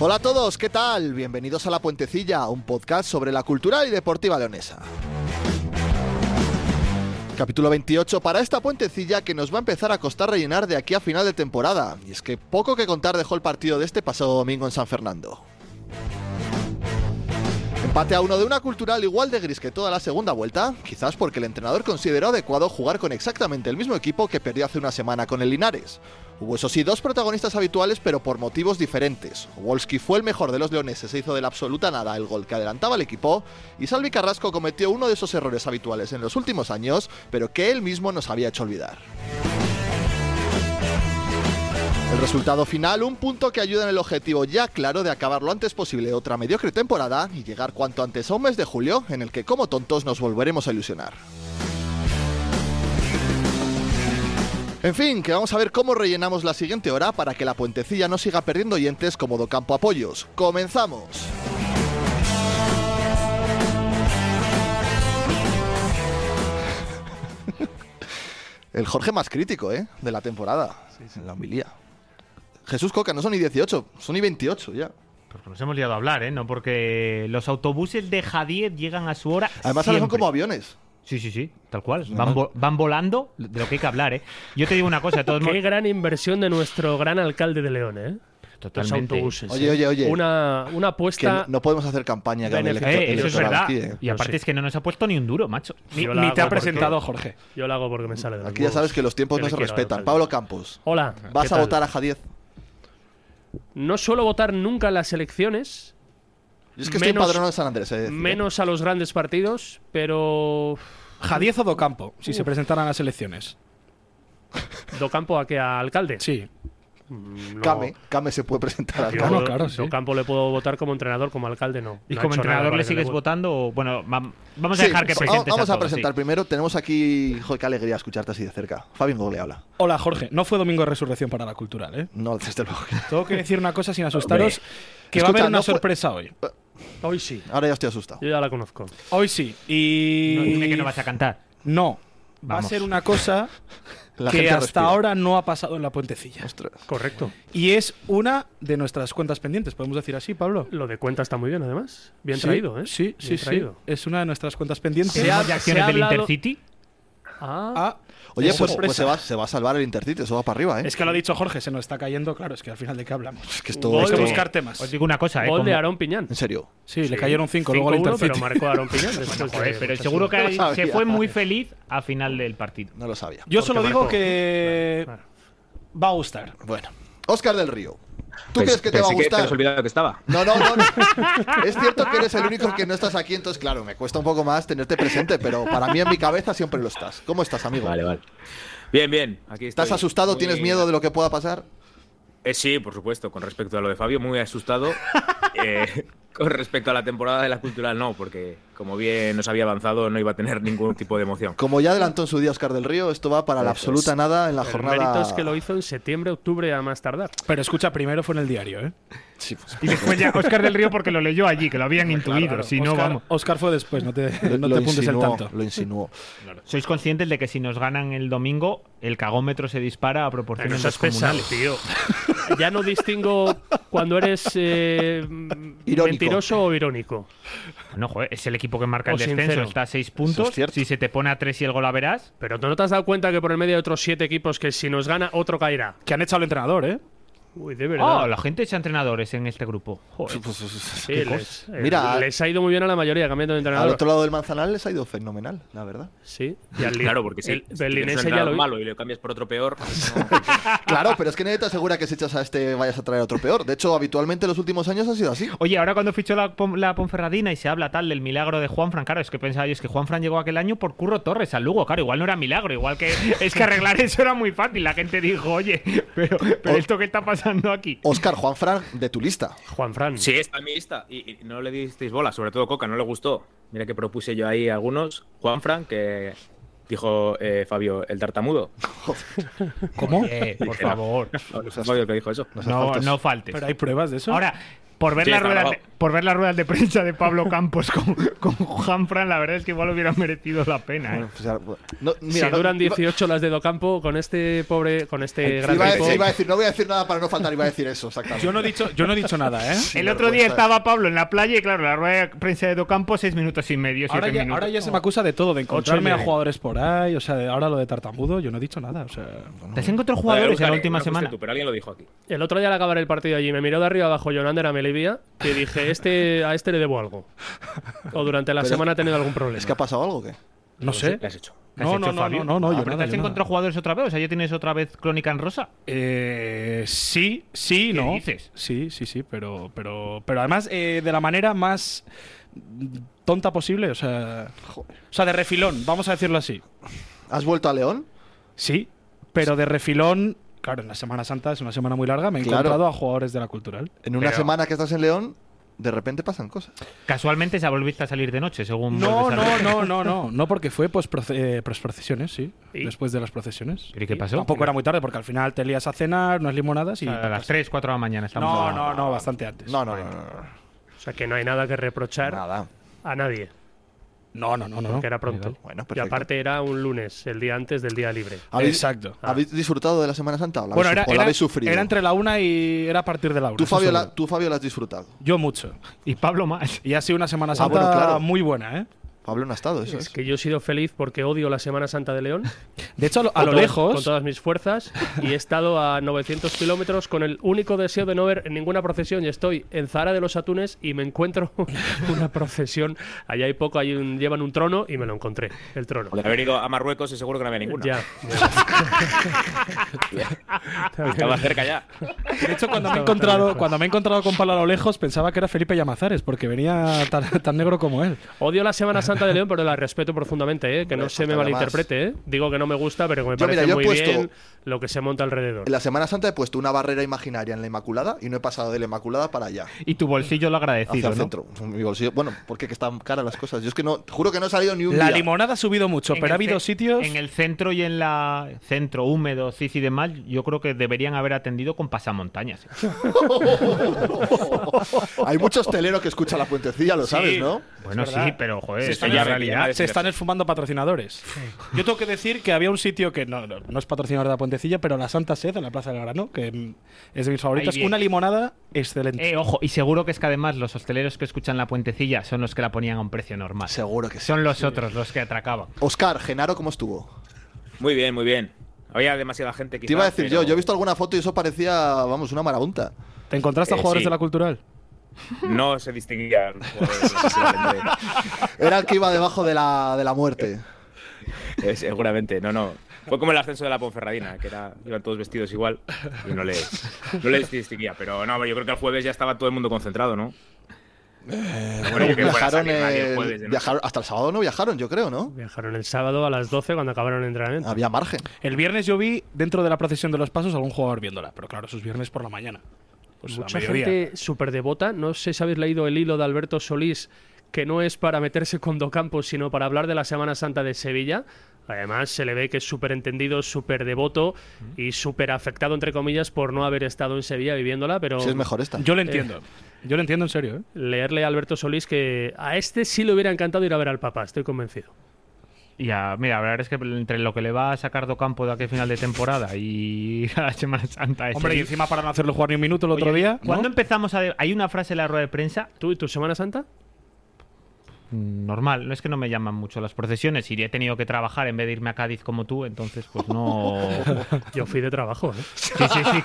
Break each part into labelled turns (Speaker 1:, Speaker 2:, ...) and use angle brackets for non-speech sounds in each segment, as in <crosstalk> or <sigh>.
Speaker 1: Hola a todos, ¿qué tal? Bienvenidos a La Puentecilla, un podcast sobre la cultural y deportiva leonesa. Capítulo 28 para esta puentecilla que nos va a empezar a costar rellenar de aquí a final de temporada. Y es que poco que contar dejó el partido de este pasado domingo en San Fernando. Empate a uno de una cultural igual de gris que toda la segunda vuelta, quizás porque el entrenador consideró adecuado jugar con exactamente el mismo equipo que perdió hace una semana con el Linares. Hubo eso sí dos protagonistas habituales pero por motivos diferentes. Wolski fue el mejor de los leoneses, se hizo de la absoluta nada el gol que adelantaba al equipo y Salvi Carrasco cometió uno de esos errores habituales en los últimos años pero que él mismo nos había hecho olvidar. El resultado final, un punto que ayuda en el objetivo ya claro de acabar lo antes posible otra mediocre temporada y llegar cuanto antes a un mes de julio en el que como tontos nos volveremos a ilusionar. En fin, que vamos a ver cómo rellenamos la siguiente hora para que la puentecilla no siga perdiendo oyentes como Docampo Apoyos. ¡Comenzamos! <laughs> El Jorge más crítico, ¿eh? De la temporada. En La homilía. Jesús Coca, no son ni 18, son ni 28 ya.
Speaker 2: Porque nos hemos liado a hablar, ¿eh? No porque los autobuses de Jadier llegan a su hora.
Speaker 1: Además, ahora son
Speaker 2: siempre.
Speaker 1: como aviones.
Speaker 2: Sí, sí, sí, tal cual. Van, vo- van volando de lo que hay que hablar, ¿eh? Yo te digo una cosa, de
Speaker 3: <laughs>
Speaker 2: todos
Speaker 3: Qué
Speaker 2: modos.
Speaker 3: gran inversión de nuestro gran alcalde de León, ¿eh? Los
Speaker 2: Totalmente.
Speaker 3: autobuses. ¿eh?
Speaker 1: Oye, oye, oye.
Speaker 3: Una, una
Speaker 1: que no,
Speaker 3: apuesta.
Speaker 1: no podemos hacer campaña con el
Speaker 3: Beneficio.
Speaker 1: electro-
Speaker 2: Eh, eso es
Speaker 1: electoral
Speaker 2: verdad.
Speaker 1: aquí, ¿eh?
Speaker 2: Y
Speaker 3: Yo
Speaker 2: aparte
Speaker 3: sí.
Speaker 2: es que no nos ha puesto ni un duro, macho.
Speaker 3: Yo la hago porque-
Speaker 4: Jorge.
Speaker 3: Yo lo hago porque me sale de los
Speaker 1: ¿eh? Aquí ya
Speaker 3: huevos.
Speaker 1: sabes que los tiempos
Speaker 3: Que
Speaker 1: no
Speaker 3: le
Speaker 1: se
Speaker 3: quiero al
Speaker 1: respetan.
Speaker 3: alcalde.
Speaker 1: Pablo Campos,
Speaker 3: Hola. ¿qué
Speaker 1: ¿vas a
Speaker 3: tal?
Speaker 1: votar a Jadiez?
Speaker 3: No suelo votar nunca en las elecciones,
Speaker 1: Yo es que estoy
Speaker 3: Menos-
Speaker 1: empadronado en San Andrés. eh, decir, ¿eh?
Speaker 3: menos a los grandes partidos, pero.
Speaker 4: Jadiez o Docampo, si se presentaran a las elecciones.
Speaker 3: ¿Docampo a qué? ¿A alcalde?
Speaker 4: Sí.
Speaker 3: Mm, no.
Speaker 1: Kame, Kame se puede presentar al
Speaker 3: Yo,
Speaker 4: Claro,
Speaker 1: cargo.
Speaker 4: no, claro, sí.
Speaker 3: Docampo le puedo votar como entrenador, como alcalde no.
Speaker 2: Y
Speaker 3: No ha
Speaker 2: como
Speaker 3: hecho nada
Speaker 2: entrenador
Speaker 3: para
Speaker 2: le
Speaker 3: que
Speaker 2: sigues
Speaker 3: vote.
Speaker 2: votando, o- bueno, vam- vamos a
Speaker 1: Sí,
Speaker 2: dejar que
Speaker 1: va-
Speaker 2: presentes.
Speaker 1: Vamos a
Speaker 2: todos, sí.
Speaker 1: presentar primero. Tenemos aquí. Joder, qué alegría escucharte así de cerca. Fabián Gogle habla.
Speaker 4: Hola, Jorge. No fue domingo de resurrección para la cultural, ¿eh?
Speaker 1: No, desde luego. <laughs>
Speaker 4: Tengo que decir una cosa sin asustaros, que va a haber
Speaker 1: Escucha,
Speaker 4: una
Speaker 1: no fue-
Speaker 4: sorpresa hoy.
Speaker 3: Hoy sí.
Speaker 1: Ahora ya estoy asustado.
Speaker 3: Yo ya la conozco.
Speaker 4: Hoy sí. Y...
Speaker 2: No, dime que no vas a cantar.
Speaker 4: No. Va a
Speaker 2: Vamos.
Speaker 4: ser una cosa
Speaker 1: La
Speaker 4: que
Speaker 1: gente
Speaker 4: hasta
Speaker 1: respira.
Speaker 4: ahora no ha pasado en la puentecilla.
Speaker 1: Ostras.
Speaker 3: Correcto.
Speaker 4: Y es una de nuestras cuentas pendientes, podemos decir así, Pablo.
Speaker 3: Lo de cuenta está muy bien, además. Bien
Speaker 4: Sí,
Speaker 3: traído, ¿eh?
Speaker 4: Sí,
Speaker 3: Bien
Speaker 4: sí, sí.
Speaker 3: traído.
Speaker 4: Es una de nuestras cuentas pendientes.
Speaker 3: Se ha-
Speaker 2: ¿Tenemos ya acciones
Speaker 3: se ha
Speaker 2: del
Speaker 3: hablado-
Speaker 2: Intercity?
Speaker 3: Ah,
Speaker 4: Ah,
Speaker 1: Oye,
Speaker 4: es
Speaker 1: pues,
Speaker 4: sorpresa.
Speaker 1: pues se, va, se va a salvar el Intercity, eso va para arriba, ¿eh?
Speaker 4: Es que lo ha dicho Jorge, se nos está cayendo, claro, es que al final de qué hablamos.
Speaker 1: Es que
Speaker 3: Gol
Speaker 1: esto.
Speaker 4: Hay
Speaker 1: esto-
Speaker 4: que
Speaker 3: de-
Speaker 4: buscar temas.
Speaker 2: Os digo una cosa, ¿eh?
Speaker 3: gol de
Speaker 2: Como-
Speaker 3: Aaron Piñán.
Speaker 1: En serio.
Speaker 4: Sí, le cayeron cinco, luego el
Speaker 3: 5-1, Pero
Speaker 4: Intercity.
Speaker 3: marcó Aaron <laughs> Piñán después
Speaker 2: Bueno,
Speaker 3: de-
Speaker 2: joder, pero seguro
Speaker 1: No lo
Speaker 2: que
Speaker 1: sabía.
Speaker 2: se fue muy feliz a final del partido.
Speaker 1: No lo sabía.
Speaker 4: <laughs> Yo
Speaker 3: Porque
Speaker 4: solo digo
Speaker 3: marcó.
Speaker 4: que
Speaker 3: Claro,
Speaker 4: va a gustar.
Speaker 1: Bueno. Oscar del Río. ¿Tú
Speaker 5: Pens-
Speaker 1: crees que te va a
Speaker 5: pensé que te
Speaker 1: gustar?
Speaker 5: has olvidado que estaba.
Speaker 1: No, no, no. no. es cierto que eres el único que no estás aquí, entonces, claro, me cuesta un poco más tenerte presente, pero para mí en mi cabeza siempre lo estás. ¿Cómo estás, amigo?
Speaker 5: Vale, vale. Bien, bien. Aquí
Speaker 1: ¿Estás
Speaker 5: estoy.
Speaker 1: asustado?
Speaker 5: Muy-
Speaker 1: ¿Tienes miedo de lo que pueda pasar?
Speaker 5: Eh, sí, por supuesto. Con respecto a lo de Fabio, muy asustado.
Speaker 1: <laughs>
Speaker 5: Eh, con respecto a la temporada de la cultural, no, porque como bien nos había avanzado, no iba a tener ningún tipo de emoción.
Speaker 1: Como ya adelantó en su día Oscar del Río, esto va para la
Speaker 5: Eso
Speaker 1: absoluta
Speaker 5: es.
Speaker 1: nada en la
Speaker 3: El
Speaker 1: jornada.
Speaker 3: mérito es que lo hizo en septiembre, octubre, a más tardar.
Speaker 4: Pero escucha, primero fue en el diario, ¿eh?
Speaker 1: Sí, pues,
Speaker 2: Y después ya Oscar del Río porque lo leyó allí, que lo habían intuido. Si no,
Speaker 4: Oscar,
Speaker 2: vamos.
Speaker 4: Oscar fue después, no te,
Speaker 1: lo,
Speaker 4: no
Speaker 1: lo
Speaker 4: te apuntes el
Speaker 1: insinuó,
Speaker 4: tanto.
Speaker 1: Lo insinuó.
Speaker 2: Sois conscientes de que si nos ganan el domingo, el cagómetro se dispara a proporciones
Speaker 3: seas pesado,
Speaker 2: descomunales.
Speaker 3: tío. Ya no distingo cuando eres eh, m-
Speaker 1: Irónico.
Speaker 3: mentiroso o irónico.
Speaker 2: No, joder, es el equipo que marca
Speaker 3: O
Speaker 2: el descenso,
Speaker 3: sincero.
Speaker 2: está a seis
Speaker 1: Eso
Speaker 2: puntos.
Speaker 1: es cierto.
Speaker 2: Si se te pone a tres y el gol la verás,
Speaker 3: Pero ¿tú no te has dado cuenta que por el medio hay otros siete equipos que si nos gana, otro caerá?
Speaker 4: Que han echado al entrenador, ¿eh?
Speaker 3: Uy, de verdad.
Speaker 5: Ah,
Speaker 2: Oh, la gente echa entrenadores en este grupo. Joder.
Speaker 3: Sí,
Speaker 2: qué
Speaker 3: les, eh,
Speaker 1: Mira,
Speaker 3: les ha ido muy bien a la mayoría cambiando de
Speaker 1: Al
Speaker 3: entrenador.
Speaker 1: otro lado del manzanal les ha ido fenomenal, la verdad.
Speaker 3: Sí, y al Lin-
Speaker 5: Claro, porque si
Speaker 3: el
Speaker 5: si tienes un
Speaker 3: berlinense ya
Speaker 5: entrenador
Speaker 3: lo vi-
Speaker 5: malo y lo cambias por otro
Speaker 4: <laughs>
Speaker 5: peor.
Speaker 1: Claro, pero es que nadie te asegura que si echas a este vayas a traer otro peor. De hecho, habitualmente en los últimos años ha sido así.
Speaker 2: Oye, ahora cuando fichó la, Pon- la Ponferradina y se habla tal del milagro de Juanfran, claro, es que pensaba yo, es que Juanfran llegó aquel año por Curro Torres al Lugo, claro, igual no era milagro, igual que es que arreglar eso era muy fácil, la gente dijo, oye, pero, pero
Speaker 1: O-
Speaker 2: esto que está
Speaker 1: <laughs>
Speaker 2: pasando aquí.
Speaker 1: Oscar Juan Fran, de tu lista.
Speaker 3: Juan Fran.
Speaker 5: sí, está en mi lista. Y, y no le disteis bola, sobre todo Coca, no le gustó. Mira que propuse yo ahí algunos. Juan Frank, que dijo eh, Fabio, el tartamudo.
Speaker 4: ¿Cómo?
Speaker 2: Eh, por
Speaker 5: Ligera.
Speaker 2: favor,
Speaker 5: No, no fue <laughs> Fabio el que dijo eso.
Speaker 2: no, no faltes.
Speaker 4: ¿Pero hay pruebas de eso?
Speaker 2: Ahora, por ver,
Speaker 5: Sí,
Speaker 2: las
Speaker 5: está
Speaker 2: ruedas de,
Speaker 5: grabado.
Speaker 2: por ver las ruedas de prensa de Pablo Campos <laughs> con, con Juanfran, la verdad es que igual hubiera merecido la pena. ¿eh?
Speaker 1: Bueno, pues, ahora- no,
Speaker 3: si
Speaker 1: mira, no-
Speaker 3: duran
Speaker 1: iba-
Speaker 3: 18 las de Docampo con este pobre, con este gran
Speaker 1: iba,
Speaker 3: equipo.
Speaker 1: iba a decir, no voy a decir nada para no faltar, iba a decir eso, exactamente.
Speaker 4: Yo no he dicho, yo no he dicho nada, ¿eh?
Speaker 2: El otro día
Speaker 1: vergüenza.
Speaker 2: estaba Pablo en la playa y claro, la rueda de prensa de Docampo, seis minutos y medio, siete
Speaker 4: Ahora ya,
Speaker 2: minutos.
Speaker 4: ahora ya se me acusa de todo, de encontrarme a
Speaker 2: medio.
Speaker 4: jugadores por ahí, o sea, de- ahora lo de tartamudo, yo no he dicho nada, o sea...
Speaker 2: ¿Te has encontrado
Speaker 5: Vale,
Speaker 2: jugadores
Speaker 5: Oscar,
Speaker 2: en la
Speaker 5: eh,
Speaker 2: última
Speaker 5: no fuiste
Speaker 2: semana?
Speaker 5: tú, pero alguien lo dijo aquí.
Speaker 3: El otro día al acabar el partido allí me miró de arriba abajo Jonander a Melivia que dije, este, a este le debo algo. O durante la
Speaker 1: Pero-
Speaker 3: semana ha tenido algún problema.
Speaker 1: ¿Es que ha pasado algo o qué?
Speaker 4: No sé.
Speaker 5: ¿Qué has hecho?
Speaker 2: ¿Qué has
Speaker 4: No,
Speaker 2: hecho,
Speaker 4: no, no,
Speaker 2: Fabio?
Speaker 4: no, no, no, yo
Speaker 2: pero
Speaker 4: nada,
Speaker 2: Ah, ¿Te has
Speaker 4: yo
Speaker 2: encontrado
Speaker 4: nada.
Speaker 2: jugadores otra vez? O sea, ¿ya tienes otra vez Crónica en Rosa?
Speaker 4: Eh, sí, sí,
Speaker 2: ¿Qué
Speaker 4: no.
Speaker 2: dices?
Speaker 4: Sí, sí, sí, pero, pero, pero además eh, de la manera más tonta posible, o sea, o sea, de refilón, vamos a decirlo así.
Speaker 1: ¿Has vuelto a León?
Speaker 4: Sí, pero de refilón, claro, en la Semana Santa es una semana muy larga, me he
Speaker 1: Claro.
Speaker 4: encontrado a jugadores de la cultural.
Speaker 1: En una semana que estás en León, de repente pasan cosas.
Speaker 2: Casualmente se volviste a salir de noche, según...
Speaker 4: No,
Speaker 2: vuelves a
Speaker 4: no,
Speaker 2: ver.
Speaker 4: no, no, no, no porque fue pues procesiones, sí,
Speaker 3: ¿Y?
Speaker 4: después de las procesiones.
Speaker 2: ¿Pero y qué pasó?
Speaker 4: Tampoco era muy tarde porque al final te lías a cenar, unas limonadas y
Speaker 2: O sea, A las 3, 4 de la mañana estamos...
Speaker 4: No,
Speaker 2: hablando.
Speaker 4: no, no, bastante antes.
Speaker 1: No, no, no, no, no,
Speaker 3: O sea, que no hay nada que reprochar
Speaker 1: Nada.
Speaker 3: a nadie,
Speaker 4: No, no, no, no.
Speaker 3: que era pronto.
Speaker 1: Bueno,
Speaker 3: y
Speaker 1: perfecto.
Speaker 3: aparte era un lunes, el día antes del día libre.
Speaker 1: ¿Habéis,
Speaker 4: Exacto.
Speaker 1: ¿Habéis disfrutado de la Semana Santa o la
Speaker 4: ah. Bueno,
Speaker 1: habéis,
Speaker 4: era,
Speaker 1: o la
Speaker 4: era-
Speaker 1: habéis sufrido?
Speaker 4: era entre la una y era a partir de la una.
Speaker 1: tú,
Speaker 4: eso
Speaker 1: Fabio,
Speaker 4: seguro.
Speaker 1: la, tú, Fabio, la has disfrutado.
Speaker 4: Yo mucho.
Speaker 2: Y Pablo más.
Speaker 4: Y ha sido una Semana Santa
Speaker 1: Ah, bueno, claro.
Speaker 4: muy buena, ¿eh?
Speaker 1: Pablo no ha estado, eso
Speaker 3: Es
Speaker 1: es.
Speaker 3: que yo he sido feliz porque odio la Semana Santa de
Speaker 1: <laughs>
Speaker 3: León.
Speaker 4: De hecho, a lo, a
Speaker 3: con
Speaker 4: lo
Speaker 3: todas-
Speaker 4: lejos.
Speaker 3: Con todas mis fuerzas. Y he estado a 900 kilómetros con el único deseo de no ver ninguna procesión. Y estoy en Zahara de los Atunes y me encuentro <laughs> una procesión. Allá hay poco, hay un, llevan un trono y me lo encontré. El trono.
Speaker 5: De haber ido a Marruecos y seguro que no había ninguna.
Speaker 3: Ya.
Speaker 5: Estaba cerca ya.
Speaker 4: De hecho, cuando me, he encontrado, cuando me he encontrado con Pablo a lo lejos, pensaba que era Felipe Llamazares, porque venía tan, <laughs> tan negro como él.
Speaker 3: Odio la Semana Santa de León, pero la respeto profundamente, ¿eh? que no
Speaker 1: Hombre,
Speaker 3: se me
Speaker 1: faltaría
Speaker 3: malinterprete. ¿eh? Digo que no me gusta, pero que me
Speaker 1: Yo,
Speaker 3: parece
Speaker 1: mira, yo he
Speaker 3: muy
Speaker 1: puesto-
Speaker 3: bien lo que se monta alrededor.
Speaker 1: En la Semana Santa he puesto una barrera imaginaria en la Inmaculada y no he pasado de la Inmaculada para allá.
Speaker 2: Y tu bolsillo lo ha
Speaker 1: Hacia
Speaker 2: agradecido,
Speaker 1: el
Speaker 2: ¿no?
Speaker 1: centro. Mi bolsillo- Bueno, porque que están caras las cosas. Yo es que no, te juro que no he salido ni un
Speaker 4: La
Speaker 1: día.
Speaker 4: limonada ha subido mucho,
Speaker 2: En
Speaker 4: pero ha
Speaker 2: el
Speaker 4: habido
Speaker 2: ce-
Speaker 4: sitios.
Speaker 2: En el centro y en la centro húmedo, cis y demás, yo creo que deberían haber atendido con
Speaker 4: <laughs>
Speaker 2: pasamontañas.
Speaker 1: <laughs> Hay muchos teleros que escuchan la puentecilla, lo sabes, ¿no?
Speaker 2: Bueno, sí,
Speaker 4: verdad.
Speaker 2: pero joder,
Speaker 5: Sí,
Speaker 2: eso
Speaker 5: sí,
Speaker 2: ya
Speaker 5: sí,
Speaker 2: es realidad.
Speaker 5: sí,
Speaker 4: Se están esfumando patrocinadores. Yo tengo que decir que había un sitio que no, no- no es patrocinador de la Puentecilla, pero la Santa Sed, en la Plaza del Grano, que mm, es de mis favoritas.
Speaker 2: bien.
Speaker 4: Una limonada excelente.
Speaker 2: Eh, ojo, y seguro que es que además los hosteleros que escuchan la puentecilla son los que la ponían a un precio normal.
Speaker 1: Seguro que sí.
Speaker 2: Son los otros los que atracaban.
Speaker 1: Oscar, Genaro, ¿cómo estuvo?
Speaker 5: Muy bien, muy bien. Había demasiada gente que
Speaker 1: Te iba a decir yo, yo he visto alguna foto y eso parecía, vamos, una marabunta.
Speaker 4: ¿Te encontraste a
Speaker 5: eh,
Speaker 4: jugadores
Speaker 5: sí.
Speaker 4: de la cultural?
Speaker 5: No se distinguía. Joder,
Speaker 1: Era el que iba debajo de la, de la muerte.
Speaker 5: eh, seguramente, no, no. Fue como el ascenso de la Ponferradina, que era, iban todos vestidos igual y no les, no les distinguía. Pero no, yo creo que el jueves ya estaba todo el mundo concentrado, ¿no?
Speaker 1: Bueno,
Speaker 5: yo creo Eh, que fuera a
Speaker 1: viajaron,
Speaker 5: salir nadie el
Speaker 1: el-
Speaker 5: jueves de noche.
Speaker 1: viajaron- hasta el sábado no viajaron, yo creo, ¿no?
Speaker 3: Viajaron el sábado a las 12 cuando acabaron el entrenamiento.
Speaker 1: Había margen.
Speaker 4: El viernes yo vi dentro de la procesión de los pasos algún jugador viéndola, pero claro, eso es viernes por la mañana. Pues
Speaker 3: Mucha
Speaker 4: a mediodía.
Speaker 3: gente súper devota. No sé si habéis leído el hilo de Alberto Solís, que no es para meterse con Docampo, sino para hablar de la Semana Santa de Sevilla. Además, se le ve que es súper entendido, súper devoto
Speaker 1: Mm.
Speaker 3: y súper afectado, entre comillas, por no haber estado en Sevilla viviéndola. Pero
Speaker 1: Si es mejor esta.
Speaker 4: Yo lo entiendo. Yo lo entiendo en serio, ¿eh?
Speaker 3: leerle a Alberto Solís que a este sí le hubiera encantado ir a ver al Papa, estoy convencido.
Speaker 2: Y a- mira, la verdad es que entre lo que le va a sacar Docampo de aquí a final de temporada y <laughs> a Semana Santa. ese-
Speaker 4: Hombre, y encima para no hacerlo jugar ni un minuto el otro
Speaker 2: Este Oye,
Speaker 4: día.
Speaker 2: ¿Cuándo
Speaker 4: ¿no?
Speaker 2: empezamos a.? de- Hay una frase en la rueda de prensa
Speaker 3: ¿Tú y tu Semana Santa?
Speaker 2: mm, normal, no es que no me llaman mucho las procesiones y he tenido que trabajar en vez de irme a Cádiz como tú, entonces pues no.
Speaker 3: <laughs> Yo fui de trabajo, ¿eh?
Speaker 2: Sí, sí, sí.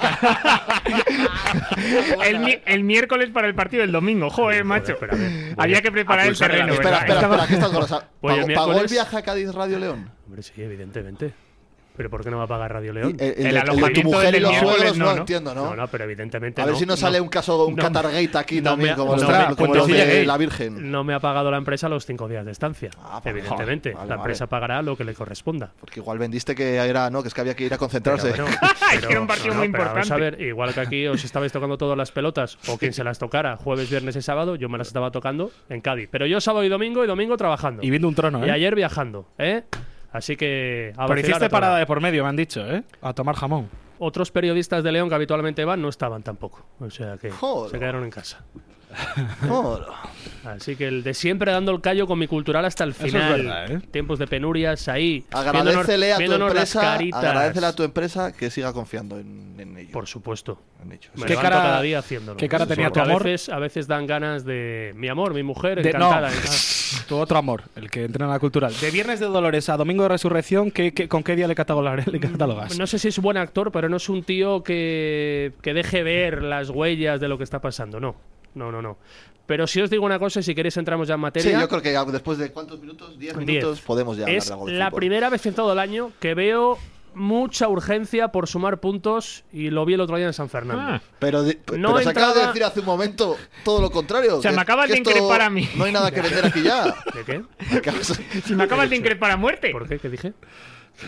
Speaker 2: el, mi- el miércoles para el partido, el domingo, joder, macho.
Speaker 3: pero a ver, voy
Speaker 2: Había
Speaker 3: a-
Speaker 2: que preparar el
Speaker 5: pulsar el
Speaker 2: terreno,
Speaker 5: avión.
Speaker 1: espera,
Speaker 2: ¿verdad?
Speaker 1: espera,
Speaker 2: Estaba-
Speaker 1: espera, que estás grosa.
Speaker 3: Voy el
Speaker 1: ¿Pagó,
Speaker 3: miércoles.
Speaker 1: pagó el viaje a Cádiz Radio León?
Speaker 3: Hombre, sí, evidentemente. ¿Pero por qué no va a pagar Radio
Speaker 1: Y
Speaker 3: León?
Speaker 1: El, el de-
Speaker 2: El
Speaker 1: el de tu
Speaker 2: alojamiento
Speaker 1: mujer
Speaker 2: del
Speaker 1: y los
Speaker 2: miércoles
Speaker 1: suegros
Speaker 2: no,
Speaker 1: no,
Speaker 2: ¿no?
Speaker 1: Eh, entiendo, ¿no?
Speaker 3: No, no, pero evidentemente
Speaker 1: A ver si no, sale un caso, un
Speaker 3: no me-
Speaker 1: Qatargate aquí
Speaker 3: no
Speaker 1: también,
Speaker 3: me-
Speaker 1: como,
Speaker 3: no
Speaker 1: los
Speaker 3: me-
Speaker 1: de- como
Speaker 3: cuando
Speaker 1: los de
Speaker 3: llegue-
Speaker 1: la Virgen.
Speaker 3: No me ha pagado la empresa los cinco días de estancia.
Speaker 1: Ah, vale,
Speaker 3: evidentemente.
Speaker 1: vale,
Speaker 3: la
Speaker 1: vale.
Speaker 3: empresa pagará lo que le corresponda.
Speaker 1: Porque igual vendiste que era, no, que es que había que ir a concentrarse. <laughs>
Speaker 3: Pero bueno,
Speaker 2: Es que era un partido muy
Speaker 3: pero vamos
Speaker 2: importante.
Speaker 3: a ver, igual que aquí os estabais tocando todas las pelotas, o quien se las tocara, jueves, viernes y sábado, yo me las estaba tocando en Cádiz. Pero yo sábado y domingo, y domingo trabajando.
Speaker 4: Y viendo un trono, ¿eh?
Speaker 3: Y ayer viajando, ¿eh? Así que... a
Speaker 4: Pero
Speaker 3: vacilar a
Speaker 4: hiciste
Speaker 3: toda.
Speaker 4: parada de por medio, me han dicho, ¿eh? A tomar jamón.
Speaker 3: Otros periodistas de León que habitualmente van no estaban tampoco. O sea que
Speaker 1: Joder.
Speaker 3: se quedaron en casa.
Speaker 1: No,
Speaker 3: Así que el de siempre dando el callo con mi cultural hasta el
Speaker 4: Eso es
Speaker 3: final.
Speaker 4: verdad, ¿eh?
Speaker 3: Tiempos de penurias ahí.
Speaker 1: agradecele
Speaker 3: viéndonos-
Speaker 1: a tu
Speaker 3: viéndonos las
Speaker 1: empresa,
Speaker 3: caritas.
Speaker 1: agradecele a tu empresa que siga confiando en, en ello.
Speaker 3: Por supuesto.
Speaker 1: en ello.
Speaker 3: Me
Speaker 4: ¿Qué
Speaker 3: levanto
Speaker 4: cara-
Speaker 3: cada día haciéndolo.
Speaker 4: qué cara
Speaker 3: Porque
Speaker 4: tenía tu
Speaker 3: a
Speaker 4: amor?
Speaker 3: Veces, a veces dan ganas de mi amor, mi mujer,
Speaker 4: De- no, <laughs>
Speaker 3: encantada.
Speaker 4: tu otro amor, el que entrena la cultural. De Viernes de Dolores a Domingo de Resurrección, ¿qué, qué- con qué día le catalogas? le catalogas?
Speaker 3: No sé si es buen actor, pero no es un tío que, que deje ver las huellas de lo que está pasando. No, no, no, no. Pero si os digo una cosa, y si queréis entramos ya en
Speaker 1: Sí,
Speaker 3: materia.
Speaker 1: yo creo que ya después de cuántos minutos, 10
Speaker 3: Diez.
Speaker 1: minutos, podemos ya hablar
Speaker 3: es
Speaker 1: de algo de
Speaker 3: la
Speaker 1: fútbol.
Speaker 3: primera vez en todo el año que veo mucha urgencia por sumar puntos y lo vi el otro día en San Fernando.
Speaker 2: Ah,
Speaker 1: Pero, de- pero
Speaker 3: No
Speaker 1: se acaba de
Speaker 3: entraba-
Speaker 1: decir hace un momento todo lo contrario.
Speaker 2: O sea,
Speaker 1: que-
Speaker 2: me acabas
Speaker 1: que
Speaker 2: de
Speaker 1: esto
Speaker 2: increpar a mí.
Speaker 1: No hay nada que vender aquí ya. pues,
Speaker 3: ¿De qué?
Speaker 1: Acabas-
Speaker 2: <laughs> si me acabas de increpar a muerte.
Speaker 3: ¿Por qué? ¿Qué dije?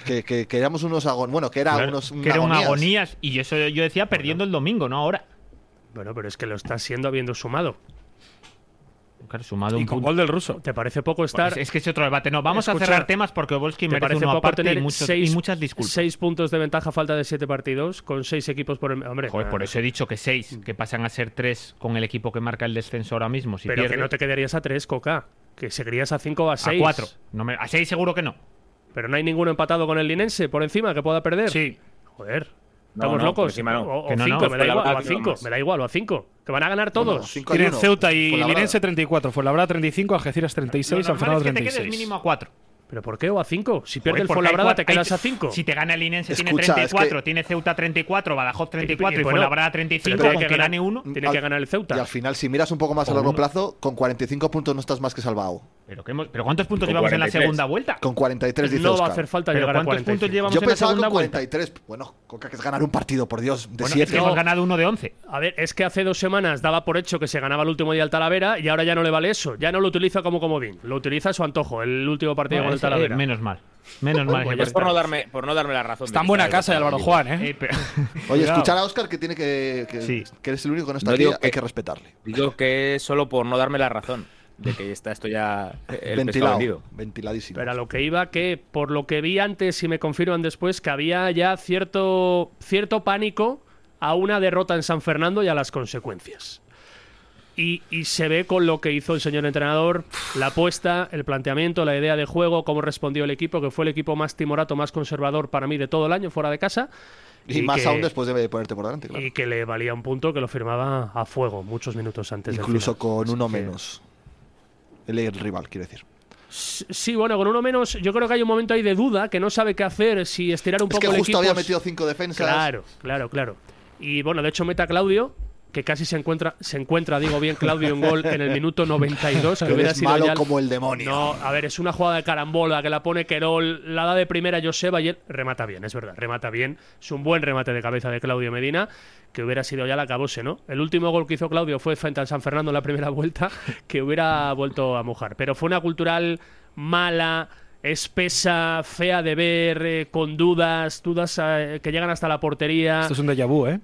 Speaker 1: que, que, que éramos unos agonías. Bueno, que era
Speaker 2: Claro,
Speaker 1: unos
Speaker 2: que era un
Speaker 1: agonías.
Speaker 2: agonías. Y eso yo decía perdiendo el domingo, no ahora.
Speaker 3: Bueno, pero es que lo está siendo habiendo sumado.
Speaker 2: Claro, sumado
Speaker 4: Y
Speaker 2: un
Speaker 4: con
Speaker 2: punto.
Speaker 4: gol del ruso.
Speaker 3: ¿Te parece poco estar
Speaker 2: Es, es que es otro debate. No, vamos a
Speaker 3: Escucha,
Speaker 2: cerrar temas porque Volsky
Speaker 3: ¿Te
Speaker 2: merece
Speaker 3: parece
Speaker 2: uno
Speaker 3: poco
Speaker 2: aparte
Speaker 3: tener
Speaker 2: y, muchos-
Speaker 3: seis,
Speaker 2: y muchas disculpas.
Speaker 3: seis puntos de ventaja a falta de siete partidos con seis equipos por el hombre ah,
Speaker 2: Joder,
Speaker 3: no,
Speaker 2: por
Speaker 3: no.
Speaker 2: eso he dicho que seis,
Speaker 3: Mm.
Speaker 2: que pasan a ser tres con el equipo que marca el descenso ahora mismo. Si
Speaker 3: pero
Speaker 2: pierde,
Speaker 3: que no te quedarías a tres coca que seguirías a cinco o a
Speaker 2: a
Speaker 3: seis
Speaker 2: cuatro. No me- a seis seguro que no.
Speaker 3: pero no hay ninguno empatado con el linense por encima que pueda perder
Speaker 4: Sí.
Speaker 3: joder
Speaker 5: No,
Speaker 3: estamos
Speaker 5: no, por
Speaker 3: locos
Speaker 5: encima no.
Speaker 3: o, o
Speaker 2: Que no,
Speaker 3: cinco
Speaker 2: no.
Speaker 3: me da igual o a
Speaker 5: Más.
Speaker 3: cinco me da igual o a cinco que van a ganar
Speaker 1: Bueno,
Speaker 3: todos
Speaker 1: cinco hay
Speaker 4: Tienen
Speaker 1: uno.
Speaker 4: Ceuta y
Speaker 1: Fuenlabrada.
Speaker 4: Linense 34, Fuenlabrada 35, Algeciras 36, San
Speaker 2: Lo normal
Speaker 4: Fernando
Speaker 2: es que te quedes
Speaker 4: 36.
Speaker 2: mínimo a cuatro.
Speaker 3: pero por qué o a cinco si
Speaker 2: Joder,
Speaker 3: pierde el
Speaker 2: porque hay
Speaker 3: Fuenlabrada
Speaker 2: cuatro-
Speaker 3: te quedas
Speaker 2: hay-
Speaker 3: a cinco
Speaker 2: Si te gana el Linense tiene
Speaker 1: Escucha, es
Speaker 2: 34,
Speaker 1: que-
Speaker 2: tiene Ceuta 34, Badajoz 34 y,
Speaker 3: bueno,
Speaker 2: Fuenlabrada
Speaker 3: pero
Speaker 2: 35,
Speaker 3: tiene
Speaker 2: con
Speaker 3: que
Speaker 2: que
Speaker 3: ganar-
Speaker 2: gane uno.
Speaker 3: tiene que
Speaker 1: Al-
Speaker 3: ganar el Ceuta
Speaker 1: Y al final, si miras un poco más a
Speaker 2: O
Speaker 1: largo
Speaker 2: uno.
Speaker 1: plazo, con 45 puntos no estás más que salvado.
Speaker 2: Pero, que hemos- pero ¿cuántos puntos
Speaker 5: Con
Speaker 2: llevamos en la
Speaker 5: 43.
Speaker 2: segunda vuelta?
Speaker 1: Con 43 dice
Speaker 3: no va
Speaker 1: Óscar.
Speaker 3: a hacer falta
Speaker 2: ¿Pero
Speaker 3: llegar a
Speaker 2: ¿Cuántos
Speaker 3: 45
Speaker 2: puntos llevamos
Speaker 1: Yo
Speaker 2: en la
Speaker 1: pensaba
Speaker 2: segunda
Speaker 1: con
Speaker 2: vuelta?
Speaker 1: 43. Bueno, Coca, que es ganar un partido, por Dios, de
Speaker 2: Bueno,
Speaker 1: 7.
Speaker 2: es que hemos ganado uno de 11.
Speaker 3: A ver, es que hace dos semanas daba por hecho que se ganaba el último día al Talavera y ahora ya no le vale eso. Ya no lo utiliza como comodín, lo utiliza a su antojo, el último partido con el Talavera.
Speaker 2: eh, menos mal. Menos mal. que
Speaker 5: Yo es por no, darme, por no darme la razón. de
Speaker 4: Está en
Speaker 5: que
Speaker 4: buena
Speaker 5: sea
Speaker 4: casa de
Speaker 5: algo
Speaker 4: Álvaro
Speaker 5: tan
Speaker 4: Juan,
Speaker 2: Eh,
Speaker 4: ¿eh?
Speaker 2: pero-
Speaker 1: Oye,
Speaker 2: <laughs> Cuidado.
Speaker 1: escuchar a Óscar que tiene que. Que,
Speaker 2: Sí.
Speaker 1: que eres el único que no está
Speaker 5: No
Speaker 1: aquí,
Speaker 5: digo
Speaker 1: hay
Speaker 5: que-
Speaker 1: que respetarle.
Speaker 5: Digo que es solo por no darme la razón de que está esto ya el pescado
Speaker 1: Ventilado.
Speaker 5: vendido.
Speaker 1: Ventiladísimo.
Speaker 3: Pero a lo que iba, que por lo que vi antes y me confirman después, que había ya cierto, cierto pánico a una derrota en San Fernando y a las consecuencias. Y, y se ve con lo que hizo el señor entrenador, la apuesta, el planteamiento, la idea de juego, cómo respondió el equipo, que fue el equipo más timorato, más conservador para mí de todo el año fuera de casa.
Speaker 1: y, más
Speaker 3: que-
Speaker 1: aún después de ponerte por delante, claro.
Speaker 3: y que le valía un punto que lo firmaba a fuego muchos minutos antes del
Speaker 1: Incluso
Speaker 3: final.
Speaker 1: con
Speaker 3: Así
Speaker 1: uno
Speaker 3: que-
Speaker 1: menos. El, el rival, quiero decir.
Speaker 3: S- Sí, bueno, con uno menos yo creo que hay un momento ahí de duda que no sabe qué hacer, si estirar un
Speaker 1: Es
Speaker 3: poco
Speaker 1: que
Speaker 3: el
Speaker 1: justo
Speaker 3: equipo.
Speaker 1: había metido cinco defensas.
Speaker 3: Claro, claro, claro. Y bueno, de hecho meta Claudio que casi se encuentra, se encuentra, digo bien, Claudio un gol en el minuto 92, que hubiera
Speaker 1: Eres
Speaker 3: sido
Speaker 1: malo
Speaker 3: ya el-
Speaker 1: como el demonio.
Speaker 3: No, a ver, es una jugada de carambola que la pone Querol, la da de primera Joseba y él remata bien, es verdad, remata bien. Es un buen remate de cabeza de Claudio Medina, que hubiera sido ya la cabose, ¿no? El último gol que hizo Claudio fue frente al San Fernando en la primera vuelta, <laughs> que hubiera vuelto a mojar. Pero fue una cultural mala, espesa, fea de ver, eh, con dudas, dudas eh, que llegan hasta la portería
Speaker 4: Esto es un déjà vu, ¿eh?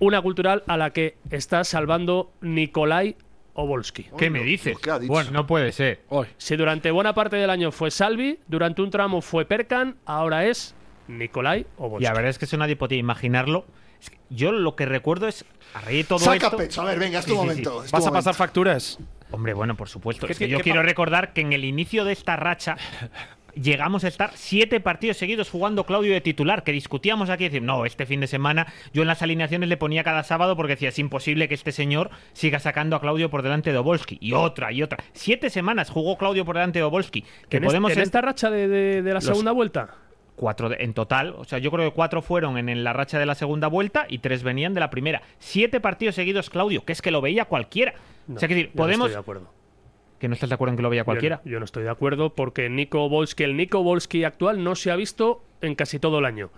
Speaker 3: una cultural a la que está salvando Nikolai Obolski.
Speaker 2: ¿Qué me dices?
Speaker 1: ¿Qué ha dicho?
Speaker 2: Bueno, no puede ser.
Speaker 4: Hoy.
Speaker 3: Si durante buena parte del año fue Salvi, durante un tramo fue Perkan, ahora es Nikolai Obolski.
Speaker 2: Y la verdad es que eso nadie podía imaginarlo. Es que yo lo que recuerdo es a raíz de todo
Speaker 1: Saca
Speaker 2: esto-
Speaker 1: pecho, a ver, venga, es tu
Speaker 2: Sí, sí, sí.
Speaker 1: momento. es tu
Speaker 4: ¿Vas a
Speaker 1: momento.
Speaker 4: pasar facturas?
Speaker 2: Hombre, bueno, por supuesto.
Speaker 3: ¿Qué
Speaker 2: Es que
Speaker 3: ti-
Speaker 2: yo
Speaker 3: qué
Speaker 2: quiero
Speaker 3: pa-
Speaker 2: recordar que en el inicio de esta
Speaker 3: <laughs>
Speaker 2: racha llegamos a estar siete partidos seguidos jugando Claudio de titular, que discutíamos aquí, decir, no, este fin de semana yo en las alineaciones le ponía cada sábado porque decía, es imposible que este señor siga sacando a Claudio por delante de Obolski. Y otra, y otra. Siete semanas jugó Claudio por delante de Obolski. Que
Speaker 3: en, es-
Speaker 2: podemos
Speaker 3: en
Speaker 2: en-
Speaker 3: esta racha de, de- de la
Speaker 2: Los-
Speaker 3: segunda vuelta.
Speaker 2: cuatro de- en total, o sea, yo creo que cuatro fueron en, en la racha de la segunda vuelta y tres venían de la primera. Siete partidos seguidos, Claudio, que es que lo veía cualquiera. o sea, que decir,
Speaker 3: yo no
Speaker 2: podemos...
Speaker 3: estoy de acuerdo.
Speaker 2: que no estás de acuerdo en que lo veía cualquiera.
Speaker 3: Yo no, yo no estoy de acuerdo porque Nico Volsky, el Nico Volsky actual no se ha visto en casi todo el año.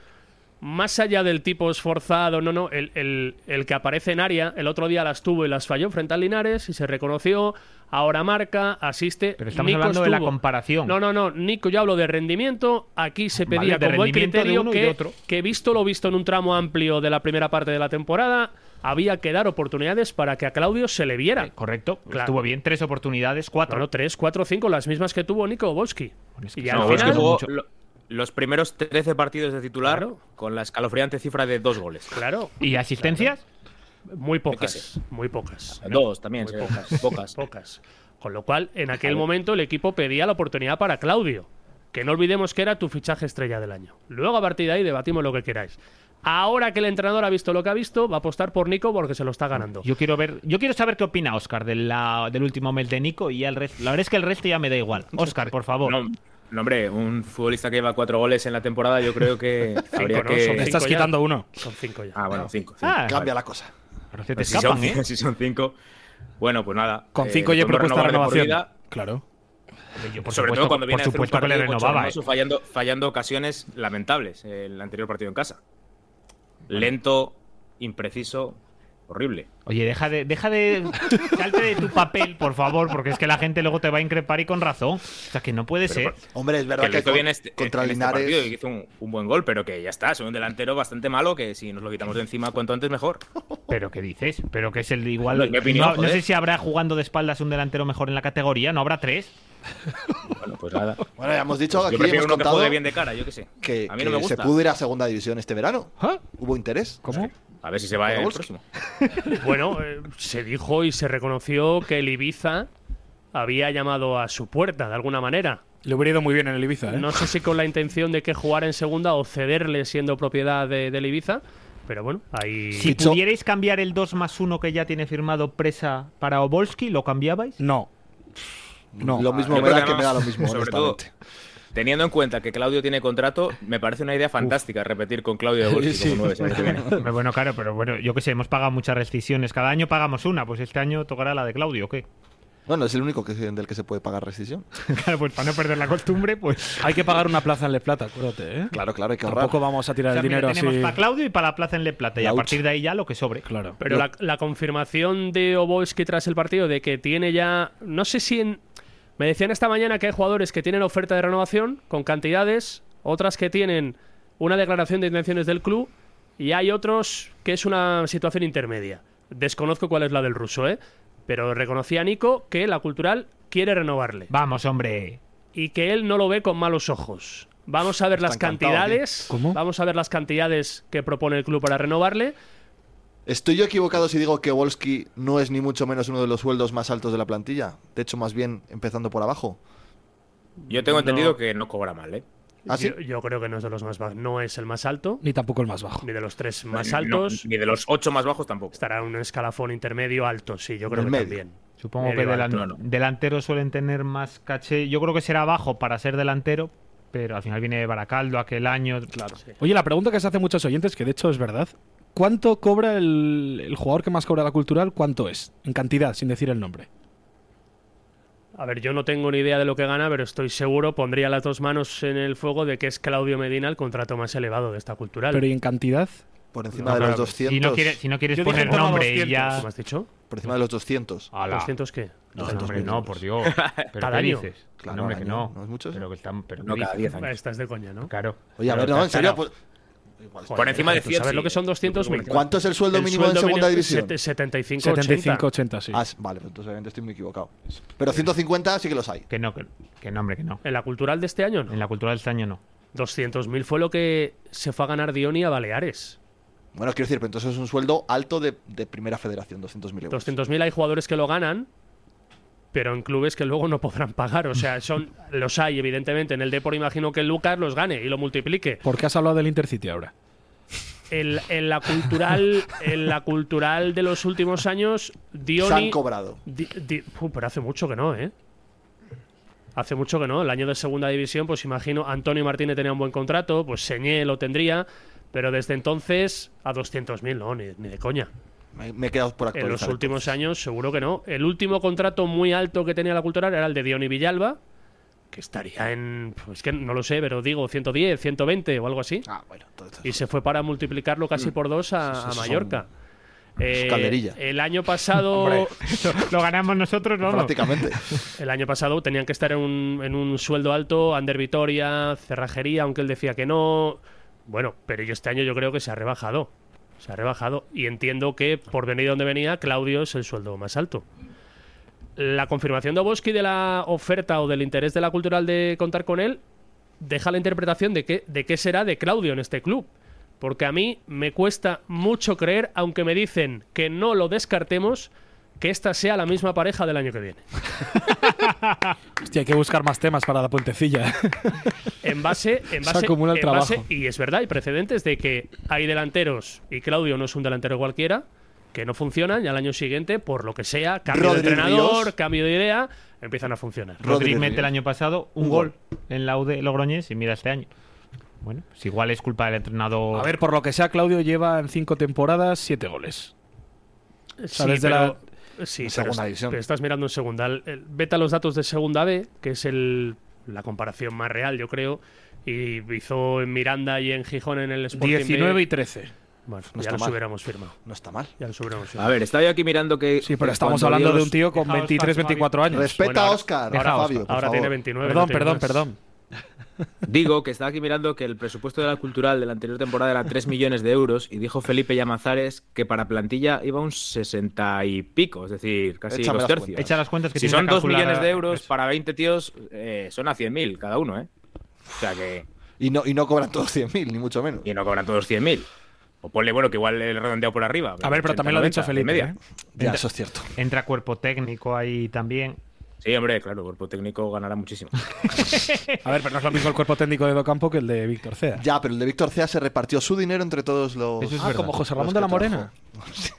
Speaker 3: Más allá del tipo esforzado, no, no, el, el- el que aparece en área, el otro día las tuvo y las falló frente al Linares y se reconoció, ahora marca, asiste.
Speaker 2: Pero estamos
Speaker 3: Nico
Speaker 2: hablando de la
Speaker 3: estuvo-
Speaker 2: comparación.
Speaker 3: No, no, no, Nico, yo hablo de rendimiento, aquí se
Speaker 2: Vale,
Speaker 3: pedía
Speaker 2: de
Speaker 3: con buen
Speaker 2: rendimiento de
Speaker 3: criterio
Speaker 2: uno y
Speaker 3: que,
Speaker 2: de otro.
Speaker 3: que visto lo visto en un tramo amplio de la primera parte de la temporada, había que dar oportunidades para que a Claudio se le viera.
Speaker 2: Eh, Correcto,
Speaker 3: Claro.
Speaker 2: estuvo bien, tres oportunidades, cuatro.
Speaker 3: Bueno, 3, 4, 5, las mismas que tuvo Nico Obolski.
Speaker 2: Bueno, es que
Speaker 3: Y
Speaker 2: no,
Speaker 3: al
Speaker 5: No, es que
Speaker 3: final,
Speaker 5: jugó
Speaker 2: mucho.
Speaker 5: lo- los primeros 13 partidos de titular
Speaker 3: Claro.
Speaker 5: con la escalofriante cifra de dos goles.
Speaker 3: claro,
Speaker 2: ¿Y asistencias?
Speaker 3: muy
Speaker 5: Yo qué
Speaker 3: pocas,
Speaker 5: sé.
Speaker 3: muy pocas.
Speaker 5: Dos también,
Speaker 3: Muy
Speaker 5: sí, <laughs>
Speaker 3: pocas,
Speaker 5: pocas.
Speaker 3: pocas. Con lo cual, en aquel momento el equipo pedía la oportunidad para Claudio, que no olvidemos que era tu fichaje estrella del año. Luego a partir de ahí debatimos lo que queráis. Ahora que el entrenador ha visto lo que ha visto, va a apostar por Nico porque se lo está ganando.
Speaker 2: Yo quiero ver, yo quiero saber qué opina Oscar de la- del último mes de Nico y ya el resto. La verdad es que el resto ya me da igual. Oscar, por favor.
Speaker 5: No, no, hombre, un futbolista que lleva cuatro goles en la temporada, yo creo que habría
Speaker 3: ¿no?
Speaker 5: que.
Speaker 3: Son cinco
Speaker 4: Estás
Speaker 3: ya.
Speaker 4: quitando uno.
Speaker 3: Son cinco ya.
Speaker 5: Ah, bueno, cinco. cinco.
Speaker 2: Ah,
Speaker 1: Cambia la cosa.
Speaker 2: se te
Speaker 5: Pues si,
Speaker 2: escapan,
Speaker 5: son,
Speaker 2: ¿eh?
Speaker 5: ci- si son cinco. Bueno, pues nada.
Speaker 4: Con
Speaker 5: eh,
Speaker 4: cinco
Speaker 5: le
Speaker 4: ya he
Speaker 5: podemos
Speaker 4: propuesto la
Speaker 5: renovar de por
Speaker 4: renovación.
Speaker 5: vida.
Speaker 4: Claro.
Speaker 2: Yo, por
Speaker 5: Sobre
Speaker 2: supuesto,
Speaker 5: todo cuando
Speaker 2: por
Speaker 5: viene a hacer un
Speaker 2: supuesto que le
Speaker 5: partido
Speaker 2: renovaba.
Speaker 5: bochornoso,
Speaker 2: ¿eh?
Speaker 5: fallando, fallando ocasiones lamentables eh, el anterior partido en casa. Lento, impreciso, horrible.
Speaker 2: Oye, deja de,
Speaker 5: <laughs>
Speaker 2: deja de, salte de tu papel, por favor, porque es que la gente luego te va a increpar y con razón. O sea, que no puede ser.
Speaker 1: Hombre, es verdad
Speaker 5: Que
Speaker 1: que,
Speaker 5: lo hizo
Speaker 1: con-
Speaker 5: bien este,
Speaker 1: contra
Speaker 5: en este
Speaker 1: Linares.
Speaker 5: partido y que hizo un, un buen gol, pero que ya está, es un delantero bastante malo que si nos lo quitamos de encima cuanto antes
Speaker 1: <laughs>
Speaker 5: mejor.
Speaker 2: Pero qué dices, pero que es el igual.
Speaker 5: No, es mi opinión,
Speaker 2: no, no
Speaker 5: joder.
Speaker 2: sé si habrá jugando de espaldas un delantero mejor en la categoría. No habrá tres.
Speaker 5: Bueno, pues nada.
Speaker 1: Bueno, ya hemos dicho,
Speaker 5: Yo
Speaker 1: aquí
Speaker 5: prefiero
Speaker 1: hemos
Speaker 5: uno que
Speaker 1: contado
Speaker 5: juegue bien de cara, yo qué sé.
Speaker 1: que,
Speaker 5: a mí
Speaker 1: que
Speaker 5: no me gusta.
Speaker 1: se pudo ir a segunda división este verano. ¿Hubo interés?
Speaker 4: ¿Cómo?
Speaker 5: A ver si se va el
Speaker 1: Podolski.
Speaker 5: próximo.
Speaker 3: Bueno, eh, se dijo y se reconoció que el Ibiza había llamado a su puerta de alguna manera.
Speaker 4: Le hubiera ido muy bien en el Ibiza, ¿eh?
Speaker 3: No sé si con la intención de que jugara en segunda o cederle siendo propiedad de- del Ibiza, pero bueno, ahí.
Speaker 2: Si
Speaker 1: Fichó-
Speaker 2: pudierais cambiar el 2 más 1 que ya tiene firmado presa para Obolski, ¿lo cambiabais?
Speaker 4: No. No.
Speaker 1: Lo mismo
Speaker 5: Yo
Speaker 1: me
Speaker 5: creo
Speaker 1: da que me da
Speaker 5: además,
Speaker 1: lo
Speaker 5: <laughs>
Speaker 1: mismo,
Speaker 5: sobre todo,
Speaker 1: honestamente.
Speaker 5: teniendo en cuenta que Claudio tiene contrato, me parece una idea fantástica repetir con Claudio de
Speaker 1: <laughs>
Speaker 5: Bolsi como nueve semanas que viene.
Speaker 2: Hombre, Bueno, claro, pero bueno, yo qué sé, hemos pagado muchas rescisiones. Cada año pagamos una, pues este año tocará la de Claudio, ¿o ¿qué? <laughs>
Speaker 1: Bueno, es el único que, del que se puede pagar rescisión.
Speaker 2: Claro, pues para no perder la costumbre, pues.
Speaker 4: Hay que pagar una plaza en Les Plata, acuérdate, ¿eh?
Speaker 1: Claro, claro, hay que ahorrar.
Speaker 4: Tampoco vamos a tirar
Speaker 2: O sea,
Speaker 4: el
Speaker 2: mira,
Speaker 4: dinero
Speaker 2: tenemos
Speaker 4: así.
Speaker 2: para Claudio y para la plaza en Le Plata. Y
Speaker 1: La
Speaker 2: a
Speaker 1: hucha.
Speaker 2: partir de ahí ya lo que sobre.
Speaker 4: Claro.
Speaker 3: Pero la, la confirmación de Obolski tras el partido de que tiene ya. No sé si en. Me decían esta mañana que hay jugadores que tienen oferta de renovación con cantidades, otras que tienen una declaración de intenciones del club y hay otros que es una situación intermedia. Desconozco cuál es la del ruso, ¿eh? Pero reconocía Nico que la cultural quiere renovarle
Speaker 2: Vamos, hombre.
Speaker 3: y que él no lo ve con malos ojos. Vamos a ver
Speaker 1: Está
Speaker 3: las
Speaker 1: encantado, tío.
Speaker 3: cantidades.
Speaker 4: ¿Cómo?
Speaker 3: Vamos a ver las cantidades que propone el club para renovarle.
Speaker 1: ¿Estoy yo equivocado si digo que Wolski no es ni mucho menos uno de los sueldos más altos de la plantilla? De hecho, más bien empezando por abajo.
Speaker 5: Yo tengo
Speaker 3: No.
Speaker 5: entendido que no cobra mal, ¿eh?
Speaker 1: ¿Ah, sí?
Speaker 3: yo, yo creo que no es de los más bajos. No es el más alto,
Speaker 4: Ni tampoco el más bajo.
Speaker 3: ni de los tres más
Speaker 5: No,
Speaker 3: altos.
Speaker 5: ni de los ocho más bajos tampoco.
Speaker 3: Estará en un escalafón intermedio alto, sí, yo creo
Speaker 1: Del
Speaker 3: que
Speaker 1: medio.
Speaker 3: también.
Speaker 2: Supongo
Speaker 3: Medio
Speaker 2: que delan-
Speaker 3: alto, no.
Speaker 2: delanteros suelen tener más caché. Yo creo que será bajo para ser delantero, pero al final viene Baracaldo aquel año. Claro.
Speaker 4: Oye, la pregunta que se hace muchos oyentes, que de hecho es verdad, ¿Cuánto cobra el, el jugador que más cobra la cultural? ¿Cuánto es? En cantidad, sin decir el nombre.
Speaker 3: A ver, yo no tengo ni idea de lo que gana, pero estoy seguro, pondría las dos manos en el fuego de que es Claudio Medina el contrato más elevado de esta cultural.
Speaker 4: Pero ¿y en cantidad?
Speaker 1: Por encima de los 200.
Speaker 2: Si no quieres, si no quieres
Speaker 4: Yo dije
Speaker 2: poner
Speaker 4: por la
Speaker 2: nombre y
Speaker 4: 200.
Speaker 2: ya.
Speaker 3: ¿Cómo has dicho?
Speaker 1: Por encima de los 200.
Speaker 2: Ala.
Speaker 3: 200 qué?
Speaker 2: No,
Speaker 3: 200
Speaker 2: hombre,
Speaker 3: mil.
Speaker 2: no,
Speaker 5: <laughs>
Speaker 2: por Dios. ¿Pero
Speaker 3: Cada
Speaker 2: qué
Speaker 3: año.
Speaker 2: dices?
Speaker 1: Claro,
Speaker 2: no, hombre,
Speaker 1: al
Speaker 2: que
Speaker 1: año.
Speaker 2: no.
Speaker 1: ¿No es mucho ¿eh? eso?
Speaker 2: Pero que están. Pero
Speaker 5: No
Speaker 2: ¿qué
Speaker 5: cada
Speaker 2: dices?
Speaker 5: 10 años.
Speaker 3: Estás de coña, ¿no?
Speaker 2: Claro.
Speaker 1: Oye, a
Speaker 2: Pero
Speaker 1: ver, no, en
Speaker 2: está
Speaker 1: serio.
Speaker 2: claro.
Speaker 1: pues-
Speaker 5: Por encima de
Speaker 3: Tú
Speaker 5: 100.
Speaker 3: ¿Sabes lo
Speaker 5: sí.
Speaker 3: que son 200.000?
Speaker 1: ¿Cuánto es el sueldo
Speaker 3: El
Speaker 1: mínimo
Speaker 3: sueldo
Speaker 1: en segunda
Speaker 3: mínimo es
Speaker 1: división?
Speaker 3: sete- 75,
Speaker 4: 75,
Speaker 3: 80.
Speaker 4: 80, sí.
Speaker 1: Ah, s- vale, pues entonces obviamente estoy muy equivocado. Pero 150 sí que los hay.
Speaker 2: Que no, que, que no, hombre, que no.
Speaker 3: En la cultural de este año, no.
Speaker 2: En la cultura del este año no. <laughs>
Speaker 3: 200.000 fue lo que se fue a ganar Dioni a Baleares.
Speaker 1: Bueno, quiero decir, pero entonces es un sueldo alto de, de primera federación, 200.000 euros.
Speaker 3: 200.000 hay jugadores que lo ganan, pero en clubes que luego no podrán pagar. O
Speaker 1: <laughs>
Speaker 3: sea, son los hay, evidentemente. En el Depor imagino que el Lucas los gane y lo multiplique.
Speaker 4: ¿Por qué has hablado del Intercity ahora?
Speaker 3: En, en la cultural en la cultural de los últimos años,
Speaker 1: Se han
Speaker 3: Dioni...
Speaker 1: cobrado.
Speaker 3: Di- di- Fu, pero hace mucho que no, ¿eh? Hace mucho que no. El año de segunda división, pues imagino, Antonio Martínez tenía un buen contrato, pues Señé lo tendría, pero desde entonces a 200.000, no, ni, ni de coña.
Speaker 1: Me, me he quedado por
Speaker 3: En
Speaker 1: actualizar.
Speaker 3: los últimos años, seguro que no. El último contrato muy alto que tenía la cultural era el de Diony Villalba, que estaría en, pues que no lo sé, pero digo 110, 120 o algo así.
Speaker 1: Ah, bueno, entonces.
Speaker 3: Y se fue para multiplicarlo
Speaker 1: Mm.
Speaker 3: casi por dos
Speaker 1: Eso-
Speaker 3: a,
Speaker 1: eso
Speaker 3: a
Speaker 1: son-
Speaker 3: Mallorca. Eh,
Speaker 1: es calderilla.
Speaker 3: el
Speaker 1: <laughs>
Speaker 3: año pasado.
Speaker 2: Hombre, lo ganamos nosotros, vamos.
Speaker 1: Prácticamente.
Speaker 3: El año pasado tenían que estar en un, en un sueldo alto, Ander Vitoria, Cerrajería, aunque él decía que no. Bueno, pero yo este año yo creo que se ha rebajado. Se ha rebajado. Y entiendo que por venir donde venía, Claudio es el sueldo más alto. La confirmación de Oboski de la oferta o del interés de la cultural de contar con él deja la interpretación de qué, de qué será de Claudio en este club. Porque a mí me cuesta mucho creer, aunque me dicen que no lo descartemos, que esta sea la misma pareja del año que viene.
Speaker 4: Hostia, hay que buscar más temas para la puentecilla. ¿eh?
Speaker 3: En base, en
Speaker 4: Se
Speaker 3: base,
Speaker 4: acumula el
Speaker 3: en base-
Speaker 4: trabajo.
Speaker 3: y es verdad, hay precedentes de que hay delanteros y Claudio no es un delantero cualquiera que no funcionan y al año siguiente, por lo que sea, cambio
Speaker 1: Rodri
Speaker 3: de entrenador,
Speaker 1: Ríos.
Speaker 3: cambio de idea, empiezan a funcionar.
Speaker 2: Rodríguez
Speaker 1: Rodríguez.
Speaker 2: mete el año pasado un
Speaker 1: Un
Speaker 2: gol
Speaker 1: gol.
Speaker 2: en la UD Logroñés y mira este año. Bueno, pues igual es culpa del entrenador.
Speaker 4: A ver, por lo que sea, Claudio lleva en cinco temporadas siete goles. Sabes de la-
Speaker 3: sí,
Speaker 1: la
Speaker 3: pero
Speaker 1: segunda
Speaker 3: es-
Speaker 1: división.
Speaker 3: pero estás mirando en segunda. El- el- Vete a los datos de segunda B, que es el, la comparación más real, yo creo. Y hizo en Miranda y en Gijón en el Sporting B.
Speaker 4: 19 y 13.
Speaker 3: Bueno,
Speaker 1: No
Speaker 3: ya
Speaker 1: está
Speaker 3: los
Speaker 1: mal.
Speaker 3: hubiéramos firmado.
Speaker 1: No está mal.
Speaker 3: Ya los hubiéramos firmado.
Speaker 5: A ver, estaba yo aquí mirando que.
Speaker 4: Sí, pero
Speaker 5: que
Speaker 4: estamos
Speaker 5: cuando
Speaker 4: hablando
Speaker 5: dio
Speaker 4: de
Speaker 5: los-
Speaker 4: un tío con
Speaker 2: Dejaos,
Speaker 4: 23,
Speaker 2: Paco,
Speaker 4: 24 años.
Speaker 1: Respeta
Speaker 3: Bueno,
Speaker 1: a
Speaker 3: ahora-
Speaker 1: Oscar,
Speaker 2: dejaos,
Speaker 1: Fabio. por
Speaker 3: Ahora tiene
Speaker 1: favor.
Speaker 3: 29.
Speaker 4: Perdón,
Speaker 3: no tiene
Speaker 4: perdón,
Speaker 3: más.
Speaker 4: perdón.
Speaker 5: Digo que estaba aquí mirando que el presupuesto de la cultural de la anterior temporada era 3 millones de euros y dijo Felipe Llamazares que para plantilla iba un 60 y pico, es decir, casi
Speaker 1: Échame
Speaker 5: dos
Speaker 1: las
Speaker 5: tercios.
Speaker 2: Echa las cuentas que
Speaker 5: si
Speaker 2: tiene
Speaker 5: son
Speaker 2: la
Speaker 5: 2
Speaker 2: calculadora.
Speaker 5: millones de euros para 20 tíos, eh, son a 100.000 cada uno, ¿eh? O sea que.
Speaker 1: Y no, y no cobran todos 100.000, ni mucho menos.
Speaker 5: Y no cobran todos 100.000. O ponle, bueno, que igual el redondeado por arriba.
Speaker 4: A ver, pero
Speaker 5: 80,
Speaker 4: también lo ha dicho
Speaker 5: 90,
Speaker 4: Felipe.
Speaker 5: media.
Speaker 4: ¿eh?
Speaker 1: Ya, eso es cierto.
Speaker 2: Entra cuerpo técnico ahí también.
Speaker 5: Sí, hombre, claro, cuerpo técnico ganará
Speaker 4: <laughs>
Speaker 5: muchísimo.
Speaker 4: A ver, pero no es lo mismo el cuerpo técnico de Docampo que el de Víctor Cea.
Speaker 1: Ya, pero el de Víctor Cea se repartió su dinero entre todos los.
Speaker 2: Eso es
Speaker 4: ah,
Speaker 2: verdad.
Speaker 4: como José Ramón
Speaker 1: Los
Speaker 4: de la
Speaker 1: que
Speaker 4: Morena.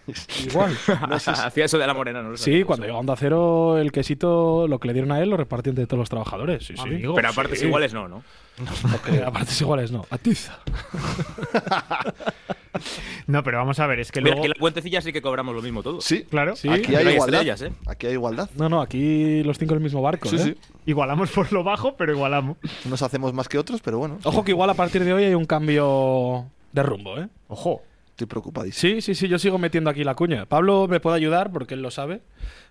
Speaker 4: <laughs> Igual.
Speaker 5: <laughs> Hacía eso de la morena, ¿no? lo
Speaker 4: Sí,
Speaker 5: sabía.
Speaker 4: cuando llegó a Onda Cero, el quesito, lo que le dieron a él, lo repartió entre todos los trabajadores. Sí, sí.
Speaker 2: Amigo,
Speaker 5: Pero aparte,
Speaker 4: Sí. <laughs>
Speaker 5: iguales no, ¿no?
Speaker 4: Eh, A partes iguales no. Atiza.
Speaker 2: No, pero vamos a ver, es que
Speaker 5: Mira,
Speaker 2: luego.
Speaker 5: aquí en la puentecilla sí que cobramos lo mismo todo.
Speaker 1: Sí,
Speaker 2: Claro,
Speaker 4: Sí.
Speaker 1: aquí hay
Speaker 5: Pero hay
Speaker 1: igualdad.
Speaker 5: estrellas, ¿eh?
Speaker 1: Aquí hay igualdad.
Speaker 4: No, no, aquí los cinco en el mismo barco.
Speaker 1: Sí,
Speaker 4: ¿eh?
Speaker 1: sí.
Speaker 2: igualamos por lo bajo, pero igualamos.
Speaker 1: Unos hacemos más que otros, pero bueno,
Speaker 4: Ojo que igual a partir de hoy hay un cambio de rumbo, ¿eh?
Speaker 2: Ojo,
Speaker 1: estoy preocupadísimo.
Speaker 4: Sí, sí, sí, yo sigo metiendo aquí la cuña. Pablo me puede ayudar porque él lo sabe,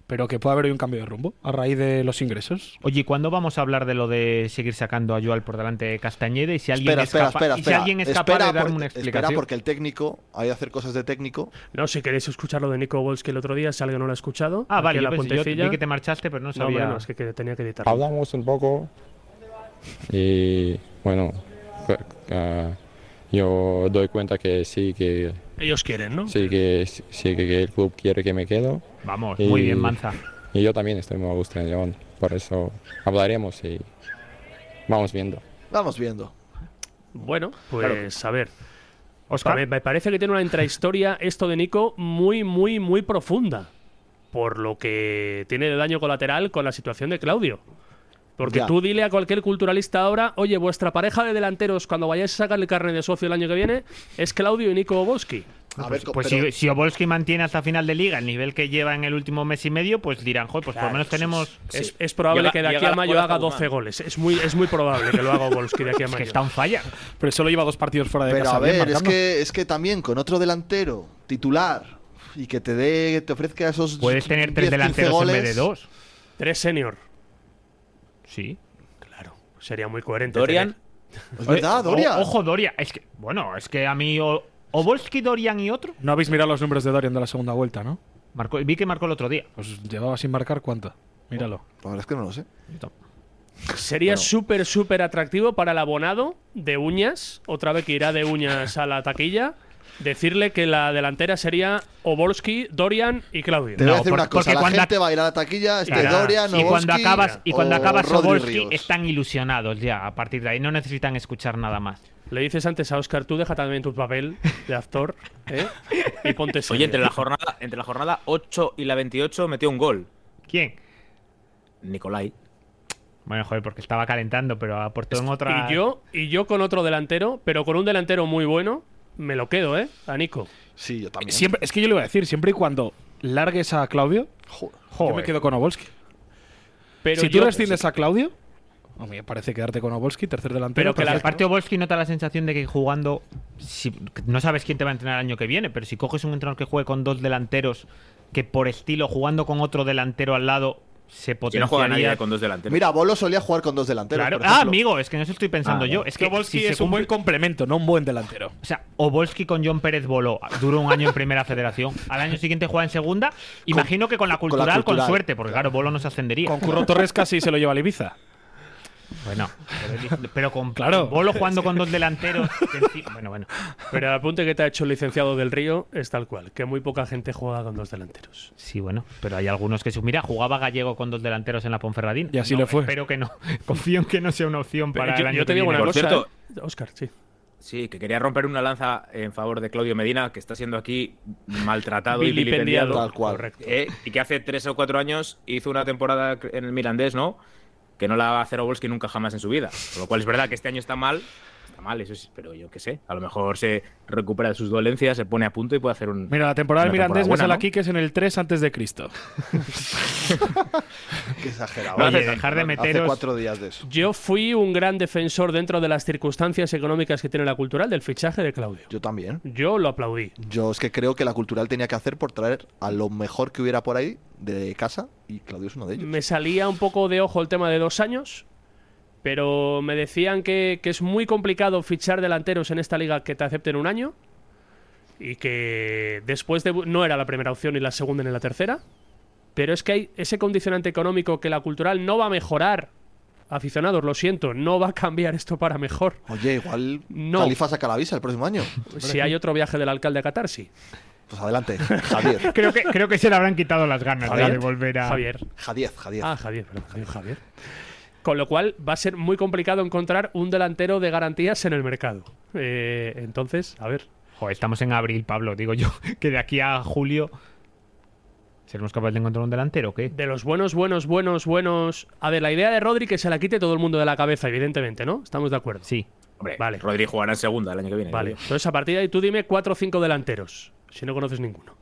Speaker 4: pero que puede haber hoy un cambio de rumbo a raíz de los ingresos.
Speaker 2: Oye, ¿y ¿cuándo vamos a hablar de lo de seguir sacando a Joal por delante de Castañeda? Y si alguien
Speaker 1: Espera,
Speaker 2: es
Speaker 1: espera,
Speaker 2: capa-
Speaker 1: espera,
Speaker 2: y si
Speaker 1: espera.
Speaker 2: alguien es capaz
Speaker 1: Espera
Speaker 2: de darme
Speaker 1: porque-
Speaker 2: una
Speaker 1: Espera,
Speaker 2: explicación.
Speaker 1: porque el técnico, hay que hacer cosas de técnico.
Speaker 3: No, si queréis escuchar lo de Nico Wolski que el otro día, si alguien no lo ha escuchado.
Speaker 2: Ah,
Speaker 3: aquí
Speaker 2: vale,
Speaker 3: en
Speaker 2: yo,
Speaker 3: la
Speaker 2: pensé- yo
Speaker 3: puentecilla.
Speaker 2: vi que te marchaste, pero no
Speaker 3: No,
Speaker 2: sabía.
Speaker 3: hombre, no, es que, que tenía que editarlo.
Speaker 6: Hablamos un poco y bueno, fue- ah, yo doy cuenta que sí que
Speaker 3: Ellos quieren, ¿no?
Speaker 6: sí que sí que el club quiere que me quedo
Speaker 2: Vamos, muy
Speaker 6: Y-
Speaker 2: bien, Manza.
Speaker 6: y yo también estoy muy a gusto en León, por eso hablaremos y vamos viendo.
Speaker 1: Vamos viendo.
Speaker 3: Bueno, pues a ver.
Speaker 2: Óscar.
Speaker 3: Me, me parece que tiene una intrahistoria esto de Nico muy, muy, muy profunda. Por lo que tiene de daño colateral con la situación de Claudio. Porque
Speaker 1: Ya.
Speaker 3: tú dile a cualquier culturalista ahora, oye, vuestra pareja de delanteros cuando vayáis a sacar el carnet de socio el año que viene es Claudio y Nico Boski.
Speaker 1: A
Speaker 2: Pues,
Speaker 1: ver, co-
Speaker 2: pues
Speaker 1: pero-
Speaker 2: si, si Obolski mantiene hasta final de liga el nivel que lleva en el último mes y medio, pues dirán, joder, pues por lo menos tenemos.
Speaker 3: Es, es probable
Speaker 5: Llega-
Speaker 3: que de aquí
Speaker 5: llega
Speaker 3: a
Speaker 5: la
Speaker 3: mayo
Speaker 5: cuerda
Speaker 3: haga
Speaker 5: jugando.
Speaker 3: 12 goles. Es muy, es muy probable que lo haga Obolski de
Speaker 5: <laughs>
Speaker 3: aquí a
Speaker 2: Es que
Speaker 3: mayo.
Speaker 2: está en falla.
Speaker 4: Pero solo lleva dos partidos fuera de
Speaker 1: Pero
Speaker 4: casa.
Speaker 1: a
Speaker 4: bien
Speaker 1: ver, es
Speaker 4: marcando.
Speaker 1: que, es que también con otro delantero titular y que te dé, te ofrezca esos.
Speaker 2: Puedes tener
Speaker 1: 10, 15
Speaker 2: tres delanteros en vez
Speaker 1: goles.
Speaker 2: de dos.
Speaker 3: Tres senior.
Speaker 2: Sí.
Speaker 3: Claro, sería muy coherente.
Speaker 5: Dorian,
Speaker 1: Es verdad, Doria.
Speaker 2: O- ojo, Doria. Es que, bueno, es que a mí. O- Obolski, Dorian y otro.
Speaker 4: No habéis mirado los números de Dorian de la segunda vuelta, ¿no?
Speaker 2: Marcó, vi que marcó el otro día.
Speaker 4: Pues llevaba sin marcar cuánto. Míralo.
Speaker 1: La verdad es que no lo sé.
Speaker 3: tener- Sería súper, súper atractivo para el abonado de uñas, otra vez que irá de uñas a la taquilla, decirle que la delantera sería Obolski, Dorian y Claudio.
Speaker 1: Te voy a decir
Speaker 2: por-
Speaker 1: una cosa:
Speaker 2: porque
Speaker 1: la
Speaker 2: cuando
Speaker 1: gente
Speaker 2: ac-
Speaker 1: va a ir a la taquilla, este
Speaker 3: Claro.
Speaker 1: Doria,
Speaker 2: y cuando
Speaker 1: Novoski
Speaker 2: acabas, y cuando
Speaker 1: o
Speaker 2: acabas
Speaker 1: Rodri
Speaker 2: Obolski,
Speaker 1: Ríos.
Speaker 2: están ilusionados ya. A partir de ahí no necesitan escuchar nada más.
Speaker 3: Le dices antes a Oscar, tú deja también tu papel de actor ¿eh? y ponte serio.
Speaker 5: oye, entre la, jornada, entre la jornada 8 y la 28 metió un gol.
Speaker 2: ¿Quién?
Speaker 5: Nicolai.
Speaker 2: Bueno, joder, porque estaba calentando, pero aportó en otra.
Speaker 3: Y yo, y yo con otro delantero, pero con un delantero muy bueno, me lo quedo, ¿eh? A Nico.
Speaker 1: Sí, yo también.
Speaker 4: Siempre, es que yo le voy a decir, siempre y cuando largues a Claudio,
Speaker 1: Joder.
Speaker 4: yo me quedo con Obolski.
Speaker 3: Pero
Speaker 4: si tú
Speaker 3: yo-
Speaker 4: rescindes a Claudio, a mí me parece quedarte con Obolski, tercer delantero.
Speaker 2: Pero que la
Speaker 4: perfecto.
Speaker 2: parte Obolski no te da la sensación de que jugando. si- no sabes quién te va a entrenar el año que viene, pero si coges un entrenador que juegue con dos delanteros, que por estilo, jugando con otro delantero al lado,
Speaker 5: Si
Speaker 2: se
Speaker 5: no juega
Speaker 2: potenciaría.
Speaker 5: nadie con dos delanteros.
Speaker 1: Mira, Bolo solía jugar con dos delanteros.
Speaker 2: Claro.
Speaker 1: por
Speaker 2: Ah,
Speaker 1: ejemplo.
Speaker 2: amigo, es que en eso estoy pensando
Speaker 5: Ah,
Speaker 2: yo.
Speaker 5: vale.
Speaker 2: Es
Speaker 4: que
Speaker 2: que
Speaker 4: Obolski
Speaker 2: si se
Speaker 4: es un buen
Speaker 2: cumple-
Speaker 4: complemento, no un buen delantero.
Speaker 2: O sea, Obolski con John Pérez voló. Duró un año en primera federación. Al año siguiente juega en segunda. Imagino que con la cultural, con,
Speaker 1: cultural.
Speaker 2: suerte, porque claro, Bolo no se ascendería.
Speaker 4: Con Curro Torres casi se lo lleva a Ibiza.
Speaker 2: Bueno, pero el- pero con
Speaker 4: Claro.
Speaker 2: Bolo jugando con dos delanteros. que enci- Bueno, bueno.
Speaker 3: Pero el apunte que te ha hecho el licenciado del Río es tal cual, que muy poca gente juega con dos delanteros.
Speaker 2: Sí, bueno, pero hay algunos que se. Mira, jugaba Gallego con dos delanteros en la Ponferradina.
Speaker 4: Y así
Speaker 2: No,
Speaker 4: le fue.
Speaker 2: Espero que no. Confío en que no sea una opción para
Speaker 3: yo,
Speaker 2: el año
Speaker 3: yo te
Speaker 2: que
Speaker 3: digo
Speaker 2: viene.
Speaker 3: una
Speaker 5: Por
Speaker 3: cosa,
Speaker 5: cierto-
Speaker 3: Oscar, sí.
Speaker 5: Sí, que quería romper una lanza en favor de Claudio Medina, que está siendo aquí maltratado y
Speaker 3: Vilipendiado.
Speaker 5: vilipendiado.
Speaker 1: Tal cual.
Speaker 3: Correcto.
Speaker 5: ¿eh? Y que hace tres o cuatro años hizo una temporada en el Mirandés, ¿no? Que no la va a hacer Obolski nunca jamás en su vida. Con lo cual es verdad que este año está mal. Está mal, eso sí, pero yo qué sé. A lo mejor se recupera de sus dolencias, se pone a punto y puede hacer un.
Speaker 4: Mira,
Speaker 5: Una
Speaker 4: la temporada del
Speaker 5: temporada
Speaker 4: Mirandés me
Speaker 5: buena,
Speaker 4: sale
Speaker 5: ¿no?
Speaker 4: aquí que es en el 3 antes de Cristo.
Speaker 1: Qué exagerado.
Speaker 5: No
Speaker 2: Oye,
Speaker 5: hace tanto,
Speaker 2: dejar de
Speaker 5: no,
Speaker 1: Hace
Speaker 2: meteros.
Speaker 1: cuatro días de eso.
Speaker 3: Yo fui un gran defensor dentro de las circunstancias económicas que tiene la cultural del fichaje de Claudio.
Speaker 1: Yo también.
Speaker 3: Yo lo aplaudí.
Speaker 1: Yo es que creo que la cultural tenía que hacer por traer a lo mejor que hubiera por ahí de casa y Claudio es uno de ellos.
Speaker 3: Me salía un poco de ojo el tema de dos años, pero me decían que, que es muy complicado fichar delanteros en esta liga que te acepten un año y que después de... bu- No era la primera opción, ni la segunda ni la tercera, pero es que hay ese condicionante económico que la cultural no va a mejorar. Aficionados, lo siento, no va a cambiar esto para mejor.
Speaker 4: Mm.
Speaker 1: Oye, igual
Speaker 3: No.
Speaker 1: Califa saca la visa el próximo
Speaker 4: <laughs>
Speaker 1: año.
Speaker 3: Si hay otro viaje del alcalde a Qatar, sí.
Speaker 1: Pues adelante,
Speaker 4: <laughs>
Speaker 1: Javier.
Speaker 2: Creo que, creo que se le habrán quitado las ganas ya,
Speaker 1: Javier.
Speaker 2: de volver a.
Speaker 3: Javier.
Speaker 1: Jadiez, Jadiez.
Speaker 3: Ah, Javier, perdón, Javier, Javier. Con lo cual va a ser muy complicado encontrar un delantero de garantías en el mercado. Eh, entonces, a ver.
Speaker 2: Joder, estamos en abril, Pablo. Digo yo que de aquí a julio. ¿Seremos capaces de encontrar un delantero o qué?
Speaker 3: De los buenos, buenos, buenos, buenos. A ver, la idea de Rodri que se la quite todo el mundo de la cabeza, evidentemente, ¿no? Estamos de acuerdo.
Speaker 2: Sí.
Speaker 4: <laughs>
Speaker 5: Hombre,
Speaker 3: Vale.
Speaker 5: Rodri jugará en segunda el año que viene.
Speaker 3: Vale.
Speaker 5: yo
Speaker 3: Entonces, a partir de ahí, tú dime cuatro o cinco delanteros. Si no conoces ninguno.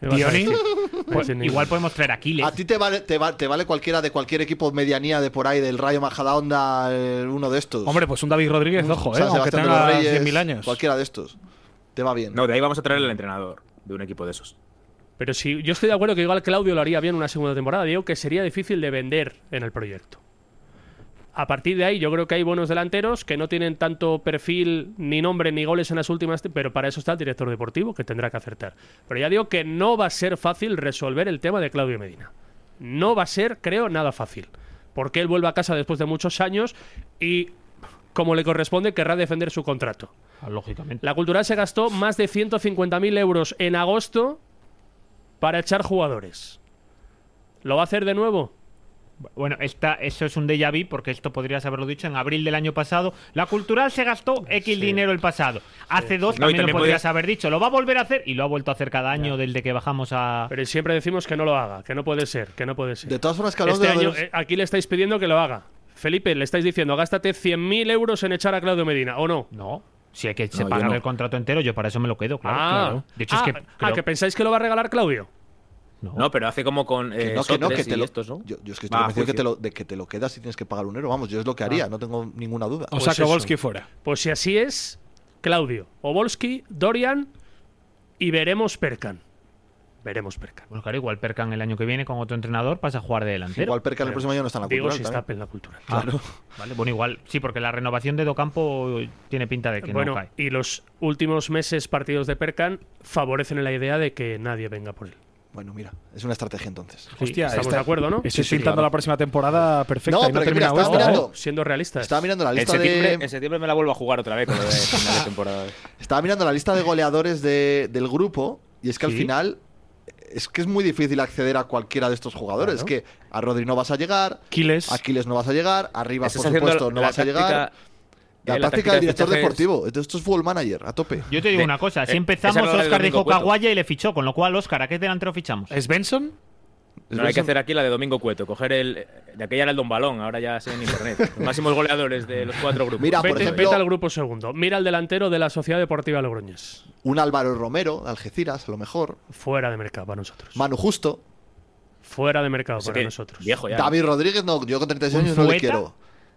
Speaker 3: Me vas a
Speaker 2: Dioni.
Speaker 3: decir. Pues, Me vas a decir
Speaker 2: Igual
Speaker 3: ninguno.
Speaker 2: podemos traer a Aquiles.
Speaker 1: A ti te vale, te, va- te vale cualquiera de cualquier equipo medianía de por ahí, del Rayo Majadahonda, el- uno de estos.
Speaker 4: Hombre, pues un David Rodríguez, ojo,
Speaker 1: Mm, O
Speaker 4: ¿eh?
Speaker 1: sea,
Speaker 4: aunque
Speaker 1: Sebastián de los
Speaker 4: tenga
Speaker 1: Reyes,
Speaker 4: 100.000 años.
Speaker 1: Cualquiera de estos. Te va bien.
Speaker 5: digo. No, de ahí vamos a traer al entrenador de un equipo de esos.
Speaker 3: Pero si yo estoy de acuerdo que igual Claudio lo haría bien una segunda temporada, digo que sería difícil de vender en el proyecto. A partir de ahí, yo creo que hay buenos delanteros que no tienen tanto perfil, ni nombre, ni goles en las últimas, te- pero para eso está el director deportivo que tendrá que acertar. Pero ya digo que no va a ser fácil resolver el tema de Claudio Medina. No va a ser, creo, nada fácil. Porque él vuelve a casa después de muchos años y, como le corresponde, querrá defender su contrato.
Speaker 2: Ah, Lógicamente.
Speaker 3: La Cultural se gastó más de 150.000 euros en agosto para echar jugadores. ¿Lo va a hacer de nuevo?
Speaker 2: Bueno, esta, eso es un déjà vu porque esto podrías haberlo dicho en abril del año pasado. La cultural se gastó X dinero el pasado. Hace dos
Speaker 5: No, y
Speaker 2: también,
Speaker 5: también
Speaker 2: lo podrías
Speaker 5: podía-
Speaker 2: haber dicho. Lo va a volver a hacer y lo ha vuelto a hacer cada año desde que bajamos a.
Speaker 3: Pero siempre decimos que no lo haga, que no puede ser, que no puede ser.
Speaker 1: De todas formas, que hablamos
Speaker 3: este
Speaker 1: de lo de
Speaker 3: año
Speaker 1: los-
Speaker 3: eh, aquí le estáis pidiendo que lo haga. Felipe, le estáis diciendo, gástate 100.000 euros en echar a Claudio Medina, ¿o no?
Speaker 2: No. Si hay que
Speaker 5: yo
Speaker 2: pagar
Speaker 5: no.
Speaker 2: el contrato entero, yo para eso me lo quedo, claro.
Speaker 3: ah,
Speaker 2: claro. De hecho,
Speaker 3: ah,
Speaker 2: es que.
Speaker 3: ah,
Speaker 2: creo-
Speaker 3: que pensáis que lo va a regalar Claudio.
Speaker 2: no.
Speaker 5: No, pero hace como con.
Speaker 1: Que
Speaker 5: eh,
Speaker 1: no, que no, que
Speaker 5: Sócrates
Speaker 1: te
Speaker 5: y
Speaker 1: lo.
Speaker 5: estos, ¿no? Ah, pues
Speaker 1: Yo, yo es que estoy
Speaker 5: Va,
Speaker 1: convencido que
Speaker 5: juicio.
Speaker 1: te lo, de que te lo quedas y tienes que pagar un euro. Vamos, yo es lo que haría, no tengo ninguna duda.
Speaker 4: Ah. O
Speaker 3: Pues
Speaker 4: sea, que
Speaker 3: eso.
Speaker 4: Volsky fuera.
Speaker 3: Pues si así es, Claudio, Obolski, Dorian y veremos Perkan. Veremos Perkan.
Speaker 2: Bueno, claro, igual Percan el año que viene con otro entrenador pasa a jugar de delantero.
Speaker 1: Igual Perca en el
Speaker 3: pero-
Speaker 1: próximo año no está en la
Speaker 3: Digo
Speaker 1: cultural.
Speaker 3: si
Speaker 1: también.
Speaker 3: está en la cultura.
Speaker 2: Claro. Vale, bueno, igual. Sí, porque la renovación de Docampo tiene pinta de que
Speaker 3: bueno,
Speaker 2: no cae.
Speaker 3: y los últimos meses partidos de Perkan favorecen la idea de que nadie venga por él.
Speaker 1: Bueno, mira, es una estrategia entonces.
Speaker 3: Sí, estamos de acuerdo, ¿no?
Speaker 4: Estoy
Speaker 1: Sí, sí,
Speaker 4: pintando
Speaker 1: claro.
Speaker 4: la próxima temporada perfecta.
Speaker 1: No,
Speaker 4: y
Speaker 1: pero
Speaker 4: no ha
Speaker 1: que mira,
Speaker 4: terminado
Speaker 1: estaba
Speaker 4: esta, ¿eh?
Speaker 1: mirando,
Speaker 3: Siendo realistas.
Speaker 1: estaba mirando la
Speaker 5: En
Speaker 1: lista
Speaker 5: septiembre, en
Speaker 1: de.
Speaker 5: septiembre me la vuelvo a jugar otra vez con
Speaker 1: <laughs>
Speaker 5: lo de final de temporada.
Speaker 1: Estaba mirando la lista de goleadores de- del grupo y es que al
Speaker 2: Sí.
Speaker 1: final es que es muy difícil acceder a cualquiera de estos jugadores. Es que a Rodri no vas a llegar,
Speaker 4: Quiles.
Speaker 1: a Quiles no vas a llegar, a Rivas,
Speaker 5: Estás
Speaker 1: por
Speaker 5: haciendo
Speaker 1: supuesto,
Speaker 5: la-
Speaker 1: no
Speaker 5: la
Speaker 1: vas a llegar.
Speaker 5: táctica-
Speaker 1: La
Speaker 5: eh, la
Speaker 1: táctica del
Speaker 5: táctica de
Speaker 1: director
Speaker 5: fichajes-
Speaker 1: deportivo. Esto esto es Football Manager, a tope.
Speaker 2: Yo te digo
Speaker 5: de-
Speaker 2: una cosa. Si
Speaker 5: eh,
Speaker 2: empezamos,
Speaker 5: esa era la del
Speaker 2: Oscar dijo
Speaker 5: domingo cueto.
Speaker 2: Caguaya y le fichó. Con lo cual, Oscar, ¿a qué delantero fichamos?
Speaker 4: ¿Es Benson?
Speaker 5: No hay que hacer aquí la de Domingo Cueto, coger el. De aquella era el Don Balón, ahora ya se ve en
Speaker 1: <laughs>
Speaker 5: internet. Los máximos goleadores de los cuatro grupos.
Speaker 1: Mira, por
Speaker 3: Vete,
Speaker 1: ejemplo-
Speaker 3: vete al grupo segundo. Mira al delantero de la Sociedad Deportiva Logroñés.
Speaker 1: Un Álvaro Romero, de Algeciras, a lo mejor.
Speaker 3: Fuera de mercado para nosotros.
Speaker 1: Manu Justo.
Speaker 3: Fuera de mercado
Speaker 5: Ese
Speaker 3: para
Speaker 5: que-
Speaker 3: nosotros.
Speaker 5: Viejo ya.
Speaker 1: David Rodríguez, no, yo con 36 años no le
Speaker 2: Unzueta?
Speaker 1: quiero.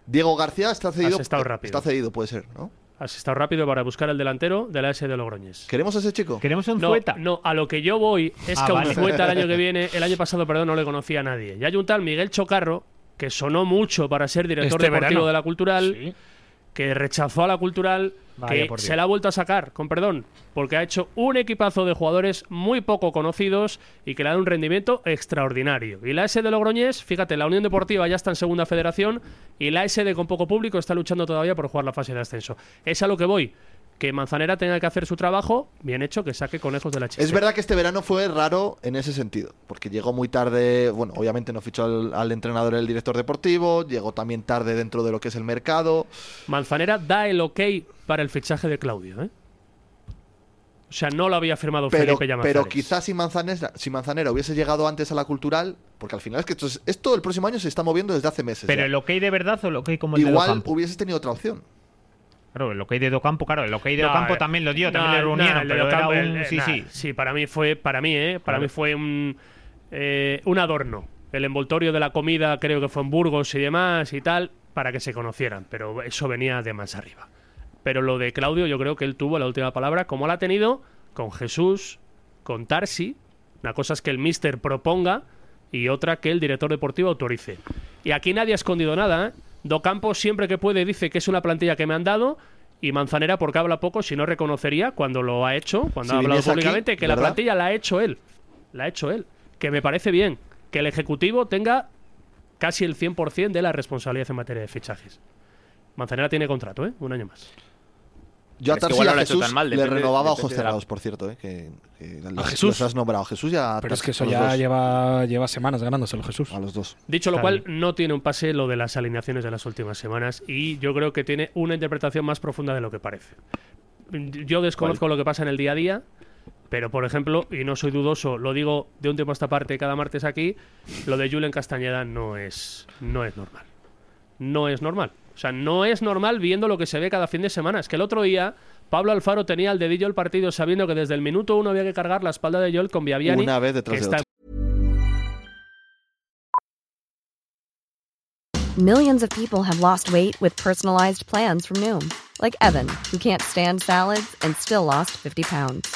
Speaker 1: Diego García está cedido.
Speaker 3: Has estado rápido.
Speaker 1: Está cedido, puede ser, ¿no?
Speaker 3: Has estado rápido para buscar al delantero de la S de Logroñés.
Speaker 1: ¿Queremos a ese chico?
Speaker 2: ¿Queremos un
Speaker 3: No,
Speaker 2: Zueta?
Speaker 3: no, a lo que yo voy es
Speaker 2: Ah,
Speaker 3: que a
Speaker 2: vale.
Speaker 3: Unzueta el año
Speaker 1: <laughs>
Speaker 3: que viene, el año pasado, perdón, no le conocía a nadie. Y hay un tal Miguel Chocarro, que sonó mucho para ser director
Speaker 4: Este
Speaker 3: deportivo
Speaker 4: verano.
Speaker 3: de la Cultural, que rechazó a la Cultural,
Speaker 2: Vaya,
Speaker 3: que
Speaker 2: por Dios.
Speaker 3: se la ha vuelto a sacar, con perdón, porque ha hecho un equipazo de jugadores muy poco conocidos y que le dan un rendimiento extraordinario. Y la S de Logroñés, fíjate, la Unión Deportiva ya está en segunda federación y la S de con poco público está luchando todavía por jugar la fase de ascenso. Es a lo que voy. Que Manzanera tenga que hacer su trabajo, bien hecho, que saque conejos de la chicha.
Speaker 1: Es verdad que este verano fue raro en ese sentido, porque llegó muy tarde, bueno, obviamente no fichó al, al entrenador el director deportivo, llegó también tarde dentro de lo que es el mercado.
Speaker 3: Manzanera da el ok para el fichaje de Claudio, ¿eh? O sea, no lo había firmado
Speaker 1: Pero,
Speaker 3: Felipe Llamazares.
Speaker 1: pero quizás si Manzanera, si Manzanera hubiese llegado antes a la cultural, porque al final es que esto, es- esto el próximo año se está moviendo desde hace meses.
Speaker 2: Pero
Speaker 1: ya.
Speaker 2: el ok de verdad o el ok como el de
Speaker 1: Igual
Speaker 2: Docampo.
Speaker 1: hubieses tenido otra opción.
Speaker 2: Claro, el ok de Docampo, claro, el ok de
Speaker 3: No,
Speaker 2: Docampo
Speaker 3: eh,
Speaker 2: también lo dio,
Speaker 3: no,
Speaker 2: también le
Speaker 3: no,
Speaker 2: reunieron,
Speaker 3: el de
Speaker 2: pero era
Speaker 3: Ocampo,
Speaker 2: un...
Speaker 3: el- eh,
Speaker 2: sí,
Speaker 3: nah,
Speaker 2: sí.
Speaker 3: Sí, para mí fue, para mí, ¿eh? Para
Speaker 2: Claro.
Speaker 3: mí fue un, eh, un adorno. El envoltorio de la comida, creo que fue en Burgos y demás y tal, para que se conocieran, pero eso venía de más arriba. Pero lo de Claudio, yo creo que él tuvo la última palabra, como la ha tenido con Jesús, con Tarsi. Una cosa es que el mister proponga y otra que el director deportivo autorice. Y aquí nadie ha escondido nada. ¿eh? Docampo siempre que puede dice que es una plantilla que me han dado y Manzanera porque habla poco si no reconocería cuando lo ha hecho, cuando
Speaker 1: Si
Speaker 3: ha hablado
Speaker 1: viniese aquí,
Speaker 3: públicamente, que la
Speaker 1: ¿verdad?
Speaker 3: plantilla la ha hecho él. La ha hecho él. Que me parece bien que el Ejecutivo tenga casi el 100% de la responsabilidad en materia de fichajes. Manzanera tiene contrato, ¿eh? Un año más.
Speaker 1: Yo
Speaker 5: Es
Speaker 1: a
Speaker 5: que
Speaker 1: Tarsi
Speaker 5: igual
Speaker 1: y
Speaker 5: no
Speaker 1: a
Speaker 5: lo ha hecho
Speaker 1: Jesús
Speaker 5: tan mal,
Speaker 1: le
Speaker 5: depende-
Speaker 1: renovaba
Speaker 5: depende
Speaker 1: ojos
Speaker 5: de la-
Speaker 1: cerrados, por cierto. ¿eh? Que, que los-
Speaker 4: Jesús?
Speaker 1: los has nombrado. Jesús ya.
Speaker 4: Pero es que
Speaker 1: Tarsi,
Speaker 4: eso
Speaker 1: los
Speaker 4: ya
Speaker 1: dos.
Speaker 4: lleva, lleva semanas ganándoselo, Jesús.
Speaker 1: A los dos.
Speaker 3: Dicho lo
Speaker 2: Está
Speaker 3: cual, no tiene un pase lo de las alineaciones de las últimas semanas y yo creo que tiene una interpretación más profunda de lo que parece. Yo desconozco lo que pasa en el día a día, pero por ejemplo, y no soy dudoso, lo digo de un tiempo a esta parte cada martes aquí, lo de Julen Castañeda no es, no es normal. No es normal. O sea, no es normal viendo lo que se ve cada fin de semana. Es que el otro día Pablo Alfaro tenía al dedillo el partido sabiendo que desde el minuto uno había que cargar la espalda de Joel con Viaviani.
Speaker 1: Una vez detrás
Speaker 3: que
Speaker 1: de
Speaker 3: está
Speaker 1: otra.
Speaker 7: Millions of people have lost weight with personalized plans from Noom, like Evan, who can't stand salads and still lost 50 pounds.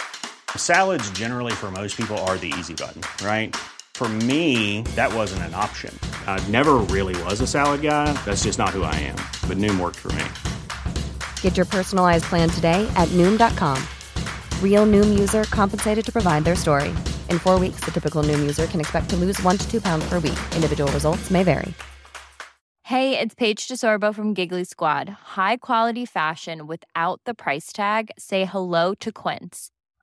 Speaker 8: Salads, generally, for most people, are the easy button, right? For me, that wasn't an option. I never really was a salad guy. That's just not who I am. But Noom worked for me.
Speaker 7: Get your personalized plan today at Noom.com. Real Noom user compensated to provide their story. In four weeks, the typical Noom user can expect to lose one to two pounds per week. Individual results may vary.
Speaker 9: Hey, it's Paige DeSorbo from Giggly Squad. High quality fashion without the price tag. Say hello to Quince.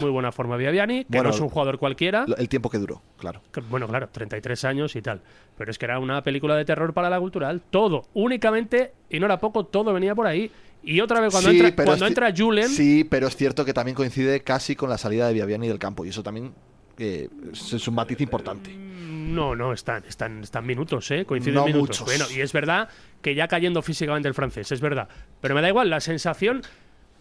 Speaker 3: Muy buena forma Viaviani, que
Speaker 1: Bueno,
Speaker 3: no es un jugador cualquiera.
Speaker 1: El tiempo que duró, claro.
Speaker 3: Que, Bueno, claro, 33 años y tal. Pero es que era una película de terror para la cultural. Todo, únicamente, y no era poco, todo venía por ahí. Y otra vez, cuando
Speaker 1: Sí,
Speaker 3: entra,
Speaker 1: pero
Speaker 3: cuando
Speaker 1: es ci-
Speaker 3: entra Julen,
Speaker 1: Sí, pero es cierto que también coincide casi con la salida de Viaviani del campo. Y eso también eh, es es un matiz importante.
Speaker 3: no, no, están, están, están minutos, ¿eh? Coinciden
Speaker 1: No
Speaker 3: minutos.
Speaker 1: muchos.
Speaker 3: Bueno, y es verdad que ya cayendo físicamente el francés, es verdad. Pero me da igual, la sensación.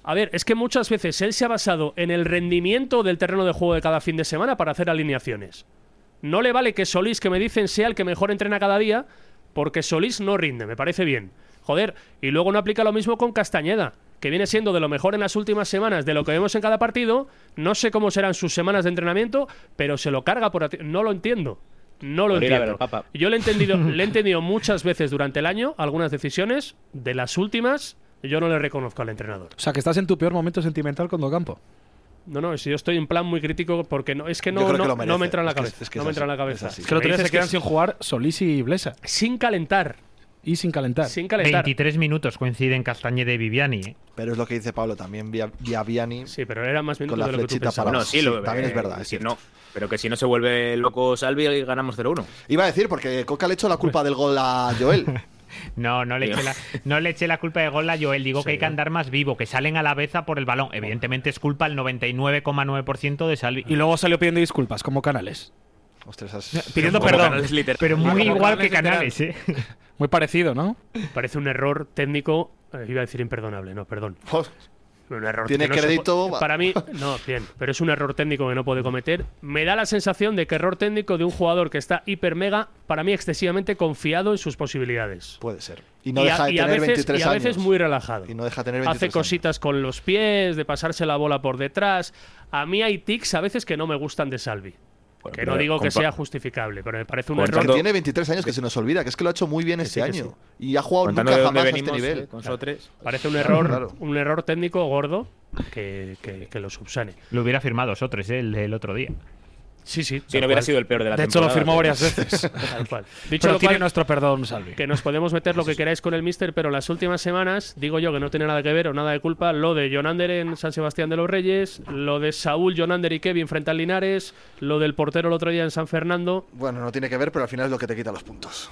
Speaker 3: A ver, es que muchas veces él se ha basado en el rendimiento del terreno de juego de cada fin de semana para hacer alineaciones. No le vale que Solís, que me dicen, sea el que mejor entrena cada día, porque Solís no rinde, me parece bien. Joder, y luego no aplica lo mismo con Castañeda, que viene siendo de lo mejor en las últimas semanas de lo que vemos en cada partido. No sé cómo serán sus semanas de entrenamiento, pero se lo carga por... ati- No lo entiendo. No lo
Speaker 5: Por ir a ver
Speaker 3: entiendo.
Speaker 5: al Papa.
Speaker 3: Yo le he entendido, le he entendido muchas veces durante el año algunas decisiones, de las últimas yo no le reconozco al entrenador.
Speaker 4: O sea, que estás en tu peor momento sentimental con Docampo.
Speaker 3: No, no, si yo estoy en plan muy crítico porque no, es que no,
Speaker 1: Yo creo
Speaker 3: no,
Speaker 1: que lo
Speaker 3: no
Speaker 1: merece.
Speaker 3: me entra en la
Speaker 1: Es que-
Speaker 3: cabeza.
Speaker 1: es que
Speaker 3: no
Speaker 1: es
Speaker 3: me entra en la
Speaker 1: así, es
Speaker 3: cabeza.
Speaker 1: así.
Speaker 4: Es que el otro
Speaker 3: Me
Speaker 4: día se
Speaker 3: dices
Speaker 4: quedan
Speaker 3: es
Speaker 4: sin jugar Solís y Blesa.
Speaker 3: sin calentar,
Speaker 4: Y sin calentar.
Speaker 3: sin calentar.
Speaker 2: 23 minutos coinciden Castañeda y Viviani. ¿eh?
Speaker 1: Pero es lo que dice Pablo también. Via- Viaviani.
Speaker 3: Sí, pero era más
Speaker 1: Con
Speaker 3: minutos
Speaker 1: la
Speaker 3: de lo que tú
Speaker 1: flechita
Speaker 3: pensabas.
Speaker 1: para-
Speaker 5: Bueno, sí, lo, eh,
Speaker 1: Sí, también es verdad,
Speaker 5: que
Speaker 1: es cierto.
Speaker 5: no, pero que si no se vuelve loco Salvi y ganamos 0-1.
Speaker 1: Iba a decir, porque Coca le echó la culpa del gol a Joel.
Speaker 2: No, no le, eché la, no le eché la culpa de gol a Joel. Digo que hay que andar más vivo, que salen a la beza por el balón. Evidentemente es culpa el 99,9% de Salvi.
Speaker 4: Y luego salió pidiendo disculpas, como canales.
Speaker 1: Ostras, esas- <laughs>
Speaker 4: Pidiendo
Speaker 5: Como
Speaker 4: perdón.
Speaker 5: Canales, literal.
Speaker 2: Pero muy
Speaker 4: Como
Speaker 2: igual que
Speaker 4: Canales,
Speaker 2: Canales, ¿eh?
Speaker 4: Muy parecido, ¿no?
Speaker 3: Parece un error técnico, eh, iba a decir imperdonable, no, perdón.
Speaker 1: Pues,
Speaker 3: Un error
Speaker 1: Tiene
Speaker 3: que no se
Speaker 1: crédito.
Speaker 3: puede- para mí, no, bien, pero es un error técnico que no puede cometer. Me da la sensación de que error técnico de un jugador que está hiper mega, para mí excesivamente confiado en sus posibilidades.
Speaker 1: Puede ser. Y no
Speaker 3: Y a-
Speaker 1: deja de
Speaker 3: y a
Speaker 1: tener
Speaker 3: veces-
Speaker 1: 23
Speaker 3: y a veces
Speaker 1: años.
Speaker 3: muy relajado.
Speaker 1: Y no deja de tener 23
Speaker 3: Hace
Speaker 1: años.
Speaker 3: cositas con los pies, de pasarse la bola por detrás. A mí hay tics a veces que no me gustan de Salvi.
Speaker 5: Bueno,
Speaker 3: Que
Speaker 5: pero
Speaker 3: no digo que
Speaker 5: compa-
Speaker 3: sea justificable, pero me parece un
Speaker 5: Con
Speaker 1: Que
Speaker 3: error.
Speaker 5: Rondo-
Speaker 1: tiene 23 años que se nos olvida, que es que lo ha hecho muy bien este
Speaker 3: sí, que
Speaker 1: año. Y ha jugado
Speaker 5: Contando
Speaker 1: nunca
Speaker 5: de dónde
Speaker 1: jamás a este
Speaker 5: venimos
Speaker 1: nivel.
Speaker 5: eh, con Sotres.
Speaker 3: Parece un error,
Speaker 1: claro.
Speaker 3: un error técnico gordo que, que- que lo subsane.
Speaker 2: Lo hubiera firmado Sotres ¿eh? el del otro día.
Speaker 3: Sí,
Speaker 5: Si
Speaker 3: sí. tal
Speaker 5: no hubiera
Speaker 3: cual,
Speaker 5: sido el peor de la
Speaker 4: De hecho, lo
Speaker 5: temporada,
Speaker 4: firmó
Speaker 5: pero- <laughs>
Speaker 4: varias veces.
Speaker 3: tal
Speaker 4: <laughs>
Speaker 3: cual. Dicho
Speaker 4: Pero
Speaker 3: lo
Speaker 4: tiene
Speaker 3: cual,
Speaker 4: nuestro perdón, Salvi.
Speaker 3: que nos podemos meter lo que queráis con el Mister, pero en las últimas semanas, digo yo que no tiene nada que ver o nada de culpa, lo de Jonander en San Sebastián de los Reyes, lo de Saúl, Jonander y Kevin frente al Linares, lo del portero el otro día en San Fernando.
Speaker 1: Bueno, no tiene que ver, pero al final es lo que te quita los puntos.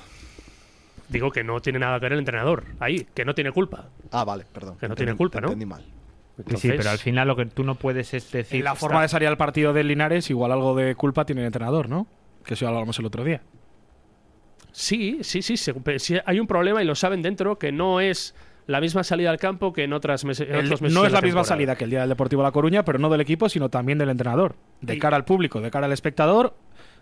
Speaker 3: Digo que no tiene nada que ver el entrenador ahí, que no tiene culpa.
Speaker 1: Ah, vale, perdón.
Speaker 3: Que no
Speaker 1: Te
Speaker 3: tiene
Speaker 1: entendí-
Speaker 3: culpa,
Speaker 1: te
Speaker 3: ¿no?
Speaker 1: Entendí mal.
Speaker 2: sí,
Speaker 3: Entonces-
Speaker 2: pero al final lo que tú no puedes es decir.
Speaker 4: En la forma de salir al partido del Linares, igual algo de culpa tiene el entrenador, ¿no? Que eso ya lo hablamos el otro día.
Speaker 3: Sí, sí, sí, se- pe- sí, Hay un problema y lo saben dentro que no es la misma salida al campo que en otras meses. en
Speaker 4: El-
Speaker 3: otros meses
Speaker 4: no
Speaker 3: de
Speaker 4: es la misma
Speaker 3: temporada.
Speaker 4: salida que el día del Deportivo La Coruña, pero no del equipo, sino también del entrenador. De
Speaker 3: Y-
Speaker 4: cara al público, de cara al espectador,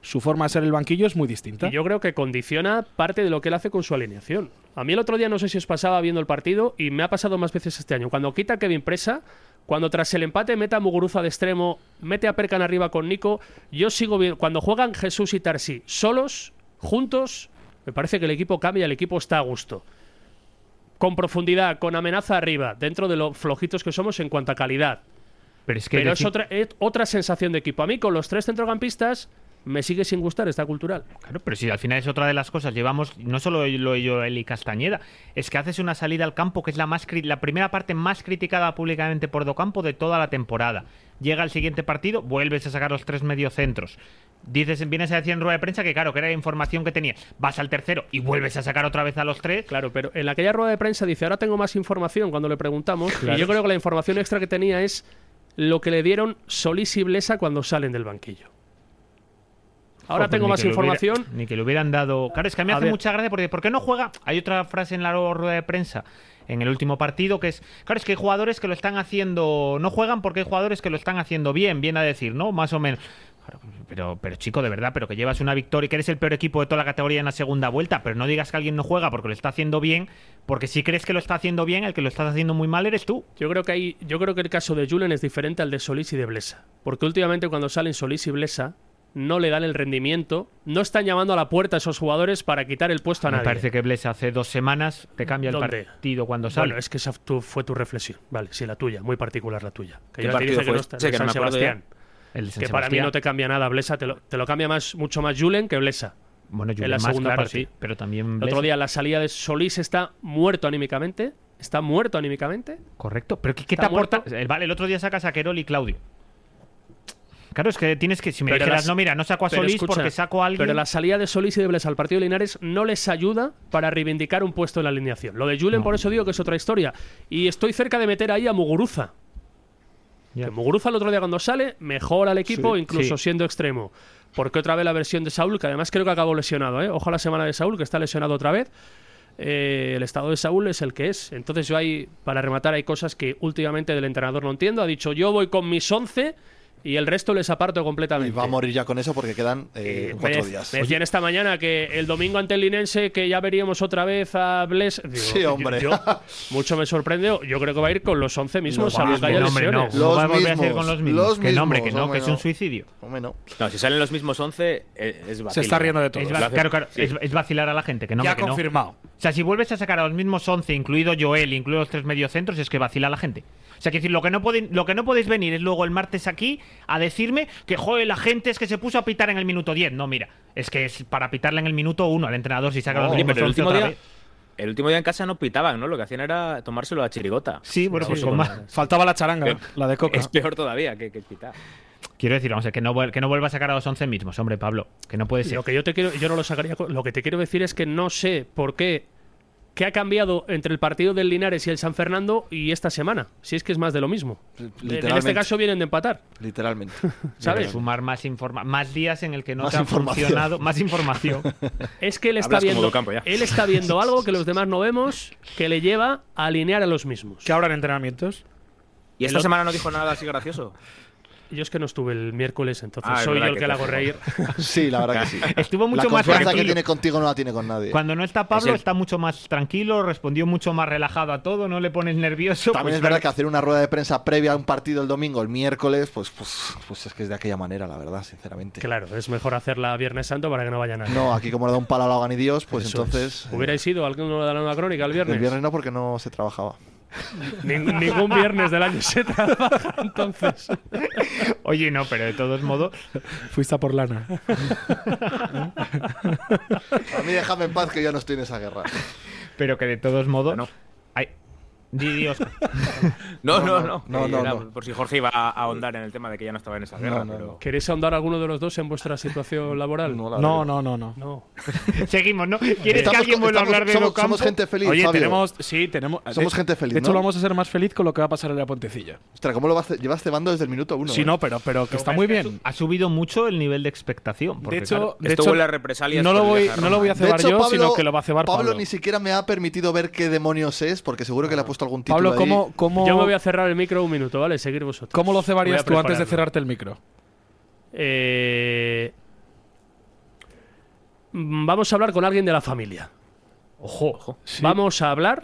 Speaker 4: su forma de ser el banquillo es muy distinta.
Speaker 3: Y yo creo que condiciona parte de lo que él hace con su alineación. A mí el otro día no sé si os pasaba viendo el partido y me ha pasado más veces este año. Cuando quita a Kevin Presa, cuando tras el empate mete a Muguruza de extremo, mete a Percan arriba con Nico, yo sigo viendo. Cuando juegan Jesús y Tarsi solos, juntos, me parece que el equipo cambia, el equipo está a gusto. Con profundidad, con amenaza arriba, dentro de lo flojitos que somos en cuanto a calidad.
Speaker 2: Pero es que.
Speaker 3: Pero es
Speaker 2: decir-
Speaker 3: otra, es otra sensación de equipo. A mí con los tres centrocampistas me sigue sin gustar esta cultural.
Speaker 2: Claro, pero si al final es otra de las cosas, llevamos no solo lo de Joel y Castañeda, es que haces una salida al campo que es la, más cri- la primera parte más criticada públicamente por Docampo de toda la temporada. Llega el siguiente partido, vuelves a sacar los tres mediocentros. Dices, vienes a decir en rueda de prensa que claro, que era la información que tenía. Vas al tercero y vuelves a sacar otra vez a los tres.
Speaker 3: Claro, pero en aquella rueda de prensa dice, ahora tengo más información cuando le preguntamos. Y yo creo que la información extra que tenía es lo que le dieron Solís y Blesa cuando salen del banquillo. Ahora
Speaker 2: Joder,
Speaker 3: tengo
Speaker 2: ni
Speaker 3: más
Speaker 2: que lo hubiera-
Speaker 3: información.
Speaker 2: ni que le hubieran dado. Claro, es que a mí
Speaker 3: A
Speaker 2: hace
Speaker 3: ver.
Speaker 2: mucha gracia porque ¿por qué no juega? Hay otra frase en la rueda de prensa en el último partido que es, claro, es que hay jugadores que lo están haciendo, no juegan porque hay jugadores que lo están haciendo bien, bien a decir, ¿no? Más o menos. Claro, Pero, pero chico, de verdad, pero que llevas una victoria y que eres el peor equipo de toda la categoría en la segunda vuelta, pero no digas que alguien no juega porque lo está haciendo bien, porque si crees que lo está haciendo bien, el que lo estás haciendo muy mal eres tú.
Speaker 3: Yo creo que hay, yo creo que el caso de Julen es diferente al de Solís y de Blesa. Porque últimamente cuando salen Solís y Blesa no le dan el rendimiento, no están llamando a la puerta a esos jugadores para quitar el puesto a
Speaker 2: Me
Speaker 3: nadie.
Speaker 2: parece que Blesa hace dos semanas te cambia el
Speaker 3: ¿Dónde?
Speaker 2: partido cuando sale.
Speaker 3: Bueno, es que esa tu- fue tu reflexión. Vale, sí, la tuya, muy particular la tuya. Que
Speaker 5: ¿Qué
Speaker 3: yo te
Speaker 5: partido
Speaker 3: dije que
Speaker 5: fue?
Speaker 3: no está
Speaker 5: Sí,
Speaker 3: de
Speaker 5: que no
Speaker 3: San
Speaker 5: me acuerdo ya.
Speaker 3: Sebastián.
Speaker 2: El de San
Speaker 3: que para mí
Speaker 2: Sebastián.
Speaker 3: no te cambia nada. Blesa te lo, te lo cambia más, mucho más Julen que Blesa.
Speaker 2: Bueno, yo
Speaker 3: en la
Speaker 2: más,
Speaker 3: segunda
Speaker 2: claro,
Speaker 3: parte.
Speaker 2: sí, pero también
Speaker 3: El
Speaker 2: Blesa.
Speaker 3: otro día la salida de Solís está muerto anímicamente está muerto anímicamente.
Speaker 2: Correcto. Pero ¿qué, qué te
Speaker 3: ¿Está
Speaker 2: aporta?
Speaker 3: muerto?
Speaker 2: Eh, Vale, el otro día sacas a Querol y Claudio. Claro, es que tienes que. Si me
Speaker 3: Pero
Speaker 2: dijeras,
Speaker 3: las-
Speaker 2: no, mira, no saco a
Speaker 3: pero
Speaker 2: Solís
Speaker 3: escucha,
Speaker 2: porque saco a alguien.
Speaker 3: Pero la salida de Solís y de Blesa al partido de Linares no les ayuda para reivindicar un puesto en la alineación. Lo de Julen, por eso digo que es otra historia. Y estoy cerca de meter ahí a Muguruza.
Speaker 2: Ya.
Speaker 3: Que Muguruza el otro día cuando sale mejora el equipo,
Speaker 2: Sí,
Speaker 3: incluso
Speaker 2: sí.
Speaker 3: siendo extremo. Porque otra vez la versión de Saúl, que además creo que acabó lesionado. ¿eh? Ojo a la semana de Saúl, que está lesionado otra vez. Eh, el estado de Saúl es el que es. Entonces yo ahí, para rematar, hay cosas que últimamente del entrenador no entiendo. Ha dicho yo voy con mis 11 y el resto les aparto
Speaker 1: Y
Speaker 3: completamente.
Speaker 1: va a morir ya con eso porque quedan eh,
Speaker 3: Eh,
Speaker 1: cuatro
Speaker 3: me-
Speaker 1: días.
Speaker 3: Me decían esta mañana que el domingo ante el Linense que ya veríamos otra vez a Bles. Digo,
Speaker 1: Sí,
Speaker 3: yo-
Speaker 1: hombre.
Speaker 3: yo- mucho me sorprende. Yo creo que va a ir con los 11 mismos,
Speaker 2: No,
Speaker 3: salvo que haya
Speaker 2: no, hombre, no.
Speaker 3: lesiones.
Speaker 2: No
Speaker 1: Los
Speaker 2: va a volver a hacer
Speaker 1: mismos,
Speaker 2: con los mismos.
Speaker 1: los
Speaker 2: que no, hombre, que
Speaker 1: mismos,
Speaker 2: no,
Speaker 1: hombre,
Speaker 2: que es
Speaker 1: no.
Speaker 2: un suicidio.
Speaker 1: Hombre, no.
Speaker 5: No, si salen los mismos 11, eh, es vacilo.
Speaker 4: Se está riendo de todo.
Speaker 2: Es
Speaker 5: Lo
Speaker 2: va-
Speaker 5: hace-
Speaker 2: claro, claro,
Speaker 5: sí.
Speaker 2: es, es vacilar a la gente, que no,
Speaker 4: ya
Speaker 2: hombre, que no.
Speaker 4: confirmado.
Speaker 2: O sea, si vuelves a sacar a los mismos 11, incluido Joel, incluido los tres mediocentros, es que vacila la gente. O sea, que decir, lo que, no pueden, lo que no podéis venir es luego el martes aquí a decirme que, joder, la gente es que se puso a pitar en el minuto 10. No, mira, es que es para pitarle en el minuto 1 al entrenador si saca
Speaker 1: No,
Speaker 2: los
Speaker 5: Oye,
Speaker 2: mismos
Speaker 5: pero el
Speaker 2: 11
Speaker 5: último
Speaker 2: otra
Speaker 5: día.
Speaker 2: vez.
Speaker 5: El último día en casa no pitaban, ¿no? Lo que hacían era tomárselo a chirigota.
Speaker 2: Sí, bueno, pues
Speaker 5: eso
Speaker 2: con
Speaker 5: no-
Speaker 2: más.
Speaker 4: Faltaba la charanga,
Speaker 5: Pero-
Speaker 4: la de Coca.
Speaker 5: Es peor todavía que, que pitar.
Speaker 2: Quiero decir, vamos, a ver, que no, vuel- que no vuelva a sacar a los 11 mismos, hombre, Pablo, que no puede ser.
Speaker 3: Lo que yo te quiero, yo no lo sacaría. con- Lo que te quiero decir es que no sé por qué. ¿Qué ha cambiado entre el partido del Linares y el San Fernando y esta semana? Si es que es más de lo mismo.
Speaker 1: Literalmente.
Speaker 3: En este caso vienen de empatar,
Speaker 1: Literalmente.
Speaker 3: ¿sabes?
Speaker 2: Sumar más, informa más días en el que no
Speaker 1: Más
Speaker 2: te ha
Speaker 1: información.
Speaker 2: funcionado.
Speaker 1: <laughs>
Speaker 2: Más información.
Speaker 3: Es que él está
Speaker 5: Hablas como
Speaker 3: viendo,
Speaker 5: Docampo ya.
Speaker 3: él está viendo algo que los demás no vemos, que le lleva a alinear a los mismos.
Speaker 4: ¿Qué habrá en entrenamientos?
Speaker 5: Y esta
Speaker 3: El o-
Speaker 5: semana no dijo nada así <laughs> gracioso.
Speaker 3: Yo es que no estuve el miércoles, entonces
Speaker 5: Ah, es
Speaker 3: soy yo
Speaker 5: verdad
Speaker 3: el
Speaker 5: que
Speaker 3: que,
Speaker 5: te
Speaker 3: la
Speaker 5: hace
Speaker 3: hago reír. <laughs>
Speaker 1: Sí, la verdad que sí.
Speaker 2: Estuvo mucho
Speaker 1: la
Speaker 2: más
Speaker 1: confianza que
Speaker 2: tranquilo.
Speaker 1: tiene contigo no la tiene con nadie.
Speaker 2: Cuando no está Pablo,
Speaker 5: Es el-
Speaker 2: está mucho más tranquilo, respondió mucho más relajado a todo, no le pones nervioso.
Speaker 1: También
Speaker 2: pues,
Speaker 1: es verdad que
Speaker 2: claro.
Speaker 1: hacer una rueda de prensa previa a un partido el domingo, el miércoles, pues, pues, pues es que es de aquella manera, la verdad, sinceramente.
Speaker 3: Claro, es mejor hacerla Viernes Santo para que no vaya nadie.
Speaker 1: No, aquí como le da un palo a la ni Dios, pues
Speaker 3: Eso
Speaker 1: entonces.
Speaker 3: es. ¿Hubierais ido alguno de la nueva crónica el
Speaker 1: eh,
Speaker 3: viernes?
Speaker 1: el viernes no, porque no se trabajaba.
Speaker 3: Ning- ningún viernes del año se trabaja, entonces.
Speaker 2: Oye, no, pero de todos modos,
Speaker 4: Fuiste a
Speaker 1: <laughs>
Speaker 4: por lana.
Speaker 1: A mí déjame en paz que yo no estoy en esa guerra.
Speaker 2: pero que de todos modos.
Speaker 5: Bueno.
Speaker 2: Ay, di Dios.
Speaker 5: No, no,
Speaker 1: No, no,
Speaker 5: no.
Speaker 1: no,
Speaker 5: Eh,
Speaker 1: no,
Speaker 5: era
Speaker 1: no.
Speaker 5: Por si Jorge iba a ahondar en el tema de que ya no estaba en esa guerra.
Speaker 1: No, no,
Speaker 5: pero-
Speaker 1: no.
Speaker 3: ¿Queréis ahondar alguno de los dos en vuestra situación laboral?
Speaker 1: No, la
Speaker 4: No,
Speaker 1: verdad.
Speaker 4: no, no, no.
Speaker 3: No.
Speaker 2: <laughs> Seguimos, ¿no? ¿Quieres
Speaker 1: Estamos
Speaker 2: que alguien
Speaker 1: con-
Speaker 2: vuelva a
Speaker 1: estamos-
Speaker 2: hablar de
Speaker 1: somos-
Speaker 2: Docampo?
Speaker 1: somos gente feliz.
Speaker 4: Oye,
Speaker 1: Fabio.
Speaker 4: tenemos. Sí, tenemos.
Speaker 1: Somos
Speaker 4: de-
Speaker 1: gente feliz,
Speaker 4: De hecho,
Speaker 1: ¿no?
Speaker 4: lo vamos a ser más feliz con lo que va a pasar en la Pontecilla.
Speaker 1: Ostras, ¿cómo lo vas ce- llevas cebando desde el minuto uno?
Speaker 4: sí,
Speaker 1: eh?
Speaker 4: no, pero, pero que está muy bien.
Speaker 2: Pues Ha subido mucho el nivel de expectación.
Speaker 4: De
Speaker 2: porque,
Speaker 4: hecho,
Speaker 2: claro,
Speaker 4: de
Speaker 5: Esto
Speaker 4: hecho,
Speaker 5: huele a represalias
Speaker 4: No
Speaker 5: por
Speaker 4: lo,
Speaker 5: el
Speaker 4: voy,
Speaker 5: viaje a
Speaker 4: no lo
Speaker 5: Roma.
Speaker 4: voy a cebar yo, sino que lo va a cebar Pablo.
Speaker 1: Pablo ni siquiera me ha permitido ver qué demonios es, porque seguro que le ha puesto algún título.
Speaker 4: Pablo,
Speaker 1: ahí.
Speaker 4: ¿cómo, cómo,
Speaker 3: Yo me voy a cerrar el micro un minuto, ¿vale? Seguir vosotros.
Speaker 4: ¿cómo lo
Speaker 3: Voy
Speaker 4: cebarías
Speaker 3: a
Speaker 4: tú antes de
Speaker 3: prepararlo.
Speaker 4: cerrarte el micro?
Speaker 3: Eh, mm, Vamos a hablar con alguien de la familia. Ojo, Vamos a hablar.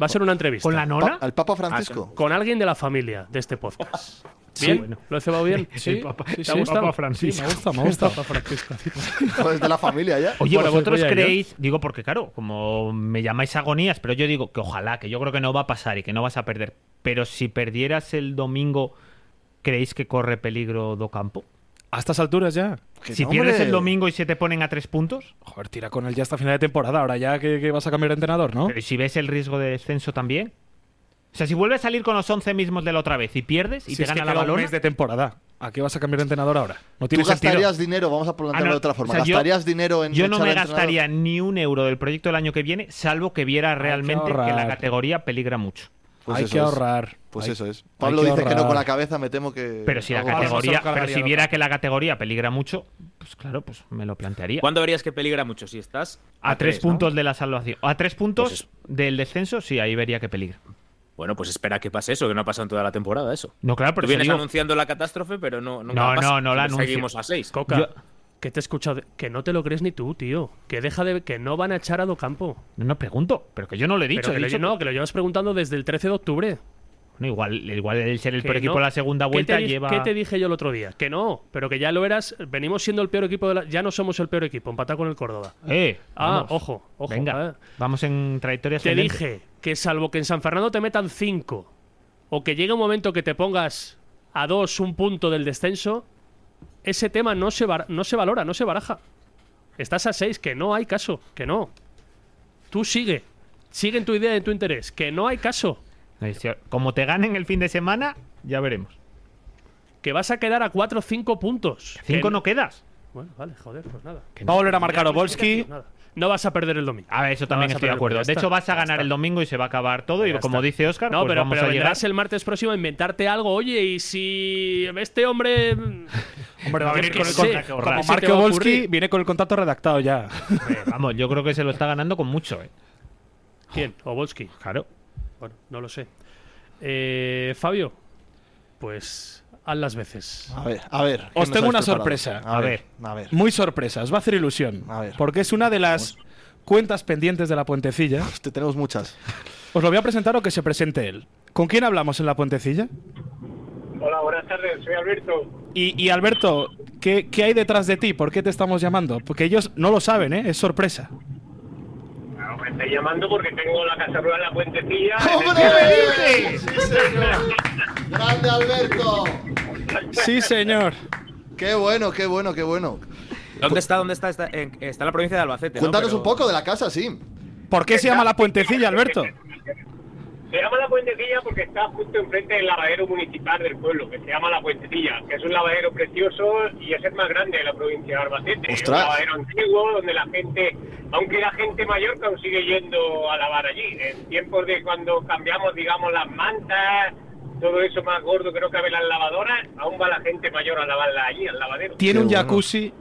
Speaker 3: Va a ser una entrevista.
Speaker 2: ¿Con la
Speaker 1: Pa-
Speaker 2: nona?
Speaker 1: ¿Al Papa
Speaker 4: Ah,
Speaker 1: Francisco?
Speaker 3: Con alguien de la familia de
Speaker 5: <laughs>
Speaker 3: este podcast. ¿Bien?
Speaker 2: Bueno.
Speaker 3: ¿Lo he cebado bien?
Speaker 2: Sí, Papa-
Speaker 3: ¿Te
Speaker 2: sí,
Speaker 3: ha
Speaker 2: sí.
Speaker 3: gustado?
Speaker 2: Papa Francisco.
Speaker 4: Sí, me gusta, me gusta.
Speaker 3: Papa Francisco.
Speaker 1: Joder, de la familia ya.
Speaker 2: Oye,
Speaker 3: Bueno, pues
Speaker 2: vosotros
Speaker 3: voy a ello.
Speaker 2: creéis, digo porque claro, como me llamáis agonías, pero yo digo que ojalá, que yo creo que no va a pasar y que no vas a perder. Pero si perdieras el domingo, ¿creéis que corre peligro Docampo?
Speaker 4: <laughs> A estas alturas ya.
Speaker 1: Que
Speaker 2: si
Speaker 1: no,
Speaker 2: pierdes
Speaker 1: hombre.
Speaker 2: el domingo y se te ponen a tres puntos,
Speaker 4: Joder, tira con él ya hasta final de temporada. Ahora ya que, que vas a cambiar de entrenador, ¿no?
Speaker 2: pero ¿y si ves el riesgo de descenso también. O sea, si vuelves a salir con los 11 mismos de la otra vez y pierdes y
Speaker 4: Si
Speaker 2: te
Speaker 4: es que
Speaker 2: gana la
Speaker 4: queda un
Speaker 2: balona,
Speaker 4: mes de temporada. ¿A qué vas a cambiar de entrenador ahora? No
Speaker 1: Tú
Speaker 4: tiene sentido.
Speaker 1: gastarías dinero, vamos a
Speaker 2: Ah,
Speaker 1: plantearlo
Speaker 2: no,
Speaker 1: de otra forma.
Speaker 2: o sea, yo-
Speaker 1: ¿Gastarías dinero en.?
Speaker 2: yo no
Speaker 1: echar
Speaker 2: me
Speaker 1: al entrenador?
Speaker 2: gastaría ni un euro del proyecto del año que viene, salvo que viera realmente que, la
Speaker 4: ahorrar.
Speaker 2: categoría peligra mucho.
Speaker 1: Pues
Speaker 4: Hay
Speaker 1: eso
Speaker 4: que
Speaker 1: es.
Speaker 4: ahorrar.
Speaker 1: Pues
Speaker 4: Hay-
Speaker 1: eso es.
Speaker 4: hay
Speaker 1: Pablo
Speaker 4: que
Speaker 1: dice que no
Speaker 4: ahorrar.
Speaker 1: con la cabeza, me temo que.
Speaker 2: Pero si la
Speaker 1: algo-
Speaker 4: Ojalá no se
Speaker 2: categoría,
Speaker 4: cargaría
Speaker 2: pero si
Speaker 4: loca.
Speaker 2: viera que la categoría peligra mucho, pues claro, pues me lo plantearía.
Speaker 5: ¿Cuándo verías que peligra mucho? Si estás
Speaker 2: A tres,
Speaker 5: ¿no?
Speaker 2: puntos de la salvación. A tres puntos
Speaker 5: Pues es-
Speaker 2: del descenso, sí, ahí vería que peligra.
Speaker 5: Bueno, pues espera que pase eso, que no ha pasado en toda la temporada eso.
Speaker 2: No, claro, pero
Speaker 5: Tú
Speaker 2: te
Speaker 5: vienes
Speaker 2: digo-
Speaker 5: anunciando la catástrofe, pero no nunca
Speaker 2: No,
Speaker 5: pasa.
Speaker 2: no, no
Speaker 5: Siempre
Speaker 2: la anuncio.
Speaker 5: Seguimos a seis.
Speaker 3: Coca,
Speaker 2: Yo-
Speaker 3: que te he escuchado. de- Que no te lo crees ni tú, tío. Que deja de. Que no van a echar a Docampo.
Speaker 2: No, no pregunto, pero que yo no lo he
Speaker 3: Pero
Speaker 2: dicho. he
Speaker 3: que lo-
Speaker 2: dicho-
Speaker 3: no, que lo llevas preguntando desde el 13 de octubre.
Speaker 2: Bueno, igual, igual el ser el
Speaker 3: Que
Speaker 2: peor equipo
Speaker 3: no.
Speaker 2: de la segunda
Speaker 3: ¿Qué
Speaker 2: vuelta
Speaker 3: te di-
Speaker 2: lleva.
Speaker 3: ¿Qué te dije yo el otro día? Que no, pero que ya lo eras. Venimos siendo el peor equipo de la. Ya no somos el peor equipo, empatado con el Córdoba.
Speaker 2: Eh,
Speaker 3: Ah,
Speaker 2: vamos.
Speaker 3: ojo, ojo.
Speaker 2: Venga,
Speaker 3: ah.
Speaker 2: vamos en trayectoria
Speaker 3: Te
Speaker 2: ascendente.
Speaker 3: dije que salvo que en San Fernando te metan 5 o que llegue un momento que te pongas a dos un punto del descenso, ese tema no se, bar- no se valora, no se baraja. Estás a 6, que no hay caso, que no. Tú sigue. siguen tu idea y tu interés, que no hay caso.
Speaker 2: Eh, Como te ganen el fin de semana, ya veremos.
Speaker 3: Que vas a quedar a 4 o 5 puntos.
Speaker 2: Cinco
Speaker 3: Que-
Speaker 2: no quedas.
Speaker 3: Bueno, vale, joder, pues nada.
Speaker 4: Va a volver a marcar Obolski.
Speaker 3: Nada. No vas a perder el domingo.
Speaker 2: A ver, eso también
Speaker 3: vas a
Speaker 2: estoy de
Speaker 3: perder, pues
Speaker 2: acuerdo.
Speaker 3: ya
Speaker 2: De
Speaker 3: está,
Speaker 2: hecho, vas a
Speaker 3: ya
Speaker 2: ganar
Speaker 3: está. Pues
Speaker 2: el domingo y se va a acabar todo. Y
Speaker 3: Ya
Speaker 2: como
Speaker 3: está.
Speaker 2: dice Oscar,
Speaker 3: No, pero,
Speaker 2: vamos
Speaker 3: pero
Speaker 2: a llegar.
Speaker 3: vendrás el martes próximo a inventarte algo. Oye, y si este hombre.
Speaker 4: Hombre, va a venir
Speaker 3: que
Speaker 4: con el
Speaker 3: sé,
Speaker 4: contacto.
Speaker 3: como
Speaker 4: Como
Speaker 3: se te
Speaker 4: Mark
Speaker 3: va a
Speaker 4: Obolski
Speaker 3: ocurrir.
Speaker 4: viene con el contacto redactado ya.
Speaker 2: Eh, Vamos, yo creo que se lo está ganando con mucho, ¿eh?
Speaker 3: ¿Quién? Obolski.
Speaker 2: Claro.
Speaker 3: Bueno, no lo sé. Eh, Fabio, pues haz las veces.
Speaker 1: A ver, a ver. ¿qué
Speaker 4: Os
Speaker 1: nos
Speaker 4: tengo
Speaker 1: habéis
Speaker 4: una
Speaker 1: preparado?
Speaker 4: sorpresa.
Speaker 1: A ver, a ver.
Speaker 4: Muy sorpresa, os va a hacer ilusión.
Speaker 1: A ver.
Speaker 4: Porque es una de las cuentas pendientes de la puentecilla.
Speaker 1: Hostia, tenemos muchas.
Speaker 4: Os lo voy a presentar o que se presente él. ¿Con quién hablamos en la puentecilla?
Speaker 10: Hola, buenas tardes, soy Alberto.
Speaker 4: Y, y Alberto, ¿qué, qué hay detrás de ti? ¿Por qué te estamos llamando? Porque ellos no lo saben, ¿eh? Es sorpresa.
Speaker 10: Bueno, me estoy llamando porque tengo la casa rural en la puentecilla.
Speaker 1: <laughs> ¡Hombre!
Speaker 10: En el-
Speaker 1: ¡Sí, señor! ¡Grande Alberto!
Speaker 4: Sí, señor.
Speaker 1: ¡Qué bueno, qué bueno, qué bueno!
Speaker 5: ¿Dónde está? ¿Dónde está? Está en, está en la provincia de Albacete. ¿no?
Speaker 1: Cuéntanos
Speaker 5: Pero-
Speaker 1: un poco de la casa, sí.
Speaker 4: ¿Por qué se llama la puentecilla, Alberto?
Speaker 10: Se llama la puentecilla porque está justo enfrente del lavadero municipal del pueblo, que se llama la puentecilla, que es un lavadero precioso y es el más grande de la provincia de Albacete. Es un
Speaker 1: ¡Ostras!
Speaker 10: lavadero antiguo donde la gente, aunque la gente mayor aún sigue yendo a lavar allí. En tiempos de cuando cambiamos, digamos, las mantas, todo eso más gordo que no cabe en las lavadoras, aún va la gente mayor a lavarla allí, al lavadero.
Speaker 1: Qué
Speaker 4: Tiene un
Speaker 1: bueno.
Speaker 4: jacuzzi.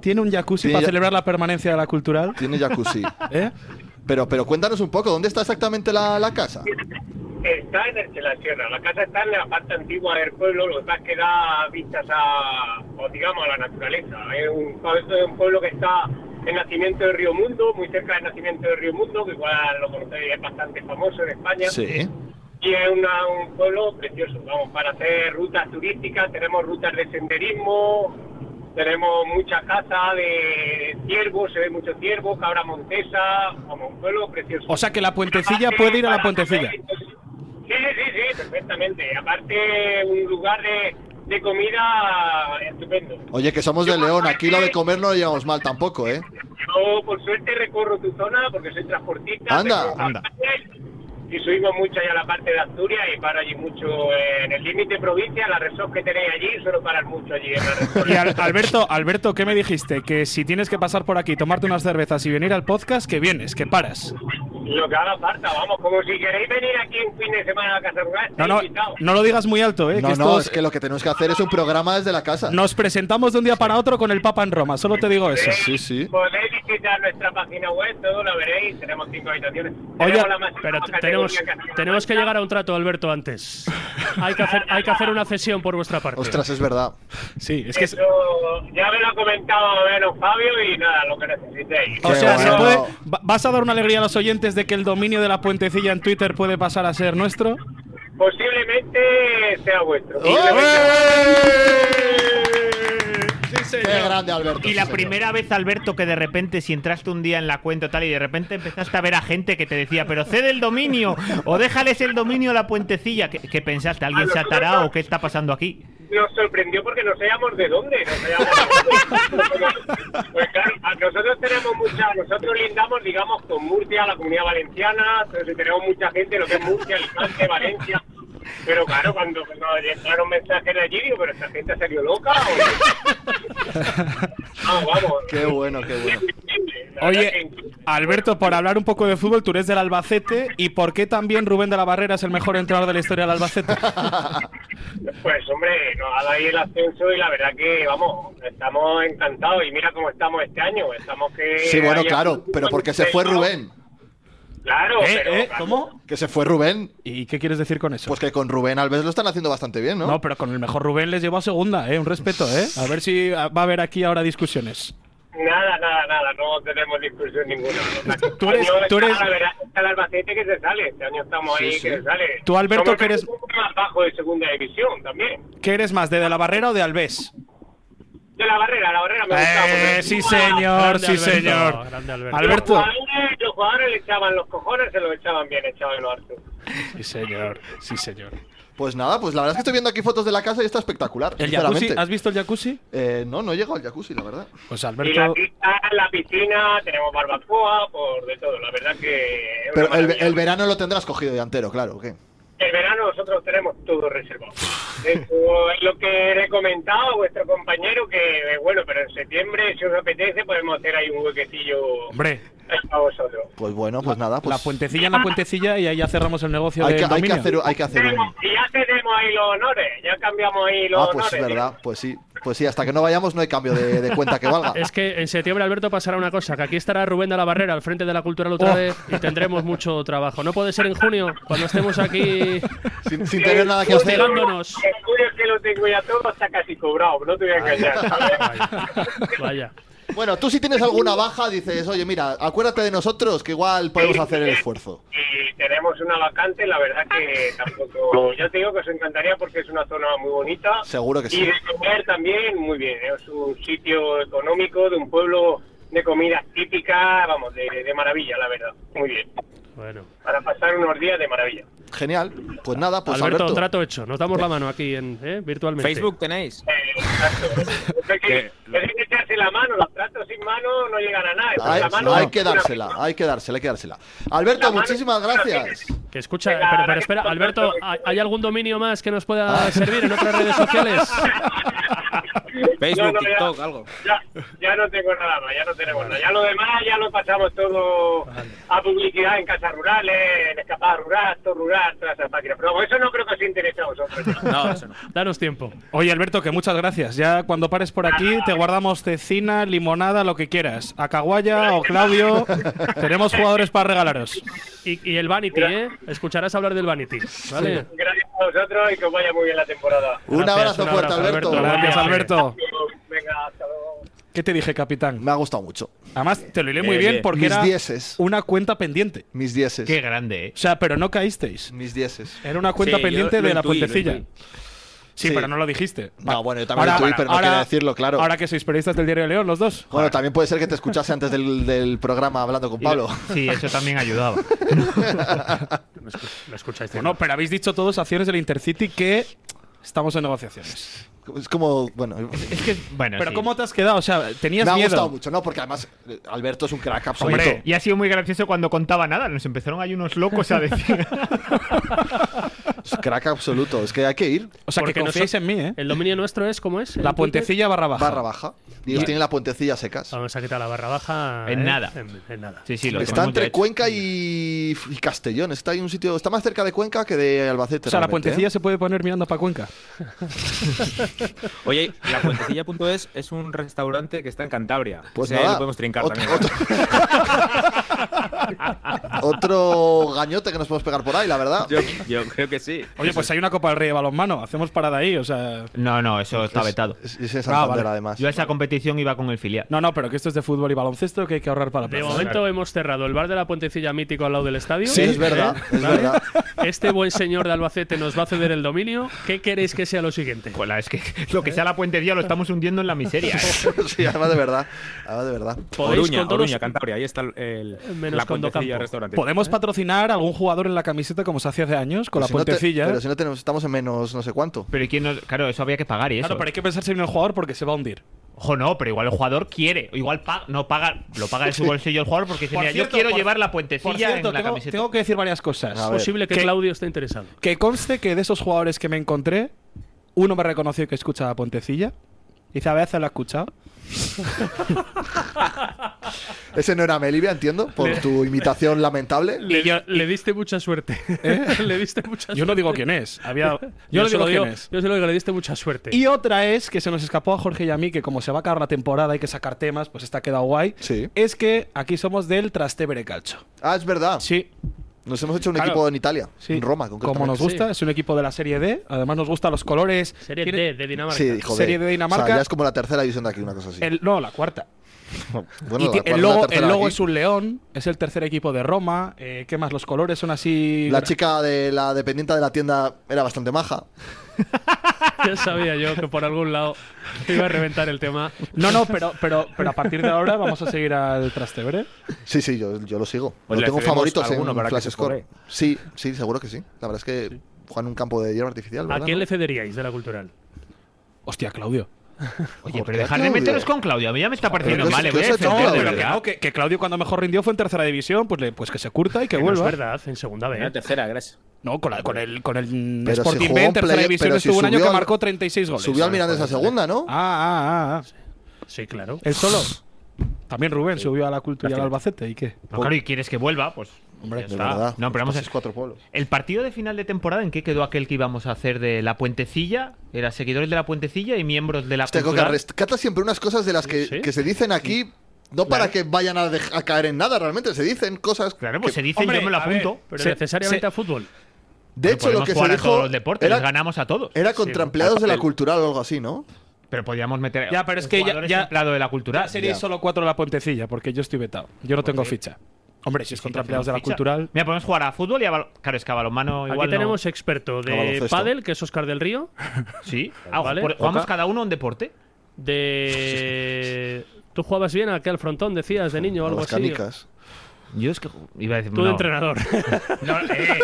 Speaker 4: Tiene un jacuzzi
Speaker 1: Tiene
Speaker 4: para
Speaker 1: ya-
Speaker 4: celebrar la permanencia de la cultural.
Speaker 1: Tiene jacuzzi.
Speaker 4: ¿eh?
Speaker 1: Pero, pero cuéntanos un poco, ¿dónde está exactamente la, la casa?
Speaker 10: Está en el la Sierra. La casa está en la parte antigua del pueblo, lo que pasa es que da vistas a, o digamos, a la naturaleza. Es un, es un pueblo que está en nacimiento del Río Mundo, muy cerca del nacimiento del Río Mundo, que igual lo conocéis, es bastante famoso en España.
Speaker 1: Sí.
Speaker 10: Y es una- un pueblo precioso. Vamos, para hacer rutas turísticas, tenemos rutas de senderismo, tenemos mucha caza de ciervos, se ve mucho ciervo, cabra montesa. Vamos, un pueblo precioso.
Speaker 4: O sea que la puentecilla puede ir a la puentecilla.
Speaker 10: Sí, sí, sí, sí, perfectamente. Aparte, un lugar de, de comida estupendo.
Speaker 1: Oye, que somos de León, aquí lo de comer no lo llevamos mal tampoco, ¿eh?
Speaker 10: Yo, por suerte, recorro tu zona porque soy transportista.
Speaker 1: Anda,
Speaker 10: recorro
Speaker 1: anda.
Speaker 10: montañas Y subimos mucho allá a la parte de Asturias y para allí mucho eh, en el límite provincia, la resort que tenéis allí, suelo parar mucho allí en la
Speaker 1: <laughs>
Speaker 10: resort.
Speaker 4: Y Al- Alberto, Alberto, ¿qué me dijiste? Que si tienes que pasar por aquí, tomarte unas cervezas y venir al podcast, que vienes, que paras.
Speaker 10: Lo que haga falta, vamos, como si queréis venir aquí un fin de semana a Casa Rural,
Speaker 4: No,
Speaker 10: estáis
Speaker 4: no,
Speaker 10: invitados.
Speaker 4: no lo digas muy alto, ¿eh?
Speaker 1: No,
Speaker 4: que
Speaker 1: no,
Speaker 4: estos-
Speaker 1: es que lo que tenemos que hacer es un programa desde la casa.
Speaker 4: Nos presentamos de un día para otro con el Papa en Roma, solo te digo eso.
Speaker 1: Sí, sí.
Speaker 10: Podéis visitar nuestra página web, todo lo veréis, tenemos cinco habitaciones.
Speaker 3: Oye,
Speaker 10: Tenemos la máxima
Speaker 3: pero
Speaker 10: categoría
Speaker 3: tenemos,
Speaker 10: Casa Rural.
Speaker 3: tenemos que llegar a un trato, Alberto, antes. Hay que hacer, hay que hacer una cesión por vuestra parte.
Speaker 1: Ostras, es verdad.
Speaker 4: Sí, es que. es-
Speaker 10: Eso ya me lo ha comentado a menos Fabio y nada, lo que necesitéis.
Speaker 4: O
Speaker 1: Qué
Speaker 4: sea, se
Speaker 1: bueno.
Speaker 4: puede, va- ¿vas a dar una alegría a los oyentes de que el dominio de la puentecilla en Twitter puede pasar a ser nuestro?
Speaker 10: Posiblemente sea vuestro.
Speaker 1: ¡Qué grande, Alberto!
Speaker 2: Y la
Speaker 1: sí, señor.
Speaker 2: primera vez, Alberto, que de repente, si entraste un día en la cuenta tal y de repente empezaste a ver a gente que te decía, pero cede el dominio o déjales el dominio a la puentecilla, que, que pensaste, alguien se atará o qué está pasando aquí.
Speaker 10: Nos sorprendió porque no sabíamos de dónde. No sabíamos de dónde. pues claro, a- nosotros tenemos mucha, nosotros lindamos, digamos, con Murcia, la comunidad valenciana, entonces tenemos mucha gente, lo que es Murcia, Alicante, Valencia. Pero claro, cuando, cuando llegaron mensajes de allí, digo, pero esta gente ha salido loca. o- Vamos, vamos.
Speaker 1: Qué bueno, qué bueno.
Speaker 10: Increíble, la verdad que
Speaker 4: Oye,
Speaker 10: increíble.
Speaker 4: Alberto, por hablar un poco de fútbol, tú eres del Albacete y ¿por qué también Rubén de la Barrera es el mejor entrenador de la historia del Albacete?
Speaker 10: <laughs> Pues hombre, nos ha dado ahí el ascenso y la verdad que, vamos, estamos encantados y mira cómo estamos este año. Estamos
Speaker 4: Eh,
Speaker 10: que...
Speaker 1: Sí, bueno,
Speaker 10: hay-
Speaker 1: claro, pero porque se fue Rubén.
Speaker 10: Claro,
Speaker 4: ¿Eh?
Speaker 10: pero...
Speaker 4: ¿Eh? ¿Cómo?
Speaker 1: ¿Que se fue Rubén?
Speaker 4: ¿Y qué quieres decir con eso?
Speaker 1: Pues que con Rubén Alves lo están haciendo bastante bien, ¿no?
Speaker 4: No, pero con el mejor Rubén les llevó a segunda, ¿eh? Un respeto, ¿eh? A ver si va a haber aquí ahora discusiones.
Speaker 10: Nada, nada, nada, no tenemos discusión ninguna.
Speaker 4: Tú eres-
Speaker 10: Este año
Speaker 4: tú eres-
Speaker 10: Está, la verdad, está el Albacete que se sale, este año estamos ahí que se sale.
Speaker 4: Tú, Alberto,
Speaker 10: Somos
Speaker 4: que eres-
Speaker 10: un poco más bajo de segunda división también.
Speaker 4: ¿Qué eres más, de De la Barrera o de Alves?
Speaker 10: De la barrera, la barrera me gusta.
Speaker 4: Eh,
Speaker 10: porque-
Speaker 4: sí,
Speaker 3: Grande
Speaker 4: señor, sí,
Speaker 3: Alberto,
Speaker 4: señor.
Speaker 3: grande Alberto.
Speaker 4: Alberto.
Speaker 10: Los jugadores, los jugadores le echaban los cojones, se los echaban bien, echaban los hartos.
Speaker 4: Sí, señor, sí, señor.
Speaker 1: Pues nada, pues la verdad es que estoy viendo aquí fotos de la casa y está espectacular.
Speaker 4: ¿El jacuzzi?
Speaker 1: sinceramente.
Speaker 4: ¿Has visto el jacuzzi?
Speaker 1: Eh, no, no he llegado al jacuzzi, la verdad.
Speaker 10: Y
Speaker 4: Pues
Speaker 10: la
Speaker 4: Alberto.
Speaker 10: pista, la piscina, tenemos barbacoa, por de todo. La verdad que. es una
Speaker 1: Pero el,
Speaker 10: maravilla.
Speaker 1: el verano lo tendrás cogido de antero, claro, ¿o ¿qué?
Speaker 10: El verano nosotros tenemos todo reservado. Eso es lo que le he comentado a vuestro compañero, que eh, bueno, pero en septiembre, si os apetece, podemos hacer ahí un huequecillo
Speaker 4: Hombre,
Speaker 10: a vosotros.
Speaker 1: Pues bueno, pues nada. Pues
Speaker 4: la puentecilla en la puentecilla y ahí ya cerramos el negocio
Speaker 1: hay,
Speaker 4: del
Speaker 1: que, hay, que
Speaker 4: dominio.
Speaker 1: hacer, hay que hacer un-
Speaker 10: Y ya tenemos ahí los honores, ya cambiamos ahí los
Speaker 1: Ah, pues es
Speaker 10: honores.
Speaker 1: verdad, pues sí. Pues sí, hasta que no vayamos no hay cambio de, de cuenta que valga.
Speaker 3: <laughs> Es que en septiembre, Alberto, pasará una cosa: que aquí estará Rubén de la Barrera al frente de la cultural otra
Speaker 4: Oh.
Speaker 3: vez y tendremos mucho trabajo. No puede ser en junio, cuando estemos aquí
Speaker 1: Sin, sin tener nada que hacer.
Speaker 3: hostigándonos.
Speaker 10: El tuyo es que lo tengo ya todo, está casi cobrado, no te voy a engañar.
Speaker 3: Vaya.
Speaker 1: Bueno, tú si tienes alguna baja dices, oye, mira, acuérdate de nosotros que igual podemos hacer el esfuerzo.
Speaker 10: y tenemos una vacante, la verdad que tampoco. Ya te digo que os encantaría porque es una zona muy bonita.
Speaker 1: Seguro que sí.
Speaker 10: Y de comer también, muy bien. ¿eh? Es un sitio económico de un pueblo de comidas típicas, vamos, de, de maravilla, la verdad. Muy bien.
Speaker 3: Bueno.
Speaker 10: Para pasar unos días de maravilla.
Speaker 1: Genial. Pues nada, pues
Speaker 3: Alberto,
Speaker 1: Alberto.
Speaker 3: trato hecho. Nos damos la mano aquí en, ¿eh? virtualmente.
Speaker 5: ¿Facebook tenéis?
Speaker 10: Eh, <laughs> Es que, es que echarse la mano, los tratos sin mano no llegan a nada. Entonces,
Speaker 1: Hay,
Speaker 10: la mano
Speaker 1: hay
Speaker 10: es
Speaker 1: que
Speaker 10: una-
Speaker 1: dársela, hay que dársela, hay que dársela. Alberto,
Speaker 10: La mano-
Speaker 1: muchísimas gracias.
Speaker 3: Que escucha,
Speaker 10: Venga,
Speaker 3: pero,
Speaker 10: ahora
Speaker 3: pero
Speaker 10: que
Speaker 3: espera,
Speaker 10: estamos
Speaker 3: Alberto,
Speaker 10: hablando
Speaker 3: ¿hay hay algún dominio más que nos pueda servir en otras redes sociales?
Speaker 10: No,
Speaker 5: Facebook,
Speaker 10: no, ya.
Speaker 5: TikTok, algo.
Speaker 10: Ya, ya no tengo nada más, ya no tenemos nada. Ya lo demás ya lo pasamos todo a publicidad en casas rurales, en escapadas rural, todo rural, todas esas páginas. Pero vamos, eso no creo que os interese a vosotros. ya.
Speaker 5: <laughs> No, eso no.
Speaker 3: Danos tiempo.
Speaker 4: Oye, Alberto, que muchas gracias. Ya cuando pares por aquí, te guardamos cecina, limonada, lo que quieras. A Caguaya o Claudio, tenemos jugadores para regalaros.
Speaker 3: Y, y el Vanity, ¿eh? Escucharás hablar del Vanity. ¿vale?
Speaker 10: Gracias a vosotros y que os vaya muy bien la temporada.
Speaker 1: un
Speaker 3: Gracias,
Speaker 1: abrazo
Speaker 3: un
Speaker 1: fuerte,
Speaker 3: abrazo,
Speaker 1: Alberto.
Speaker 3: Alberto.
Speaker 4: Gracias, Alberto.
Speaker 10: Venga, hasta luego.
Speaker 4: ¿Qué te dije, capitán?
Speaker 1: Me ha gustado mucho.
Speaker 4: Además, te lo iré muy
Speaker 5: Eh,
Speaker 4: bien
Speaker 5: bien.
Speaker 4: porque
Speaker 1: Mis
Speaker 4: era
Speaker 1: dieces.
Speaker 4: una cuenta pendiente.
Speaker 1: Mis dieces.
Speaker 2: Qué grande, ¿eh?
Speaker 4: O sea, pero no caísteis.
Speaker 1: Mis dieces.
Speaker 4: Era una cuenta
Speaker 5: Sí, yo
Speaker 4: pendiente
Speaker 5: lo
Speaker 4: de la
Speaker 5: intuí, lo
Speaker 4: puentecilla.
Speaker 5: intuí.
Speaker 4: Sí,
Speaker 1: Sí.
Speaker 4: pero no lo dijiste.
Speaker 1: No,
Speaker 4: Va.
Speaker 1: bueno, yo también lo intuí, pero no quería decirlo, claro.
Speaker 4: Ahora que sois periodistas del Diario de León, los dos.
Speaker 1: Bueno, también puede ser que te escuchase antes del, del programa hablando con Pablo.
Speaker 2: Sí, eso también
Speaker 4: <laughs>
Speaker 2: ayudaba.
Speaker 3: Me, escu- me escucháis bien.
Speaker 4: Bueno, pero habéis dicho todos acciones del Intercity que estamos en negociaciones.
Speaker 1: Es como, bueno,
Speaker 2: Es que, bueno,
Speaker 4: Pero
Speaker 2: sí.
Speaker 4: ¿cómo te has quedado? O sea,
Speaker 1: me
Speaker 4: tenías
Speaker 1: ha
Speaker 4: miedo.
Speaker 1: gustado mucho, ¿no? Porque además eh, Alberto es un crack absoluto.
Speaker 2: Hombre, y ha sido muy gracioso cuando contaba nada. Nos empezaron ahí unos locos
Speaker 4: <laughs>
Speaker 2: a decir.
Speaker 1: Es un crack absoluto. Es que hay que ir
Speaker 4: O sea, que
Speaker 3: Porque
Speaker 4: confiáis
Speaker 3: noso-
Speaker 4: en mí, ¿eh?
Speaker 3: El dominio nuestro es, ¿cómo es?
Speaker 4: La
Speaker 3: ¿El
Speaker 4: puentecilla barra baja.
Speaker 1: barra baja. Y ellos tienen la puentecilla secas.
Speaker 3: Twitter? Vamos a quitar la barra baja.
Speaker 2: En
Speaker 3: ¿eh?
Speaker 2: nada.
Speaker 3: En, en nada.
Speaker 2: Sí, sí, lo
Speaker 1: Está
Speaker 2: tenemos ya
Speaker 1: entre
Speaker 2: hecho.
Speaker 1: Cuenca y, y Castellón. Está ahí un sitio. Está más cerca de Cuenca que de Albacete.
Speaker 4: O sea, la
Speaker 1: realmente,
Speaker 4: puentecilla
Speaker 1: ¿eh?
Speaker 4: se puede poner mirando para Cuenca.
Speaker 5: Oye, la puentecilla.es es un restaurante que está en Cantabria.
Speaker 1: Pues
Speaker 5: Ese
Speaker 1: nada,
Speaker 5: lo podemos trincar
Speaker 1: ot-
Speaker 5: también.
Speaker 1: otro, <laughs> otro gañote que nos podemos pegar por ahí, la verdad.
Speaker 5: <laughs> Yo, yo creo que sí.
Speaker 4: Oye, pues hay una Copa del Rey de balonmano. Hacemos parada ahí, o sea.
Speaker 2: No, no, eso está vetado.
Speaker 1: Es, es en
Speaker 4: Ah,
Speaker 1: Santander,
Speaker 4: vale.
Speaker 1: además.
Speaker 2: Yo a esa competición iba con el filial.
Speaker 4: No, no, pero que esto es de fútbol y baloncesto que hay que ahorrar para la
Speaker 3: De
Speaker 4: plaza.
Speaker 3: momento hemos cerrado el bar de la puentecilla mítico al lado del estadio.
Speaker 1: Sí, es verdad, es verdad.
Speaker 3: Este buen señor de Albacete nos va a ceder el dominio. ¿Qué queréis que sea lo siguiente?
Speaker 2: Joder, Pues es que <laughs> lo que sea la puentecilla lo estamos hundiendo en la miseria.
Speaker 4: <laughs>
Speaker 2: ¿eh?
Speaker 1: <laughs> Sí, además de verdad. Además de verdad.
Speaker 3: Podéis
Speaker 5: Oruña,
Speaker 3: con todos-
Speaker 5: Oruña, Cantabria. Ahí está el, el-
Speaker 3: Menos
Speaker 5: la
Speaker 3: con
Speaker 5: puentecilla
Speaker 3: Docampo.
Speaker 5: restaurante.
Speaker 4: Podemos patrocinar a algún jugador en la camiseta como se hace hace años, con la ¿eh?
Speaker 1: Si no te-
Speaker 4: puentecilla.
Speaker 1: pero si no tenemos, estamos en menos no sé
Speaker 4: <laughs>
Speaker 1: cuánto.
Speaker 2: Pero ¿y quién nos- Claro, eso había que pagar y eso.
Speaker 4: Claro, pero hay que pensar si viene el jugador porque se va a hundir.
Speaker 2: Ojo, no, pero igual el jugador quiere. O igual pa- no paga, lo paga
Speaker 4: <laughs>
Speaker 2: de su bolsillo el jugador porque dice,
Speaker 4: Por
Speaker 2: mira, yo
Speaker 4: cierto,
Speaker 2: quiero
Speaker 4: por-
Speaker 2: llevar la
Speaker 4: Por
Speaker 2: puentecilla
Speaker 4: cierto,
Speaker 2: en la
Speaker 4: tengo,
Speaker 2: camiseta.
Speaker 4: tengo que decir varias cosas.
Speaker 1: A
Speaker 3: Es
Speaker 1: ver.
Speaker 3: posible que
Speaker 4: ¿Qué-
Speaker 3: Claudio esté interesado.
Speaker 4: Que conste que de esos jugadores que me encontré, uno me reconoció que escuchaba Pontecilla. Dice, a veces lo he <laughs> escuchado.
Speaker 1: Ese no era Melivia, entiendo, por tu imitación lamentable.
Speaker 3: Le, le diste mucha suerte. <laughs> le diste mucha
Speaker 4: Yo
Speaker 3: suerte.
Speaker 4: no digo quién es. <laughs> Había... Yo
Speaker 3: Yo
Speaker 4: no
Speaker 3: se
Speaker 4: digo
Speaker 3: lo digo,
Speaker 4: quién es.
Speaker 3: yo se lo digo que le diste mucha suerte.
Speaker 4: Y otra es que se nos escapó a Jorge y a mí que como se va a acabar la temporada hay que sacar temas, pues está quedado guay.
Speaker 1: Sí.
Speaker 4: Es que aquí somos del Trastevere Calcio.
Speaker 1: Ah, es verdad.
Speaker 4: Sí,
Speaker 1: Nos hemos hecho un
Speaker 4: Claro.
Speaker 1: equipo en Italia.
Speaker 4: sí.
Speaker 1: En Roma, concretamente.
Speaker 4: Como nos gusta, es un equipo de la Serie D. Además nos gustan los colores.
Speaker 3: Serie
Speaker 4: Tiene-
Speaker 3: D de Dinamarca.
Speaker 1: Sí, joder.
Speaker 4: Serie de Dinamarca.
Speaker 1: O sea, ya es como la tercera división de aquí, una cosa así.
Speaker 4: el- no, la cuarta.
Speaker 1: Bueno,
Speaker 4: Y
Speaker 1: la
Speaker 4: ti-
Speaker 1: cuarta es la
Speaker 4: el logo,
Speaker 1: tercera
Speaker 4: el
Speaker 1: de
Speaker 4: logo
Speaker 1: aquí.
Speaker 4: es un león, es el tercer equipo de Roma. eh, ¿Qué más? Los colores son así.
Speaker 1: La chica de la dependiente de la tienda era bastante maja.
Speaker 3: <laughs> Ya sabía yo que por algún lado iba a reventar el tema.
Speaker 4: No, no, pero, pero, pero a partir de ahora vamos a seguir al Trastevere.
Speaker 1: Sí, sí, yo, yo lo sigo.
Speaker 5: Pues
Speaker 1: lo
Speaker 5: le
Speaker 1: tengo
Speaker 5: cedemos
Speaker 1: favoritos
Speaker 5: alguno
Speaker 1: en
Speaker 5: para que
Speaker 1: Flash
Speaker 5: se
Speaker 1: Score. Sí, sí, seguro que sí. La verdad es que juegan en un campo de hierba artificial.
Speaker 3: ¿A
Speaker 1: ¿verdad,
Speaker 3: quién
Speaker 1: no?
Speaker 3: le cederíais de la cultural?
Speaker 4: Hostia, Claudio.
Speaker 2: Oye, pero
Speaker 4: qué,
Speaker 2: dejar de
Speaker 4: Claudio?
Speaker 2: meteros con Claudio. A mí ya me está pareciendo
Speaker 4: Pero que-
Speaker 2: mal, ¿eh?
Speaker 4: que
Speaker 2: voy a
Speaker 4: eso- no,
Speaker 2: defender, de
Speaker 4: pero que,
Speaker 2: verdad.
Speaker 4: no, que- que Claudio cuando mejor rindió fue en tercera división, pues, le- pues que se curta y
Speaker 3: Que
Speaker 4: que,
Speaker 3: no
Speaker 4: vuelva.
Speaker 3: es verdad, en segunda vez.
Speaker 4: En la
Speaker 5: tercera, gracias.
Speaker 4: No, con, la- con el, con el
Speaker 1: Pero si
Speaker 4: Sporting
Speaker 1: jugó
Speaker 4: B en
Speaker 1: en
Speaker 4: tercera
Speaker 1: play-
Speaker 4: división
Speaker 1: pero si
Speaker 4: estuvo un año
Speaker 1: subió
Speaker 4: que
Speaker 1: al-
Speaker 4: marcó 36 goles.
Speaker 1: Subió al Mirandés a segunda, ¿no?
Speaker 4: Ah, ah, ah.
Speaker 3: Sí, claro.
Speaker 4: El solo. También Rubén subió a la cultura y al
Speaker 2: Imagínate.
Speaker 4: Albacete. ¿Y qué?
Speaker 2: No, claro, y quieres que vuelva, pues. Hombre,
Speaker 1: de verdad.
Speaker 2: No, pero vamos a.
Speaker 1: Estos cuatro pueblos.
Speaker 2: El partido de final de temporada, ¿en qué quedó aquel que íbamos a hacer de la puentecilla? Era seguidores de la puentecilla y miembros de la
Speaker 1: Hostia, Coca,
Speaker 2: cultural.
Speaker 1: rescata siempre unas cosas de las que,
Speaker 2: Sí, sí.
Speaker 1: que se dicen aquí, no para que vayan a, dej- a caer en nada realmente, se dicen cosas.
Speaker 2: Claro, pues
Speaker 1: que-
Speaker 2: se dice y yo me lo apunto.
Speaker 3: pero necesariamente a fútbol.
Speaker 1: De
Speaker 2: Pero
Speaker 1: hecho, lo
Speaker 2: podemos
Speaker 1: que se
Speaker 2: jugar a
Speaker 1: dijo
Speaker 2: todos los deportes,
Speaker 1: era-
Speaker 2: les ganamos a todos.
Speaker 1: Era contra empleados de la
Speaker 2: cultura.
Speaker 1: cultural o algo así, ¿no?
Speaker 2: Pero podíamos meter.
Speaker 4: Ya, pero es que ya-
Speaker 2: jugadores
Speaker 4: ya-
Speaker 2: empleado de la cultural.
Speaker 4: Ya seríais solo cuatro de la puentecilla, porque yo estoy vetado. Yo no tengo ficha. Hombre, si es contra empleados de la
Speaker 2: Ficha.
Speaker 4: cultural.
Speaker 2: Mira, podemos jugar a fútbol y a balonmano. Claro, es que a balonmano igual.
Speaker 3: Aquí tenemos experto
Speaker 2: No,
Speaker 3: de
Speaker 2: baloncesto.
Speaker 3: pádel, que es Oscar del Río.
Speaker 2: No.
Speaker 4: <laughs>
Speaker 2: Sí, Ah,
Speaker 3: Vale.
Speaker 2: por- jugamos
Speaker 3: Oca.
Speaker 2: cada uno un deporte.
Speaker 1: <laughs>
Speaker 3: De. Tú jugabas bien aquí al frontón, decías de niño o
Speaker 1: A
Speaker 3: algo
Speaker 1: las
Speaker 3: así.
Speaker 1: canicas.
Speaker 2: Yo es que iba a decir.
Speaker 3: Tú de
Speaker 2: no.
Speaker 1: <laughs>
Speaker 3: entrenador. <laughs>
Speaker 2: No, eh,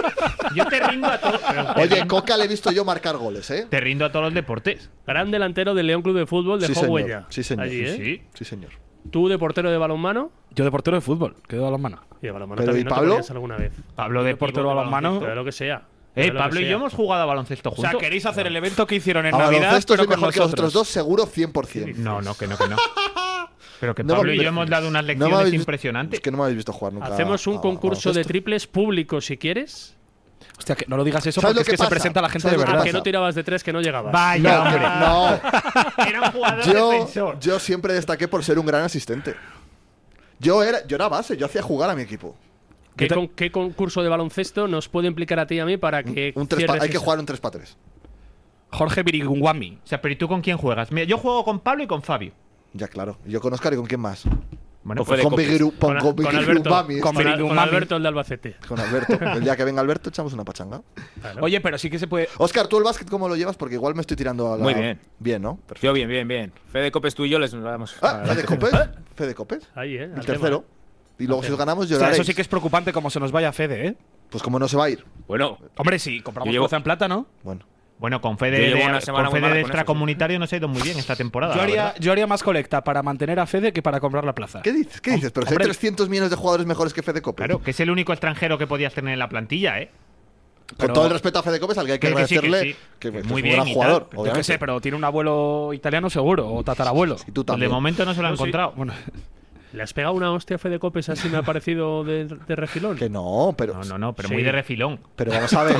Speaker 2: yo te rindo a todos. pero te
Speaker 1: Oye,
Speaker 2: rindo-
Speaker 1: Coca le he visto yo marcar goles, ¿eh?
Speaker 2: te rindo a todos los deportes.
Speaker 3: Gran delantero del León Club de Fútbol de
Speaker 1: Sí, señor.
Speaker 3: Huella.
Speaker 1: Sí, señor.
Speaker 3: Allí, ¿eh?
Speaker 2: Sí.
Speaker 1: Sí, señor.
Speaker 3: Tú de portero de balonmano.
Speaker 4: Yo de portero de fútbol, quedo a las manos.
Speaker 3: Y de balonmano
Speaker 1: Pero,
Speaker 3: también
Speaker 1: ¿y
Speaker 3: ¿no te
Speaker 1: Pablo?
Speaker 3: ponías alguna vez.
Speaker 2: Pablo de
Speaker 4: Portero a las manos.
Speaker 3: De lo que sea. de
Speaker 2: Eh,
Speaker 3: lo que
Speaker 2: Pablo y
Speaker 3: sea.
Speaker 2: yo hemos jugado a baloncesto
Speaker 4: O sea,
Speaker 2: juntos.
Speaker 4: queréis hacer el evento que hicieron en
Speaker 1: A
Speaker 4: Navidad,
Speaker 1: Ah, baloncesto
Speaker 4: pero
Speaker 1: soy
Speaker 4: con
Speaker 1: mejor que los otros
Speaker 4: nosotros.
Speaker 1: dos, seguro 100%.
Speaker 2: No, no, que no, que no. Pero que
Speaker 1: No me
Speaker 2: Pablo y yo
Speaker 1: habéis-
Speaker 2: hemos dado unas
Speaker 1: no me
Speaker 2: lecciones
Speaker 1: habéis-
Speaker 2: impresionantes.
Speaker 1: Es que no me habéis visto jugar nunca.
Speaker 3: Hacemos
Speaker 1: a-
Speaker 3: un
Speaker 1: a
Speaker 3: concurso de
Speaker 1: baloncesto.
Speaker 3: triples públicos si quieres. Ah,
Speaker 4: Hostia, que no lo digas eso
Speaker 1: ¿Sabes
Speaker 4: porque
Speaker 1: lo
Speaker 4: es
Speaker 1: que
Speaker 4: que se
Speaker 1: pasa?
Speaker 4: presenta la gente de
Speaker 1: ¿Sabes lo que
Speaker 4: verdad.
Speaker 3: Que
Speaker 1: pasa?
Speaker 3: no tirabas de tres, que no llegabas.
Speaker 2: Vaya,
Speaker 1: No,
Speaker 2: hombre.
Speaker 1: que-
Speaker 2: Era un jugador
Speaker 1: no. yo,
Speaker 2: <laughs> defensor.
Speaker 1: yo siempre destaqué por ser un gran asistente. Yo era, yo era base, yo hacía jugar a mi equipo.
Speaker 3: ¿Qué, con- qué concurso de baloncesto nos puede implicar a ti y a mí para que.
Speaker 1: Un tres pa-
Speaker 3: Eh, cierres
Speaker 1: hay que
Speaker 3: esto?
Speaker 1: jugar un 3 para 3.
Speaker 4: Jorge Virigungwami.
Speaker 2: O sea, pero ¿y tú con quién juegas? Mira, yo juego con Pablo y con Fabio.
Speaker 1: Ya, claro. Y Yo con Oscar y con quién más.
Speaker 2: Bueno, pues,
Speaker 5: Fue de
Speaker 1: con
Speaker 5: copis.
Speaker 1: Bigiru,
Speaker 3: Con,
Speaker 1: con, con,
Speaker 3: con
Speaker 1: Bigiru
Speaker 3: Alberto,
Speaker 1: Mami,
Speaker 3: con,
Speaker 1: este.
Speaker 3: Al- con
Speaker 4: Mami.
Speaker 3: Alberto, el de Albacete.
Speaker 1: Con Alberto. El día que venga Alberto echamos una pachanga.
Speaker 4: Oye, pero sí que se puede.
Speaker 1: Oscar, ¿tú el básquet cómo lo llevas? Porque igual me estoy tirando a la...
Speaker 5: Muy bien.
Speaker 1: Bien, ¿no? Perfecto.
Speaker 5: Yo bien, bien, bien. Fede Copes, tú y yo les vamos.
Speaker 1: Ah, Fede Copes. Fede Copes.
Speaker 3: Ahí, ¿eh? Al
Speaker 1: El
Speaker 3: tema.
Speaker 1: tercero. Y luego si os ganamos
Speaker 4: O sea,
Speaker 1: lloraréis.
Speaker 4: eso sí que es preocupante como se nos vaya Fede, ¿eh?
Speaker 1: Pues como no se va a ir.
Speaker 5: Bueno,
Speaker 4: Hombre, sí, compramos
Speaker 5: Yo llevo-
Speaker 4: fuerza en plata, ¿no?
Speaker 1: Bueno.
Speaker 2: Bueno, con
Speaker 5: Yo
Speaker 2: Fede,
Speaker 5: llevo
Speaker 2: de,
Speaker 5: una semana
Speaker 2: con
Speaker 5: muy
Speaker 2: Fede
Speaker 5: mala
Speaker 2: de
Speaker 5: con eso,
Speaker 2: extracomunitario nos ha ido muy bien esta temporada.
Speaker 4: Yo
Speaker 2: la
Speaker 4: haría,
Speaker 2: verdad.
Speaker 4: yo haría más colecta para mantener a Fede que para comprar la plaza.
Speaker 1: ¿Qué dices? ¿Qué dices? Pero si hay
Speaker 4: Hombre.
Speaker 1: 300 millones de jugadores mejores que Fede Copes.
Speaker 2: Claro, que es el único extranjero que podías tener en la plantilla, ¿eh?
Speaker 1: Con
Speaker 4: pero-
Speaker 1: todo el respeto a Fede Copes, al que hay que
Speaker 2: Que- que sí, que
Speaker 1: agradecerle
Speaker 2: sí.
Speaker 1: que,
Speaker 2: Que
Speaker 1: que
Speaker 2: muy
Speaker 1: es un
Speaker 2: bien
Speaker 1: gran
Speaker 2: y
Speaker 1: jugador.
Speaker 2: tal.
Speaker 4: Yo qué sé,
Speaker 1: obviamente.
Speaker 4: pero tiene un abuelo italiano seguro, o tatarabuelo.
Speaker 1: Y tú
Speaker 2: Pues de
Speaker 1: también.
Speaker 2: momento no se lo han
Speaker 4: No, sí.
Speaker 2: encontrado.
Speaker 4: Bueno, <laughs>
Speaker 3: ¿Le has pegado una hostia a Fede Copes así me ha parecido de, de refilón?
Speaker 1: Que no, pero...
Speaker 2: No, no, no, pero
Speaker 3: Sí.
Speaker 2: muy de refilón.
Speaker 1: Pero vamos
Speaker 2: <laughs>
Speaker 1: a ver.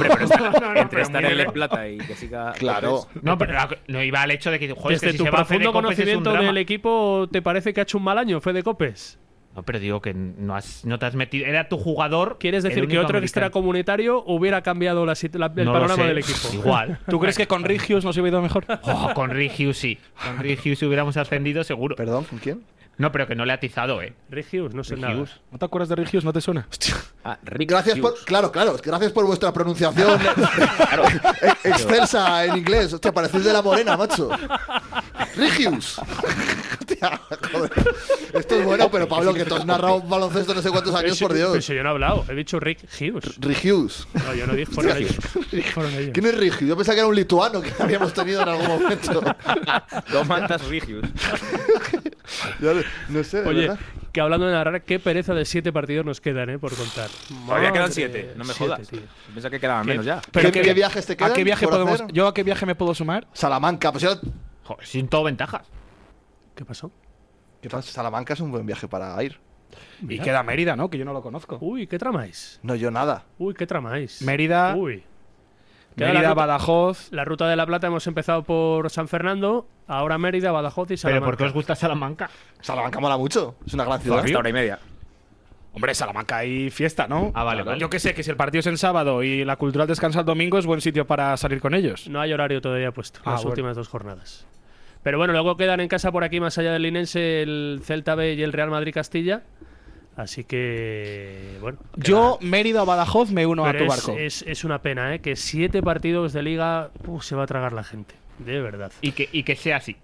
Speaker 5: entre estar en La Plata y que siga.
Speaker 1: claro.
Speaker 2: No, pero la- no iba al hecho de que, joder, es
Speaker 3: Desde
Speaker 2: que si
Speaker 3: tu
Speaker 2: se va Fede
Speaker 3: profundo
Speaker 2: Copes es un
Speaker 3: conocimiento
Speaker 2: drama.
Speaker 3: del equipo, ¿te parece que ha hecho un mal año Fede Copes?
Speaker 2: No, pero digo que no, has, no te has metido. Era tu jugador.
Speaker 3: ¿Quieres
Speaker 2: el
Speaker 3: decir que
Speaker 2: único
Speaker 3: otro
Speaker 2: americano.
Speaker 3: extracomunitario hubiera cambiado la sit- la- el
Speaker 2: No lo
Speaker 3: panorama
Speaker 2: sé.
Speaker 3: del equipo? <laughs>
Speaker 2: Igual.
Speaker 4: <laughs> ¿Tú crees que con Rigius nos hubiera
Speaker 5: <laughs>
Speaker 4: ido mejor?
Speaker 2: Oh, con Rick Hughes sí. Con Rick Hughes hubiéramos ascendido seguro.
Speaker 1: Perdón, ¿con quién?
Speaker 2: No, pero que no le ha atizado, ¿eh?
Speaker 3: Regius, no sé
Speaker 2: Rick
Speaker 3: nada.
Speaker 2: Hughes.
Speaker 4: Pues ¿No te acuerdas de Rigius? ¿No te suena?
Speaker 5: Ah, Rick
Speaker 1: Gracias
Speaker 5: <laughs>
Speaker 1: por,
Speaker 5: Hughes.
Speaker 1: claro, claro, gracias por vuestra pronunciación
Speaker 5: Claro.
Speaker 1: ex- excelsa en inglés. Hostia, parecéis de la morena, macho. Rigius. <laughs> Hostia, joder. Esto es bueno, pero Pablo, que tú has narrado un baloncesto no sé cuántos
Speaker 3: Pero
Speaker 1: años,
Speaker 3: si-
Speaker 1: por
Speaker 3: Pero
Speaker 1: Dios.
Speaker 3: si yo no he hablado, he dicho Rick Hughes.
Speaker 1: Rigius.
Speaker 3: No, yo no dije fueron ellos.
Speaker 1: <laughs>
Speaker 3: Fueron ellos.
Speaker 1: ¿Quién es Rigius? Yo pensaba que era un lituano que habíamos tenido en algún
Speaker 2: <laughs>
Speaker 1: momento.
Speaker 5: Domantas
Speaker 1: <laughs>
Speaker 5: Rigius.
Speaker 1: Ya no- no sé, de
Speaker 3: Oye,
Speaker 1: verdad.
Speaker 3: que hablando de narrar, qué pereza de siete partidos nos quedan, ¿eh? Por contar.
Speaker 5: Todavía
Speaker 3: Madre,
Speaker 5: quedan siete. No me
Speaker 3: siete,
Speaker 5: jodas.
Speaker 3: tío.
Speaker 5: Pensaba que quedaban menos ya.
Speaker 1: ¿Qué- qué viajes te
Speaker 4: ¿A
Speaker 1: quedan
Speaker 4: qué viaje
Speaker 1: por
Speaker 4: podemos,
Speaker 1: hacer?
Speaker 4: ¿Yo a qué viaje me puedo sumar?
Speaker 1: Salamanca, pues ya.
Speaker 2: Joder, sin todo ventajas.
Speaker 3: ¿Qué pasó?
Speaker 1: Salamanca es un buen viaje para ir.
Speaker 4: Y queda Mérida, ¿no? Que yo no lo conozco.
Speaker 3: Uy, ¿qué tramáis?
Speaker 1: No, yo nada.
Speaker 3: Uy, ¿qué tramáis?
Speaker 4: Mérida,
Speaker 3: Uy. Queda la
Speaker 4: Mérida,
Speaker 3: ruta-
Speaker 4: Badajoz.
Speaker 3: La ruta de la plata hemos empezado por San Fernando, ahora Mérida, Badajoz y
Speaker 2: ¿Pero
Speaker 3: Salamanca.
Speaker 2: por qué os gusta Salamanca?
Speaker 1: Salamanca mola mucho. Es una gran ciudad.
Speaker 5: Hasta hora y media.
Speaker 4: Hombre, Salamanca hay fiesta, ¿no?
Speaker 2: Ah, vale, vale.
Speaker 4: Yo que sé, que si el partido es en sábado y la cultural descansa el domingo, es buen sitio para salir con ellos.
Speaker 3: No hay horario todavía puesto,
Speaker 4: Ah,
Speaker 3: las
Speaker 4: bueno.
Speaker 3: últimas dos jornadas. Pero bueno, luego quedan en casa por aquí, más allá del Linense, el Celta B y el Real Madrid Castilla. Así que, bueno. queda-
Speaker 4: Yo, Mérida o Badajoz, me uno
Speaker 3: Pero
Speaker 4: a tu
Speaker 3: es,
Speaker 4: barco.
Speaker 3: Es, es una pena, ¿eh? Que siete partidos de liga uf, se va a tragar la gente. De verdad.
Speaker 2: Y que, y que sea así.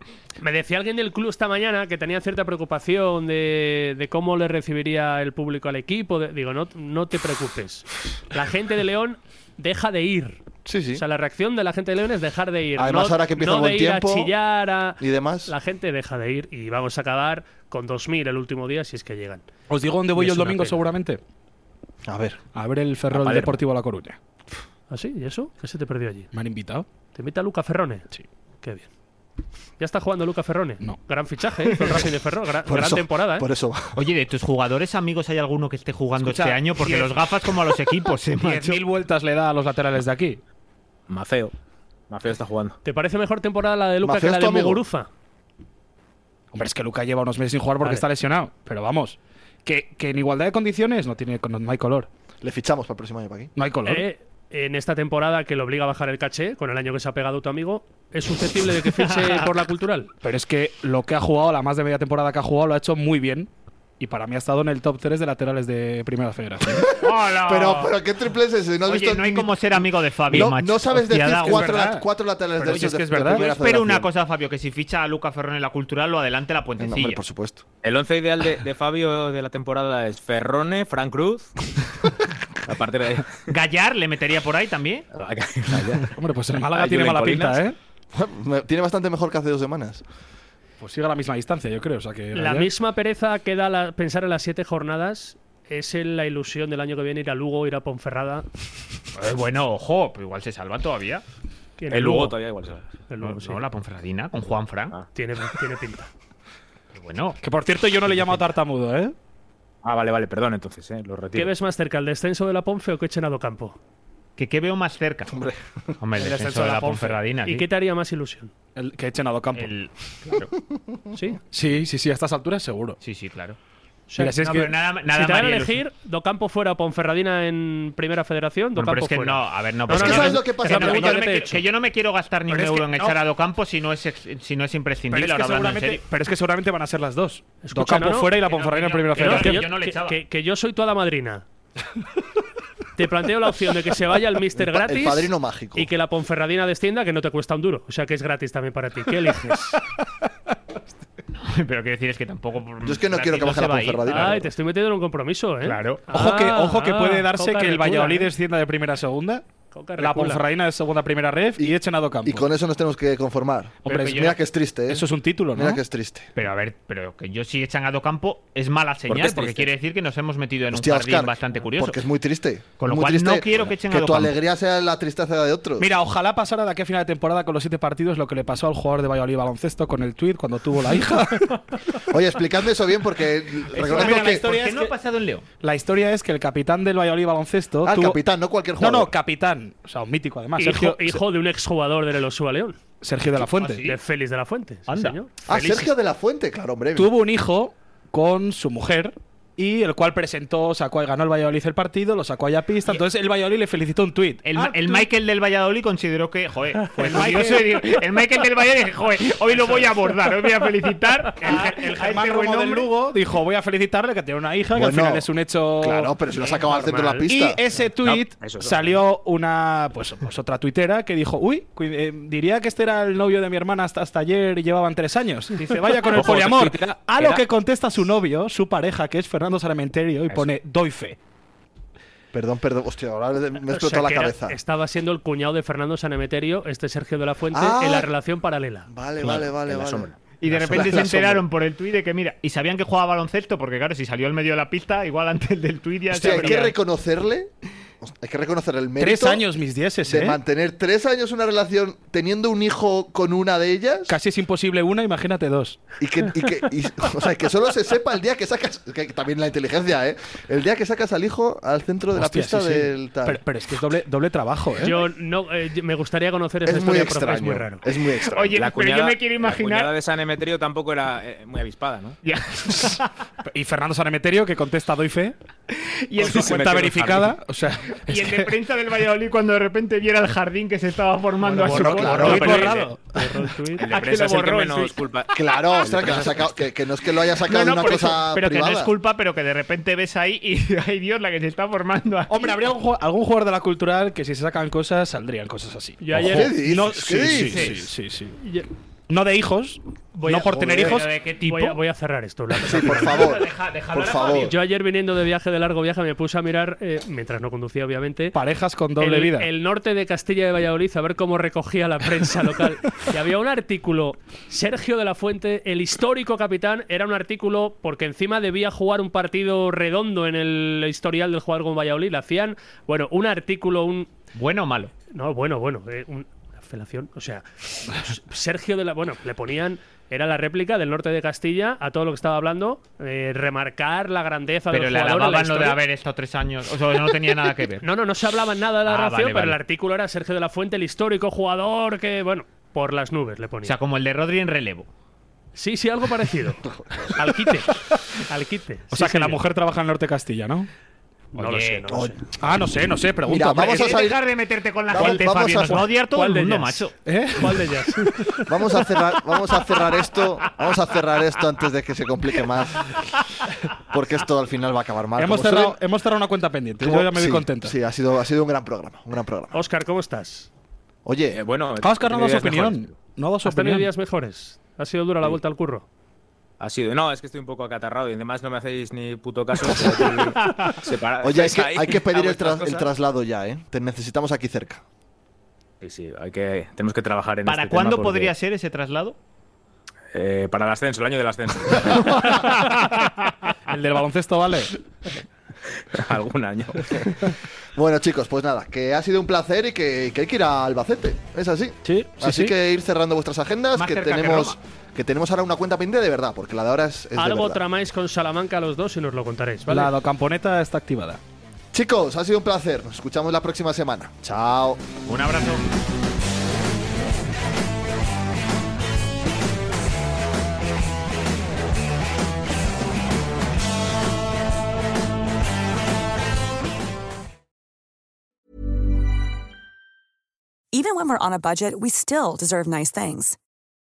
Speaker 3: Me decía alguien del club esta mañana que tenía cierta preocupación de, de cómo le recibiría el público al equipo. De- digo, no, no te preocupes. La gente de León deja de ir.
Speaker 1: Sí, sí.
Speaker 3: O sea, la reacción de la gente de León es dejar de ir.
Speaker 1: Además,
Speaker 3: no,
Speaker 1: ahora que empieza
Speaker 3: no
Speaker 1: el buen
Speaker 3: de ir
Speaker 1: tiempo
Speaker 3: a chillar a-
Speaker 1: y demás.
Speaker 3: La gente deja de ir y vamos a acabar con 2.000 el último día si es que llegan.
Speaker 4: Os digo dónde
Speaker 3: Y
Speaker 4: voy yo
Speaker 3: es
Speaker 4: el
Speaker 3: una
Speaker 4: domingo
Speaker 3: pena.
Speaker 4: seguramente.
Speaker 1: A ver.
Speaker 4: A ver el
Speaker 3: A
Speaker 4: Ferrol
Speaker 3: Palermo.
Speaker 4: Deportivo La Coruña.
Speaker 3: ¿Ah, sí? ¿Y eso? ¿Qué se te perdió allí?
Speaker 4: ¿Me han invitado?
Speaker 3: ¿Te invita Luca Ferrone?
Speaker 4: Sí.
Speaker 3: Qué bien. ¿Ya está jugando Luca Ferrone?
Speaker 4: No.
Speaker 3: Gran fichaje, ¿eh? Con Racing de Ferrol. Gran, gran temporada,
Speaker 1: <laughs>
Speaker 3: ¿eh?
Speaker 1: Por eso va.
Speaker 2: Oye, de tus jugadores amigos, ¿hay alguno que esté jugando
Speaker 4: Escucha,
Speaker 2: este año? Porque
Speaker 4: diez-
Speaker 2: los gafas como a los equipos,
Speaker 3: <laughs>
Speaker 2: ¿eh, macho?
Speaker 4: 10.000 vueltas le da a los laterales de aquí.
Speaker 5: Mafeo. Mafeo está jugando.
Speaker 3: ¿Te parece mejor temporada la de Luca
Speaker 1: Mafeo
Speaker 3: que la
Speaker 1: es tu
Speaker 3: de
Speaker 1: amigo.
Speaker 3: Muguruza?
Speaker 4: Hombre, es que Luca lleva unos meses sin jugar porque
Speaker 3: Vale.
Speaker 4: está lesionado. Pero vamos, que, que en igualdad de condiciones no, tiene, no hay color.
Speaker 1: Le fichamos para el próximo año para aquí.
Speaker 4: No hay color.
Speaker 3: Eh, en esta temporada que le obliga a bajar el caché, con el año que se ha pegado tu amigo, ¿es susceptible de que
Speaker 2: <laughs>
Speaker 3: fiche por la cultural?
Speaker 4: Pero es que lo que ha jugado, la más de media temporada que ha jugado, lo ha hecho muy bien. Y para mí ha estado en el top 3 de laterales de
Speaker 5: <laughs>
Speaker 4: Primera Federación.
Speaker 2: ¡Hola!
Speaker 1: Pero, pero ¿qué triple es ese? No, has
Speaker 2: Oye,
Speaker 1: visto
Speaker 2: no hay
Speaker 1: ni-
Speaker 2: como ser amigo de Fabio,
Speaker 1: No,
Speaker 2: macho.
Speaker 1: no sabes
Speaker 2: Hostia,
Speaker 1: decir
Speaker 2: da-
Speaker 1: cuatro,
Speaker 4: es
Speaker 1: la-
Speaker 4: verdad.
Speaker 1: cuatro laterales
Speaker 4: Pero
Speaker 1: de
Speaker 4: oye,
Speaker 1: esos
Speaker 4: es que
Speaker 1: de-
Speaker 4: es
Speaker 1: de
Speaker 4: verdad.
Speaker 2: Yo
Speaker 1: primera
Speaker 2: espero una
Speaker 1: federación.
Speaker 2: cosa, Fabio, que si ficha a Luca Ferrone en la cultural, lo adelante la
Speaker 1: No,
Speaker 2: puentecilla.
Speaker 1: hombre, por supuesto. <laughs>
Speaker 5: El once ideal de, de Fabio de la temporada es Ferrone, Frank Cruz. A partir de ahí.
Speaker 2: Gallar le metería por ahí también.
Speaker 4: Hombre, pues el Málaga
Speaker 5: Ay,
Speaker 4: tiene
Speaker 5: Julen
Speaker 4: mala
Speaker 5: Colinas.
Speaker 4: pinta, ¿eh?
Speaker 1: Me- Tiene bastante mejor que hace dos semanas.
Speaker 4: Pues sigue a la misma distancia, yo creo. O sea que
Speaker 3: La
Speaker 4: ayer-
Speaker 3: misma pereza que da la- pensar en las siete jornadas es en la ilusión del año que viene ir a Lugo, ir a Ponferrada.
Speaker 2: Eh, bueno, ojo, pero igual se salvan todavía.
Speaker 3: ¿Quién?
Speaker 5: El Lugo todavía igual se va.
Speaker 3: El
Speaker 2: No,
Speaker 3: Lugo, sí.
Speaker 2: no, la Ponferradina con Juan Fran.
Speaker 3: tiene, tiene
Speaker 2: <laughs>
Speaker 3: pinta.
Speaker 2: Bueno,
Speaker 4: Que por cierto, yo no le
Speaker 5: <laughs>
Speaker 4: llamo tartamudo, ¿eh?
Speaker 5: Ah, vale, vale, perdón, entonces, eh, lo
Speaker 3: ¿Qué
Speaker 5: retiro.
Speaker 3: ves más cerca, el descenso de la Ponfe o que echen a Docampo?
Speaker 2: ¿que ¿qué veo más cerca? Hombre, el descenso
Speaker 4: ascenso
Speaker 2: de la Ponferradina.
Speaker 3: ¿Y
Speaker 2: aquí.
Speaker 3: qué te haría más ilusión?
Speaker 4: El que echen a Docampo.
Speaker 2: El- claro.
Speaker 3: ¿Sí?
Speaker 4: Sí, sí, sí, a estas alturas seguro.
Speaker 2: Sí, sí, claro.
Speaker 3: O sea,
Speaker 4: Mira, si es
Speaker 2: No,
Speaker 4: que-
Speaker 2: pero nada, nada
Speaker 3: si te van a
Speaker 2: María
Speaker 3: elegir, Docampo fuera o Ponferradina en Primera Federación,
Speaker 2: Bueno,
Speaker 3: Docampo
Speaker 2: pero es que
Speaker 3: fuera.
Speaker 2: no, a ver, no.
Speaker 3: No,
Speaker 2: pero
Speaker 3: no,
Speaker 2: yo
Speaker 1: ¿sabes
Speaker 2: no-
Speaker 1: lo que pasa?
Speaker 2: que no
Speaker 1: La
Speaker 2: me-
Speaker 1: pregunta
Speaker 2: yo no
Speaker 3: que
Speaker 2: me-
Speaker 3: te he
Speaker 2: que-
Speaker 3: hecho.
Speaker 2: que yo no me quiero gastar ni un
Speaker 4: Pero es
Speaker 2: euro
Speaker 4: que
Speaker 2: en
Speaker 4: no.
Speaker 2: echar a Docampo si no es, ex- si no es
Speaker 4: Pero
Speaker 2: imprescindible.
Speaker 4: es, que
Speaker 2: ahora hablando en
Speaker 4: seguramente,
Speaker 2: serio.
Speaker 4: pero es que seguramente van a ser las dos.
Speaker 3: Escucha,
Speaker 4: Docampo
Speaker 3: no, no,
Speaker 4: fuera y la
Speaker 2: que no,
Speaker 4: Ponferradina en
Speaker 2: que
Speaker 4: primera
Speaker 2: no, que no,
Speaker 4: federación.
Speaker 2: yo no le
Speaker 3: que-
Speaker 2: echaba.
Speaker 3: que- que yo soy toda la madrina. Te planteo la opción de que se vaya el Mister
Speaker 1: El pa- el
Speaker 3: gratis.
Speaker 1: padrino mágico.
Speaker 3: Y que la Ponferradina descienda, que no te cuesta un duro. O sea que es gratis también para ti. ¿Qué eliges?
Speaker 1: <laughs>
Speaker 2: Pero quiero decir es que tampoco.
Speaker 1: Yo es que no
Speaker 2: Brasil
Speaker 1: quiero que baje
Speaker 2: se
Speaker 1: la
Speaker 2: va a ir.
Speaker 1: Ponferradina.
Speaker 3: Ay, te estoy metiendo en un compromiso, ¿eh?
Speaker 2: Claro.
Speaker 4: Ojo que,
Speaker 3: Ah,
Speaker 4: ojo que puede
Speaker 3: ah,
Speaker 4: darse
Speaker 3: coca
Speaker 4: que el
Speaker 3: recula,
Speaker 4: Valladolid
Speaker 3: ¿eh?
Speaker 4: descienda de primera a segunda,
Speaker 3: Coca
Speaker 4: la
Speaker 3: recula.
Speaker 4: Ponferradina de segunda a primera red y, echen a Docampo.
Speaker 1: Y con eso nos tenemos que conformar.
Speaker 4: Hombre,
Speaker 2: Pero
Speaker 4: es-
Speaker 2: que yo-
Speaker 1: Mira que es triste, ¿eh?
Speaker 4: eso es un título, ¿no?
Speaker 1: Mira que es triste.
Speaker 2: Pero a ver, pero que yo si echan a Docampo es mala señal,
Speaker 5: es
Speaker 2: porque
Speaker 5: triste?
Speaker 2: quiere decir que nos hemos metido en
Speaker 1: Hostia,
Speaker 2: un jardín
Speaker 1: Oscar,
Speaker 2: bastante curioso.
Speaker 1: Porque es muy triste.
Speaker 2: Con lo
Speaker 1: Muy
Speaker 2: cual,
Speaker 1: triste
Speaker 2: no quiero que echen a
Speaker 1: Que tu
Speaker 2: Docampo.
Speaker 1: alegría sea la tristeza de otros.
Speaker 4: Mira, ojalá pasara de aquí a final de temporada con los siete partidos lo que le pasó al jugador de Valladolid baloncesto con el tuit cuando tuvo la hija.
Speaker 3: <laughs>
Speaker 1: Oye, explicando eso bien,
Speaker 2: <laughs>
Speaker 1: porque reconozco
Speaker 4: mira, la
Speaker 1: que
Speaker 2: ¿Por
Speaker 4: historia
Speaker 2: qué
Speaker 4: es
Speaker 2: no
Speaker 4: que-
Speaker 2: ha pasado en León?
Speaker 4: la historia es que el capitán del Valladolid baloncesto.
Speaker 1: Ah, el
Speaker 4: tuvo-
Speaker 1: capitán, no cualquier
Speaker 4: No,
Speaker 1: jugador.
Speaker 4: no, capitán. O sea, un mítico además.
Speaker 3: Hijo,
Speaker 4: Sergio,
Speaker 3: hijo de un exjugador del Elosúa León,
Speaker 4: Sergio de la Fuente.
Speaker 3: de Félix de la Fuente. sí,
Speaker 2: Anda.
Speaker 3: señor.
Speaker 1: Ah,
Speaker 3: Félix-
Speaker 1: Sergio de la Fuente, claro, hombre.
Speaker 4: Tuvo un hijo con su mujer. Y el cual presentó, sacó, ganó el Valladolid el partido, lo sacó allá a pista. Entonces el Valladolid le felicitó un tuit.
Speaker 2: El,
Speaker 4: Ah,
Speaker 2: el
Speaker 4: tú-
Speaker 2: Michael del Valladolid consideró que, joder, fue el, el Michael del Valladolid dije, joder, hoy lo voy a abordar, hoy voy a felicitar. este
Speaker 4: Ah,
Speaker 2: El,
Speaker 4: el Germán Romo del Lugo dijo, voy a felicitarle que tiene una hija, que
Speaker 1: Bueno,
Speaker 4: al final es un hecho...
Speaker 1: Claro, pero si lo has sacado al centro de la
Speaker 2: normal.
Speaker 4: Y
Speaker 1: pista.
Speaker 4: ese tuit
Speaker 5: No, eso es
Speaker 4: salió una pues, pues otra tuitera que dijo, uy, cu- eh, diría que este era el novio de mi hermana hasta, hasta ayer y llevaban tres años. Dice, vaya con el
Speaker 5: Ojo,
Speaker 4: poliamor.
Speaker 5: esa tuitera
Speaker 4: A lo
Speaker 5: era-
Speaker 4: que contesta su novio, su pareja, que es Fernando Sarmenterio, y pone, doy fe.
Speaker 1: Perdón, perdón. Hostia, ahora me
Speaker 3: O
Speaker 1: explotó
Speaker 3: sea,
Speaker 1: la
Speaker 3: que era-
Speaker 1: cabeza.
Speaker 3: estaba siendo el cuñado de Fernando Sanemeterio, este Sergio de la Fuente,
Speaker 1: Ah.
Speaker 3: en la relación paralela.
Speaker 1: Vale, vale, vale,
Speaker 5: en la
Speaker 1: vale.
Speaker 5: sombra.
Speaker 2: Y de
Speaker 1: La
Speaker 2: repente se
Speaker 1: sombra.
Speaker 2: enteraron por el tuit de que, mira, y sabían que jugaba baloncesto, porque claro, si salió al medio de la pista, igual antes del tuit ya
Speaker 1: Hostia,
Speaker 2: se
Speaker 1: hay que
Speaker 2: abrían.
Speaker 1: reconocerle. Hay que reconocer el mérito.
Speaker 4: Tres años, mis dieces,
Speaker 1: De
Speaker 4: ¿eh?
Speaker 1: mantener tres años una relación teniendo un hijo con una de ellas.
Speaker 4: Casi es imposible una, imagínate dos.
Speaker 1: Y que, y que- y- o sea, que solo se sepa el día que sacas. Que también la inteligencia, ¿eh? El día que sacas al hijo al centro de
Speaker 4: Hostia,
Speaker 1: la pista
Speaker 4: sí, sí.
Speaker 1: del tal.
Speaker 4: Pero, pero es que es doble, doble trabajo, ¿eh?
Speaker 3: Yo no, eh, yo- me gustaría conocer esa
Speaker 1: es muy
Speaker 3: historia, profe,
Speaker 1: extraño.
Speaker 3: es muy raro.
Speaker 1: Es muy extraño.
Speaker 2: Oye,
Speaker 5: La
Speaker 2: pero
Speaker 5: cuñada-
Speaker 2: yo me quiero
Speaker 5: La
Speaker 2: imaginar. <laughs>
Speaker 5: cuñada de San Emeterio tampoco era eh, muy avispada, ¿no?
Speaker 2: Ya.
Speaker 4: Y Fernando Sanemeterio, que contesta, doy fe.
Speaker 2: y, el,
Speaker 4: Su
Speaker 5: Se metió
Speaker 4: cuenta
Speaker 5: en el
Speaker 4: verificada. O sea,
Speaker 2: y el de prensa del Valladolid cuando de repente viera el jardín que se estaba formando
Speaker 1: Bueno,
Speaker 2: a su
Speaker 1: bueno,
Speaker 2: puerta.
Speaker 1: claro,
Speaker 2: Tuit
Speaker 5: pero-
Speaker 2: borrado.
Speaker 5: El
Speaker 2: Ah,
Speaker 5: de
Speaker 2: que
Speaker 5: prensa
Speaker 2: lo
Speaker 5: es el que
Speaker 2: borró el
Speaker 5: menos
Speaker 2: tuit.
Speaker 5: culpa.
Speaker 1: Claro,
Speaker 5: El de
Speaker 1: ostras, que, lo
Speaker 5: prensa
Speaker 1: ha
Speaker 5: es-
Speaker 1: sacado- que- que no es que lo haya
Speaker 2: No,
Speaker 1: sacado
Speaker 2: no,
Speaker 1: de una
Speaker 2: por
Speaker 1: cosa
Speaker 2: eso, pero
Speaker 1: privada.
Speaker 2: que no es culpa, pero que de repente ves ahí y <laughs> ay Dios la que se está formando. aquí.
Speaker 4: Hombre, habría algún, ju- algún jugador de la cultural que si se sacan cosas, saldrían cosas así.
Speaker 3: Yo
Speaker 1: ¿Qué
Speaker 3: ayer,
Speaker 1: dices?
Speaker 4: No,
Speaker 1: ¿Qué
Speaker 4: sí, sí,
Speaker 1: dices?
Speaker 4: sí, sí, sí.
Speaker 3: yo-
Speaker 4: No de hijos,
Speaker 3: Voy
Speaker 4: no
Speaker 3: a-
Speaker 4: por tener
Speaker 3: Joder,
Speaker 4: hijos.
Speaker 3: ¿de qué tipo? Voy a- voy a cerrar esto.
Speaker 4: Sí, por favor. por favor.
Speaker 3: Yo ayer viniendo de viaje, de largo viaje, me puse a mirar, eh, mientras no conducía, obviamente.
Speaker 4: Parejas con doble
Speaker 3: el-
Speaker 4: vida.
Speaker 3: El norte de Castilla de Valladolid, a ver cómo recogía la prensa
Speaker 4: <laughs>
Speaker 3: local. y había un artículo, Sergio de la Fuente, el histórico capitán, era un artículo porque encima debía jugar un partido redondo en el historial del jugador con Valladolid. Le hacían, bueno, un artículo, un.
Speaker 2: ¿Bueno o malo?
Speaker 3: No, bueno, bueno. eh, un- una felación. O sea, Sergio de la. Bueno, le ponían. Era la réplica del norte de Castilla a todo lo que estaba hablando. eh, remarcar la grandeza
Speaker 2: Pero
Speaker 3: del
Speaker 2: le
Speaker 3: jugador.
Speaker 2: alababan lo de
Speaker 3: historia.
Speaker 2: haber estado tres años. O sea, <laughs> no tenía nada que ver.
Speaker 3: No, no, no se hablaba nada de la
Speaker 2: Ah,
Speaker 3: ración,
Speaker 2: vale,
Speaker 3: pero
Speaker 2: vale.
Speaker 3: el artículo era Sergio de la Fuente, el histórico jugador que, bueno, por las nubes le
Speaker 2: O
Speaker 3: ponía.
Speaker 2: sea, como el de Rodri en relevo.
Speaker 3: sí, sí, algo
Speaker 2: <laughs>
Speaker 3: parecido. al quite. Al quite. Sí,
Speaker 4: O sea, que la
Speaker 3: señor.
Speaker 4: mujer trabaja en el norte de Castilla, ¿no?
Speaker 1: Ah,
Speaker 3: No lo sé, no lo sé.
Speaker 4: Ah, no sé, no sé, pregunto.
Speaker 1: Mira,
Speaker 4: hombre.
Speaker 1: vamos a
Speaker 4: Es-
Speaker 1: salir-
Speaker 2: Dejar de meterte con la
Speaker 1: Vamos-
Speaker 2: gente,
Speaker 1: vamos
Speaker 2: Fabio.
Speaker 1: a-
Speaker 2: Nos va a odiar todo
Speaker 3: ¿Cuál
Speaker 2: el
Speaker 3: de
Speaker 2: mundo,
Speaker 3: ellas?
Speaker 2: macho.
Speaker 4: ¿Eh?
Speaker 3: ¿Cuál de
Speaker 2: <laughs>
Speaker 3: ellas?
Speaker 1: Vamos a cerrar, vamos a cerrar esto, vamos a cerrar esto antes de que se complique más, porque esto al final va a acabar mal.
Speaker 4: Hemos
Speaker 1: Como
Speaker 4: cerrado,
Speaker 1: suelen-
Speaker 4: hemos cerrado una cuenta pendiente.
Speaker 1: como-
Speaker 4: Yo ya me voy
Speaker 1: sí,
Speaker 4: contento.
Speaker 1: Sí, ha sido, ha sido un gran programa, un gran programa.
Speaker 3: Óscar, ¿cómo estás?
Speaker 1: Oye,
Speaker 5: Oh, Eh, bueno,
Speaker 4: Oscar no ha dado su
Speaker 5: ideas
Speaker 4: opinión.
Speaker 5: mejores.
Speaker 4: No ha dado su
Speaker 3: ¿Has tenido
Speaker 4: opinión.
Speaker 3: días mejores? ¿Ha sido dura la vuelta al curro?
Speaker 5: Ha sido. No, es que estoy un poco acatarrado y además no me hacéis ni puto caso.
Speaker 1: <laughs>
Speaker 5: Estoy separado.
Speaker 1: Oye, hay que,
Speaker 5: Ahí,
Speaker 1: hay que pedir
Speaker 5: hago
Speaker 1: el, tras-
Speaker 5: estas
Speaker 1: el
Speaker 5: cosas.
Speaker 1: traslado ya, ¿eh? Te necesitamos aquí cerca.
Speaker 5: Sí, sí, hay que, tenemos que trabajar en
Speaker 2: ¿Para
Speaker 5: este tema
Speaker 2: cuándo
Speaker 5: porque,
Speaker 2: podría ser ese traslado?
Speaker 5: eh, para el ascenso, el año del ascenso.
Speaker 4: El del
Speaker 1: <laughs>
Speaker 4: baloncesto vale.
Speaker 5: Algún año.
Speaker 1: Bueno, chicos, pues nada, que ha sido un placer y que, que hay que ir a Albacete. Es así.
Speaker 4: Sí, sí,
Speaker 1: así
Speaker 4: sí.
Speaker 1: que ir cerrando vuestras agendas,
Speaker 2: Más
Speaker 1: que
Speaker 2: cerca que
Speaker 1: tenemos,
Speaker 2: Roma.
Speaker 1: que, tenemos ahora una cuenta pendiente de verdad, porque la de ahora es, es de
Speaker 3: Algo
Speaker 1: verdad.
Speaker 3: tramáis con Salamanca los dos y nos lo contaréis, ¿vale?
Speaker 4: La camponeta está activada.
Speaker 1: Chicos, ha sido un placer. Nos escuchamos la próxima semana. Chao.
Speaker 2: Un abrazo.
Speaker 11: Even when we're on a budget, we still deserve nice things.